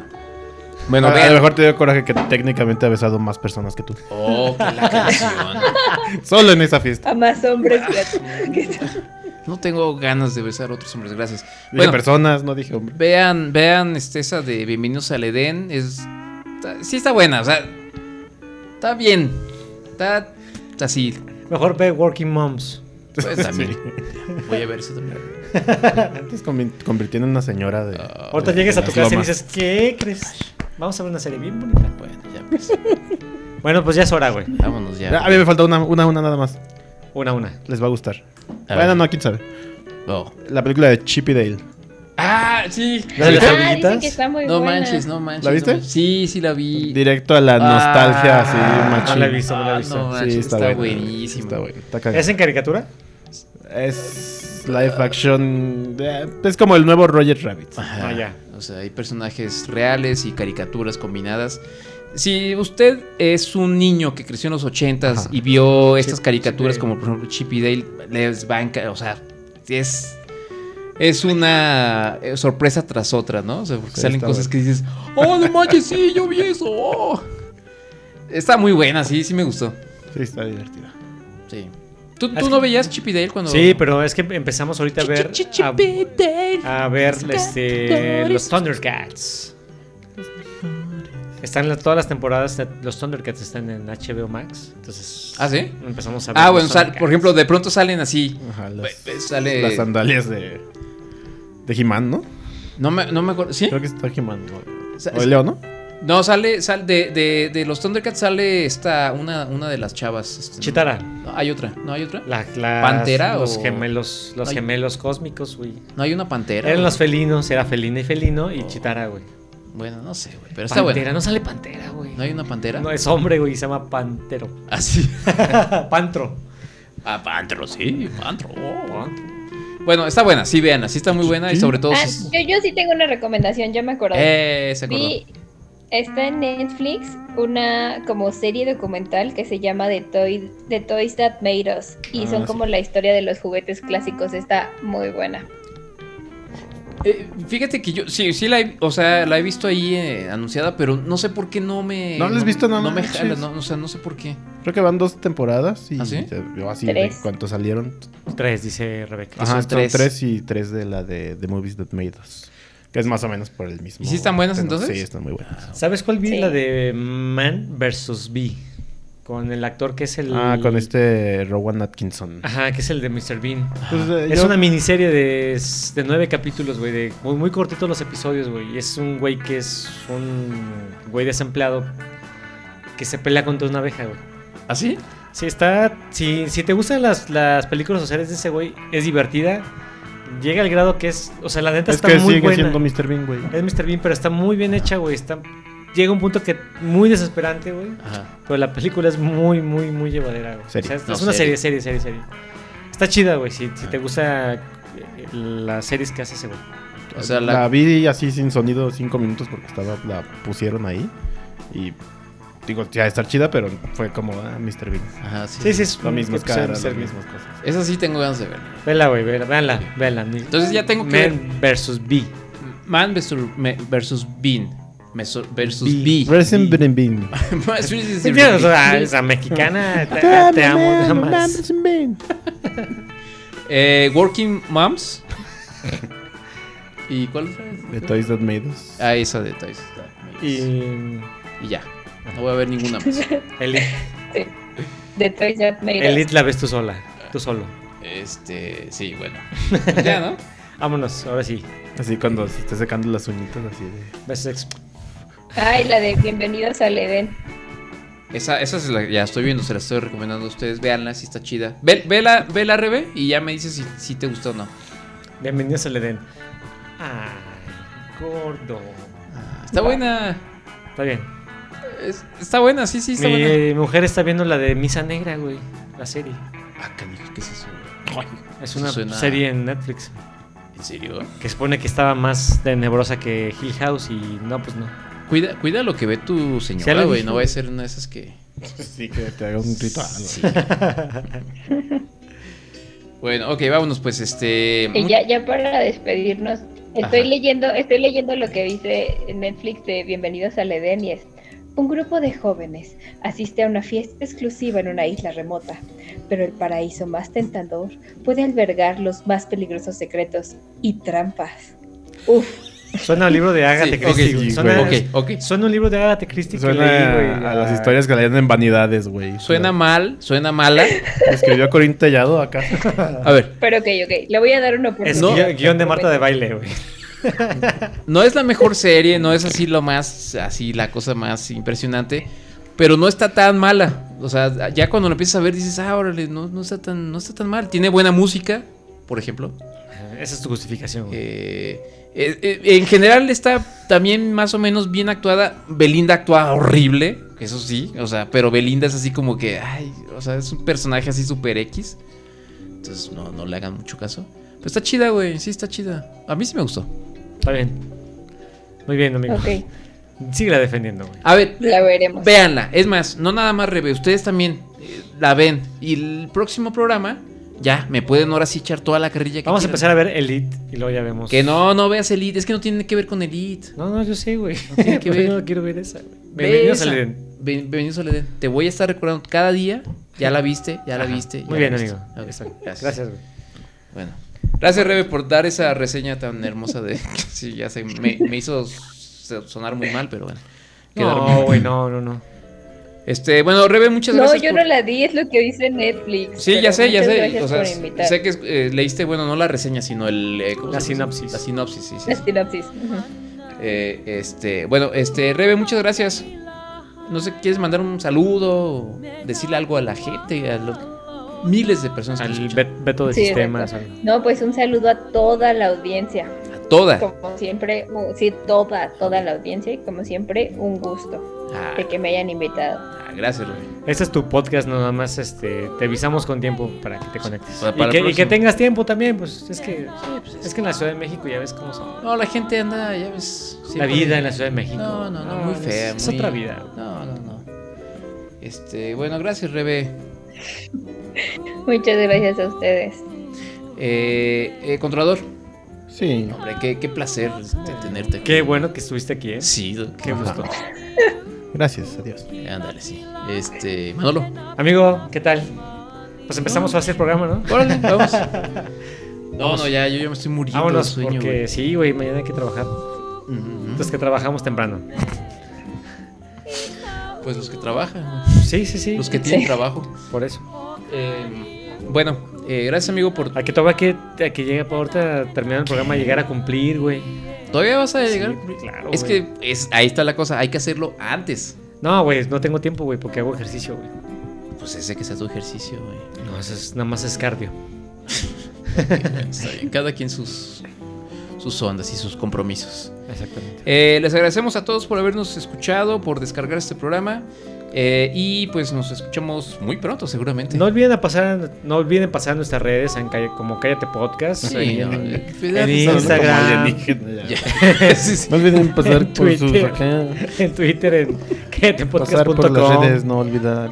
Speaker 10: Bueno,
Speaker 12: a, a
Speaker 10: vean.
Speaker 12: lo mejor te dio coraje que técnicamente ha besado más personas que tú.
Speaker 10: Oh, que la canción.
Speaker 12: Solo en esa fiesta.
Speaker 24: A más hombres que
Speaker 10: No tengo ganas de besar a otros hombres, gracias.
Speaker 12: Dije personas, no dije hombre.
Speaker 10: Vean, vean este, esa de Bienvenidos al Edén. Es, está- sí está buena, o sea, está bien. Está así.
Speaker 11: Mejor ve Working Moms.
Speaker 10: Pues
Speaker 12: <laughs>
Speaker 10: también. Voy a ver eso también.
Speaker 12: Antes convi- convirtiendo en una señora de.
Speaker 10: Ah.
Speaker 11: Ahorita
Speaker 12: de-
Speaker 11: llegues
Speaker 12: de
Speaker 11: a tu
Speaker 12: las
Speaker 11: casa y
Speaker 12: lomas.
Speaker 11: dices, ¿qué crees? Vamos a ver una serie bien bonita.
Speaker 10: Bueno,
Speaker 11: <laughs>
Speaker 10: ya pues.
Speaker 11: bueno, pues ya es hora, güey.
Speaker 10: Vámonos ya.
Speaker 12: Ah, a mí me falta una, una, una nada más.
Speaker 11: Una, una.
Speaker 12: Les va a gustar.
Speaker 10: A
Speaker 12: bueno,
Speaker 10: ver.
Speaker 12: no, quién sabe.
Speaker 10: No.
Speaker 12: La película de Chip y Dale.
Speaker 10: Ah, sí.
Speaker 24: ¿La de las Ah, dicen hormiguitas? que está muy
Speaker 10: no
Speaker 24: buena.
Speaker 10: manches, no manches.
Speaker 12: ¿La viste?
Speaker 10: no manches. sí, sí la vi.
Speaker 12: Directo a la nostalgia, así,
Speaker 10: Ah,
Speaker 12: machín.
Speaker 10: No la he visto, no la he visto.
Speaker 12: Sí, está
Speaker 10: está,
Speaker 12: buena.
Speaker 10: buenísima.
Speaker 12: Está bueno. Está cagada.
Speaker 11: ¿Es en caricatura?
Speaker 12: Es live action. eh, Es como el nuevo Roger Rabbit.
Speaker 10: Ajá. Ah, O sea, hay personajes reales y caricaturas combinadas. Si usted es un niño que creció en los 80s y vio estas caricaturas como por ejemplo Chip y Dale, les va a enca- o sea, es es una eh, sorpresa tras otra, ¿no? O sea, porque
Speaker 2: Sí,
Speaker 10: salen
Speaker 2: está
Speaker 10: cosas
Speaker 2: bueno.
Speaker 10: que dices, "Oh, no manches, sí, yo vi eso." oh". Está muy buena, sí, sí me gustó.
Speaker 12: Sí, está divertida.
Speaker 10: Sí. ¿Tú, tú no veías Chip y Dale cuando
Speaker 11: Sí, pero es que empezamos ahorita a ver a, a ver este, los Thundercats. Están la- todas las temporadas, de- los Thundercats están en HBO Max. Entonces,
Speaker 10: ¿Ah, sí?
Speaker 11: Empezamos a ver.
Speaker 10: Ah,
Speaker 11: los
Speaker 10: bueno, sal-
Speaker 11: Thundercats.
Speaker 10: por ejemplo, de pronto salen así. Ve- ve- Pues, sale...
Speaker 12: Las sandalias de. De He-Man, ¿no?
Speaker 10: No me, no me acuerdo. ¿Sí?
Speaker 12: Creo que está He-Man. ¿no?
Speaker 10: Sa-
Speaker 12: O el Leo, ¿no?
Speaker 10: No, sale, sal de, de, de los Thundercats sale esta, una, una de las chavas. este, ¿no?
Speaker 11: Chitara.
Speaker 10: No, hay otra, no hay otra.
Speaker 11: La, la-
Speaker 10: ¿Pantera
Speaker 11: los
Speaker 10: o-
Speaker 11: gemelos, los
Speaker 10: No hay-
Speaker 11: gemelos cósmicos, güey.
Speaker 10: No hay una pantera.
Speaker 11: Eran
Speaker 10: güey.
Speaker 11: los felinos, era felina y felino y Chitara, güey.
Speaker 10: Bueno, no sé, güey. Pero está
Speaker 11: Pantera,
Speaker 10: bueno.
Speaker 11: no sale pantera, güey.
Speaker 10: No hay una pantera.
Speaker 11: No, es hombre, güey, se llama
Speaker 10: <laughs>
Speaker 11: Pantero. <laughs>
Speaker 10: Así.
Speaker 11: Pantro.
Speaker 10: Ah, Pantro, sí, Pantro. Bueno, está buena, sí, vean, sí está muy buena y sobre todo.
Speaker 24: Ah,
Speaker 10: sí-
Speaker 24: yo, yo sí tengo una recomendación, ya me acordé.
Speaker 10: Eh, se acordó.
Speaker 24: Vi, está en Netflix una como serie documental que se llama The, Toy- The Toys That Made Us y
Speaker 10: Ah,
Speaker 24: son
Speaker 10: sí.
Speaker 24: como la historia de los juguetes clásicos, está muy buena.
Speaker 10: Eh, fíjate que yo, sí, sí la he, o sea, la he visto ahí eh, anunciada, pero no sé por qué no me.
Speaker 12: ¿No la has visto? No
Speaker 10: No me
Speaker 12: manches.
Speaker 10: jala, no, o sea, no sé por qué.
Speaker 12: Creo que van dos temporadas y
Speaker 10: ¿Ah, sí?
Speaker 12: se vio así
Speaker 10: Tres.
Speaker 12: de cuánto salieron.
Speaker 11: Tres, dice Rebeca.
Speaker 12: Ajá,
Speaker 10: Son
Speaker 12: son
Speaker 10: tres.
Speaker 12: tres. y tres de la de The Movies That Made Us. Que es más o menos por el mismo.
Speaker 10: ¿Y sí están buenas,
Speaker 12: tema.
Speaker 10: entonces?
Speaker 12: Sí, están muy buenas.
Speaker 11: ¿Sabes cuál vi? La de Man versus B. Con el actor que es el.
Speaker 12: Ah, con este Rowan Atkinson.
Speaker 10: Ah.
Speaker 11: Ajá, que es el de Mr. Bean.
Speaker 12: Pues, eh,
Speaker 11: es
Speaker 12: yo-
Speaker 11: una miniserie de, s- de nueve capítulos, güey. de- Muy, muy cortitos los episodios, güey. Y es un güey que es un güey desempleado que se pelea contra una abeja, güey.
Speaker 10: ¿Ah, sí?
Speaker 11: Sí, está. Si, si te gustan las, las películas sociales de ese güey, es divertida. Llega al grado que es. O sea, la neta
Speaker 12: Es
Speaker 11: está
Speaker 12: que
Speaker 11: muy
Speaker 12: sigue
Speaker 11: buena.
Speaker 12: siendo Mr. Bean, güey.
Speaker 11: Es Mr. Bean, pero está muy bien hecha, güey. Está, llega un punto que muy desesperante, güey.
Speaker 10: Ajá.
Speaker 11: Pero la película es muy, muy, muy llevadera, güey.
Speaker 12: Serie. Ah.
Speaker 11: O sea, es,
Speaker 10: No,
Speaker 11: es una
Speaker 10: serie.
Speaker 11: serie, serie, serie, serie. Está chida, güey. Si, si te gusta eh, las series que hace ese güey.
Speaker 10: O sea,
Speaker 12: la...
Speaker 10: la-
Speaker 12: vi así sin sonido cinco minutos porque estaba la pusieron ahí. Y digo, ya estar chida, pero fue como ah, Mr. Bean.
Speaker 10: Ajá, sí.
Speaker 11: Sí, sí, es
Speaker 12: Lo
Speaker 11: un
Speaker 12: mismo,
Speaker 11: episodio de
Speaker 12: caras,
Speaker 11: Mr.
Speaker 12: las
Speaker 11: Bean.
Speaker 12: mismas cosas.
Speaker 10: Esa sí tengo ganas de ver.
Speaker 11: Vela, güey, vela, véanla, véanla.
Speaker 10: Entonces ya tengo que
Speaker 11: Men versus B.
Speaker 10: Man versus, me- versus Bean. Meso- versus B.
Speaker 12: Bean. Resident
Speaker 10: <laughs>
Speaker 12: Bean. Bean.
Speaker 10: Más-
Speaker 11: Sí, o sea, esa <laughs> mexicana, te, te amo, nada más.
Speaker 10: <laughs> Eh, Working Moms. ¿Y cuál otra?
Speaker 12: The Toys That Made Us.
Speaker 10: Ah, esa de Toys.
Speaker 11: Y...
Speaker 10: y ya. No voy a ver ninguna más.
Speaker 11: Elite,
Speaker 24: The Toys That Made Us.
Speaker 11: Elite la ves tú sola, tú solo.
Speaker 10: Este, sí, bueno. <laughs> Pues ya, ¿no?
Speaker 11: Vámonos, ahora sí.
Speaker 12: Así cuando se está secando las uñitas, así de.
Speaker 11: Besos ex-
Speaker 24: Ay, la de Bienvenidos al Edén.
Speaker 10: Esa, esa se la, ya estoy viendo, se la estoy recomendando a ustedes. Veanla, si está chida. Ve, vela, vela, Rebe, y ya me dices si, si te gustó o no.
Speaker 11: Bienvenidos al Edén. Ay, gordo.
Speaker 10: Está buena.
Speaker 11: Está bien.
Speaker 10: Es- está buena, sí, sí, está
Speaker 11: Mi
Speaker 10: buena.
Speaker 11: eh, mujer está viendo la de Misa Negra, güey. La serie.
Speaker 10: Ah, canijo, ¿qué es eso?
Speaker 11: Es
Speaker 10: Eso
Speaker 11: una
Speaker 10: suena-
Speaker 11: serie en Netflix.
Speaker 10: ¿En serio?
Speaker 11: Que supone que estaba más tenebrosa que Hill House y no, pues no.
Speaker 10: Cuida, cuida lo que ve tu
Speaker 11: Ya
Speaker 10: señora,
Speaker 11: lo
Speaker 10: güey.
Speaker 11: dije.
Speaker 10: No va a ser una de esas que.
Speaker 12: Sí, que te haga un ritual.
Speaker 10: Sí. bueno, ok, vámonos, pues este.
Speaker 24: Y Eh, ya, ya para despedirnos, estoy
Speaker 10: Ajá.
Speaker 24: leyendo, estoy leyendo lo que dice en Netflix de Bienvenidos al Edén y es un grupo de jóvenes asiste a una fiesta exclusiva en una isla remota, pero el paraíso más tentador puede albergar los más peligrosos secretos y trampas. Uf,
Speaker 11: Suena al libro de Agatha
Speaker 10: <laughs> Sí,
Speaker 11: Christie.
Speaker 10: ok,
Speaker 11: güey.
Speaker 10: sí,
Speaker 11: suena,
Speaker 10: güey. Ok, ok.
Speaker 11: suena un libro de Agatha Christie que leí, güey.
Speaker 12: Suena a, a las historias que le dan en vanidades, güey.
Speaker 10: Suena mal, suena mala.
Speaker 12: <laughs> Escribió Corín Tellado acá.
Speaker 10: A ver,
Speaker 24: pero ok, ok, le voy a dar una
Speaker 11: Es
Speaker 24: oportunidad.
Speaker 11: guio- guión de Marta de baile, güey.
Speaker 10: no es la mejor serie, no es así lo más, así la cosa más impresionante, pero no está tan mala. O sea, ya cuando lo empiezas a ver dices, ah, órale, no, no está tan, no está tan mal. Tiene buena música, por ejemplo.
Speaker 11: Esa es tu justificación. güey.
Speaker 10: Eh, eh, en general está también más o menos bien actuada. Belinda actúa horrible, eso sí, o sea, pero Belinda es así como que, ay, o sea, es un personaje así super X. Entonces no, no le hagan mucho caso. Pero está chida, güey, sí está chida. A mí sí me gustó.
Speaker 11: Está bien. Muy bien, amigo.
Speaker 24: Ok.
Speaker 11: <laughs> Síguela defendiendo, güey.
Speaker 10: A ver,
Speaker 24: La veremos.
Speaker 10: véanla. Es más, no nada más Rebe, ustedes también eh, la ven. Y el próximo programa, ya, me pueden ahora sí echar toda la carrilla que
Speaker 11: Vamos a
Speaker 10: quieran.
Speaker 11: empezar a ver Elite y luego ya vemos.
Speaker 10: Que no, no veas Elite, es que no tiene que ver con Elite.
Speaker 11: No, no, yo sé, güey.
Speaker 10: No
Speaker 11: <laughs>
Speaker 10: tiene que
Speaker 11: Pero
Speaker 10: ver.
Speaker 11: yo no quiero ver esa, güey.
Speaker 10: Ve
Speaker 11: Bienvenidos
Speaker 10: esa.
Speaker 11: al Edén.
Speaker 10: Bien- bienvenidos al Edén. Te voy a estar recordando cada día. Ya la viste, ya la
Speaker 11: Ajá.
Speaker 10: viste.
Speaker 11: Muy
Speaker 10: ya la
Speaker 11: bien,
Speaker 10: viste.
Speaker 11: amigo.
Speaker 10: Ok,
Speaker 11: <laughs> Exacto.
Speaker 10: gracias.
Speaker 11: Gracias, güey.
Speaker 10: Bueno. Gracias, Rebe, por dar esa reseña tan hermosa de. <laughs> sí, ya sé, me, me hizo so- sonar muy mal, pero bueno.
Speaker 11: No, güey, no,
Speaker 10: <laughs>
Speaker 11: no, no.
Speaker 10: Este, bueno, Rebe, muchas
Speaker 24: No,
Speaker 10: gracias.
Speaker 24: yo
Speaker 10: por-
Speaker 24: no la di, es lo que dice Netflix.
Speaker 10: Sí,
Speaker 24: pero
Speaker 10: ya sé, ya
Speaker 24: muchas
Speaker 10: sé.
Speaker 24: Gracias
Speaker 10: O sea,
Speaker 24: por invitar.
Speaker 10: sé que eh, leíste, bueno, no la reseña, sino el. eh, ¿cómo se llama? La sinopsis, sí, sí.
Speaker 24: La sinopsis. Ujú.
Speaker 10: Eh, este, bueno, este, Rebe, muchas gracias. No sé, ¿quieres mandar un saludo? o Decirle algo a la gente, a los miles de personas. Al
Speaker 11: veto
Speaker 24: de Sí, sistemas, No, pues un saludo a toda la audiencia.
Speaker 10: Toda.
Speaker 24: Como siempre, u- sí, toda, toda la audiencia. Y como siempre, un gusto
Speaker 10: Ah,
Speaker 24: de que me hayan invitado.
Speaker 10: ah, gracias, Rebe.
Speaker 11: Este es tu podcast, nada más este, te avisamos con tiempo para que te conectes.
Speaker 10: Para-
Speaker 11: Y
Speaker 10: para el
Speaker 11: que- y, que,
Speaker 10: próximo.
Speaker 11: tengas tiempo también, pues es que, es que en la Ciudad de México ya ves cómo son.
Speaker 10: No, la gente anda, ya ves.
Speaker 11: La
Speaker 10: siempre-
Speaker 11: vida en la Ciudad de México.
Speaker 10: No,
Speaker 11: Ah,
Speaker 10: no, no, muy
Speaker 11: es-
Speaker 10: fea.
Speaker 11: Es,
Speaker 10: muy-
Speaker 11: otra vida.
Speaker 10: No, no, no. Este, bueno, gracias, Rebe.
Speaker 24: Muchas gracias a ustedes.
Speaker 10: Eh, eh, controlador.
Speaker 12: Sí.
Speaker 10: Hombre, qué, qué placer este, tenerte.
Speaker 11: Qué bueno que estuviste aquí, ¿eh?
Speaker 10: Sí,
Speaker 11: Qué gusto.
Speaker 12: Gracias, adiós.
Speaker 10: Ándale, sí. Este, Manolo.
Speaker 11: Amigo, ¿qué tal? Pues empezamos fácil el programa, ¿no?
Speaker 10: Órale, vamos. No, no, ya, yo ya me estoy muriendo de
Speaker 11: Vámonos,
Speaker 10: sueño,
Speaker 11: porque
Speaker 10: güey.
Speaker 11: sí, güey, mañana hay que trabajar. Entonces que trabajamos temprano.
Speaker 10: Pues los que trabajan, güey.
Speaker 11: Sí, sí, sí.
Speaker 10: Los que tienen trabajo.
Speaker 11: Por eso.
Speaker 10: Eh, bueno, eh, gracias, amigo, por.
Speaker 11: A que todavía que, a que llegue por ahorita terminar el programa, llegar a cumplir, güey.
Speaker 10: ¿Todavía vas a
Speaker 11: Sí,
Speaker 10: llegar?
Speaker 11: claro,
Speaker 10: es
Speaker 11: güey.
Speaker 10: que es, ahí está la cosa, hay que hacerlo antes.
Speaker 11: No, güey, no tengo tiempo, güey, porque hago ejercicio, güey.
Speaker 10: Pues ese que sea tu ejercicio, güey.
Speaker 11: No, eso es, nada más es cardio.
Speaker 10: Está bien, Cada quien sus, sus ondas y sus compromisos.
Speaker 11: Exactamente.
Speaker 10: Eh, les agradecemos a todos por habernos escuchado, por descargar este programa. eh, y pues nos escuchamos muy pronto, seguramente.
Speaker 11: Eh, No olviden a pasar, no olviden pasar a nuestras redes en calle- como Cállate Podcast.
Speaker 10: Sí,
Speaker 11: en,
Speaker 10: no,
Speaker 11: en
Speaker 10: eh, cuidado,
Speaker 12: como
Speaker 11: Instagram.
Speaker 12: alienígena,
Speaker 10: ya. <laughs> Sí, sí.
Speaker 12: No olviden pasar por sus acá.
Speaker 11: <laughs> en Twitter, en
Speaker 12: Pasar
Speaker 11: calletepodcast.com.
Speaker 12: por las redes, no olvidar.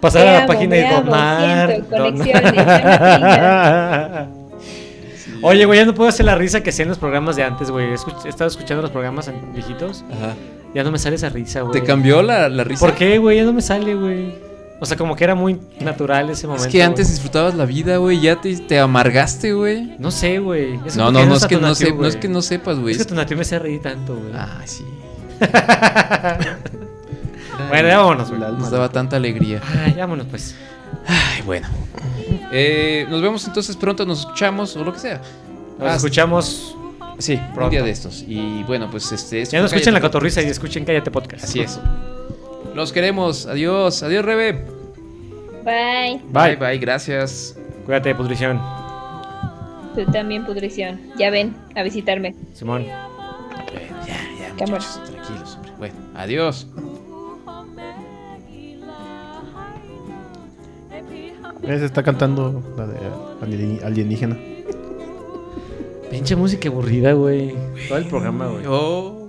Speaker 11: Pasar a la
Speaker 24: Veamos,
Speaker 11: página y
Speaker 24: veamos,
Speaker 11: donar.
Speaker 24: siento, conexiones,
Speaker 11: donar. <laughs> Oye, güey, ya no puedo hacer la risa que hacían los programas de antes, güey. He escuch- He estado escuchando los programas an- viejitos.
Speaker 10: Ajá.
Speaker 11: Ya no me sale esa risa, güey.
Speaker 10: ¿Te cambió la, la risa?
Speaker 11: ¿Por qué, güey? Ya no me sale, güey. O sea, como que era muy natural ese momento.
Speaker 10: Es que antes
Speaker 11: güey.
Speaker 10: disfrutabas la vida, güey. Ya te, te amargaste, güey.
Speaker 11: No sé, güey. Eso
Speaker 10: No,
Speaker 11: porque
Speaker 10: no, no
Speaker 11: está
Speaker 10: es que
Speaker 11: tu
Speaker 10: no,
Speaker 11: natiu,
Speaker 10: se- no
Speaker 11: güey.
Speaker 10: es que no sepas, güey.
Speaker 11: Es que tu natiu me hace reír tanto, güey.
Speaker 10: Ah, sí.
Speaker 11: <laughs> bueno, ya vámonos, güey.
Speaker 10: Nos daba tanta alegría.
Speaker 11: Ay, vámonos, pues.
Speaker 10: Ay, bueno. Eh, nos vemos entonces pronto, nos escuchamos o lo que sea.
Speaker 11: Nos
Speaker 10: Hasta-
Speaker 11: escuchamos.
Speaker 10: Sí,
Speaker 11: pronto.
Speaker 10: un día de estos. Y bueno, pues este. esto
Speaker 11: Ya no
Speaker 10: fue
Speaker 11: escuchen la
Speaker 10: Cállate
Speaker 11: cotorriza y escuchen Cállate Podcast.
Speaker 10: Así es. Los queremos. Adiós. Adiós, Rebe.
Speaker 24: Bye.
Speaker 10: Bye, bye. Gracias.
Speaker 11: Cuídate, pudrición.
Speaker 24: Tú también, pudrición. Ya ven a visitarme.
Speaker 11: Simón.
Speaker 10: Ya,
Speaker 24: Cámara.
Speaker 10: muchachos, tranquilos, hombre. Bueno, adiós.
Speaker 12: Ese está cantando la de alieni- alienígena.
Speaker 11: Pinche música aburrida, güey. Todo el programa, güey.
Speaker 10: Oh.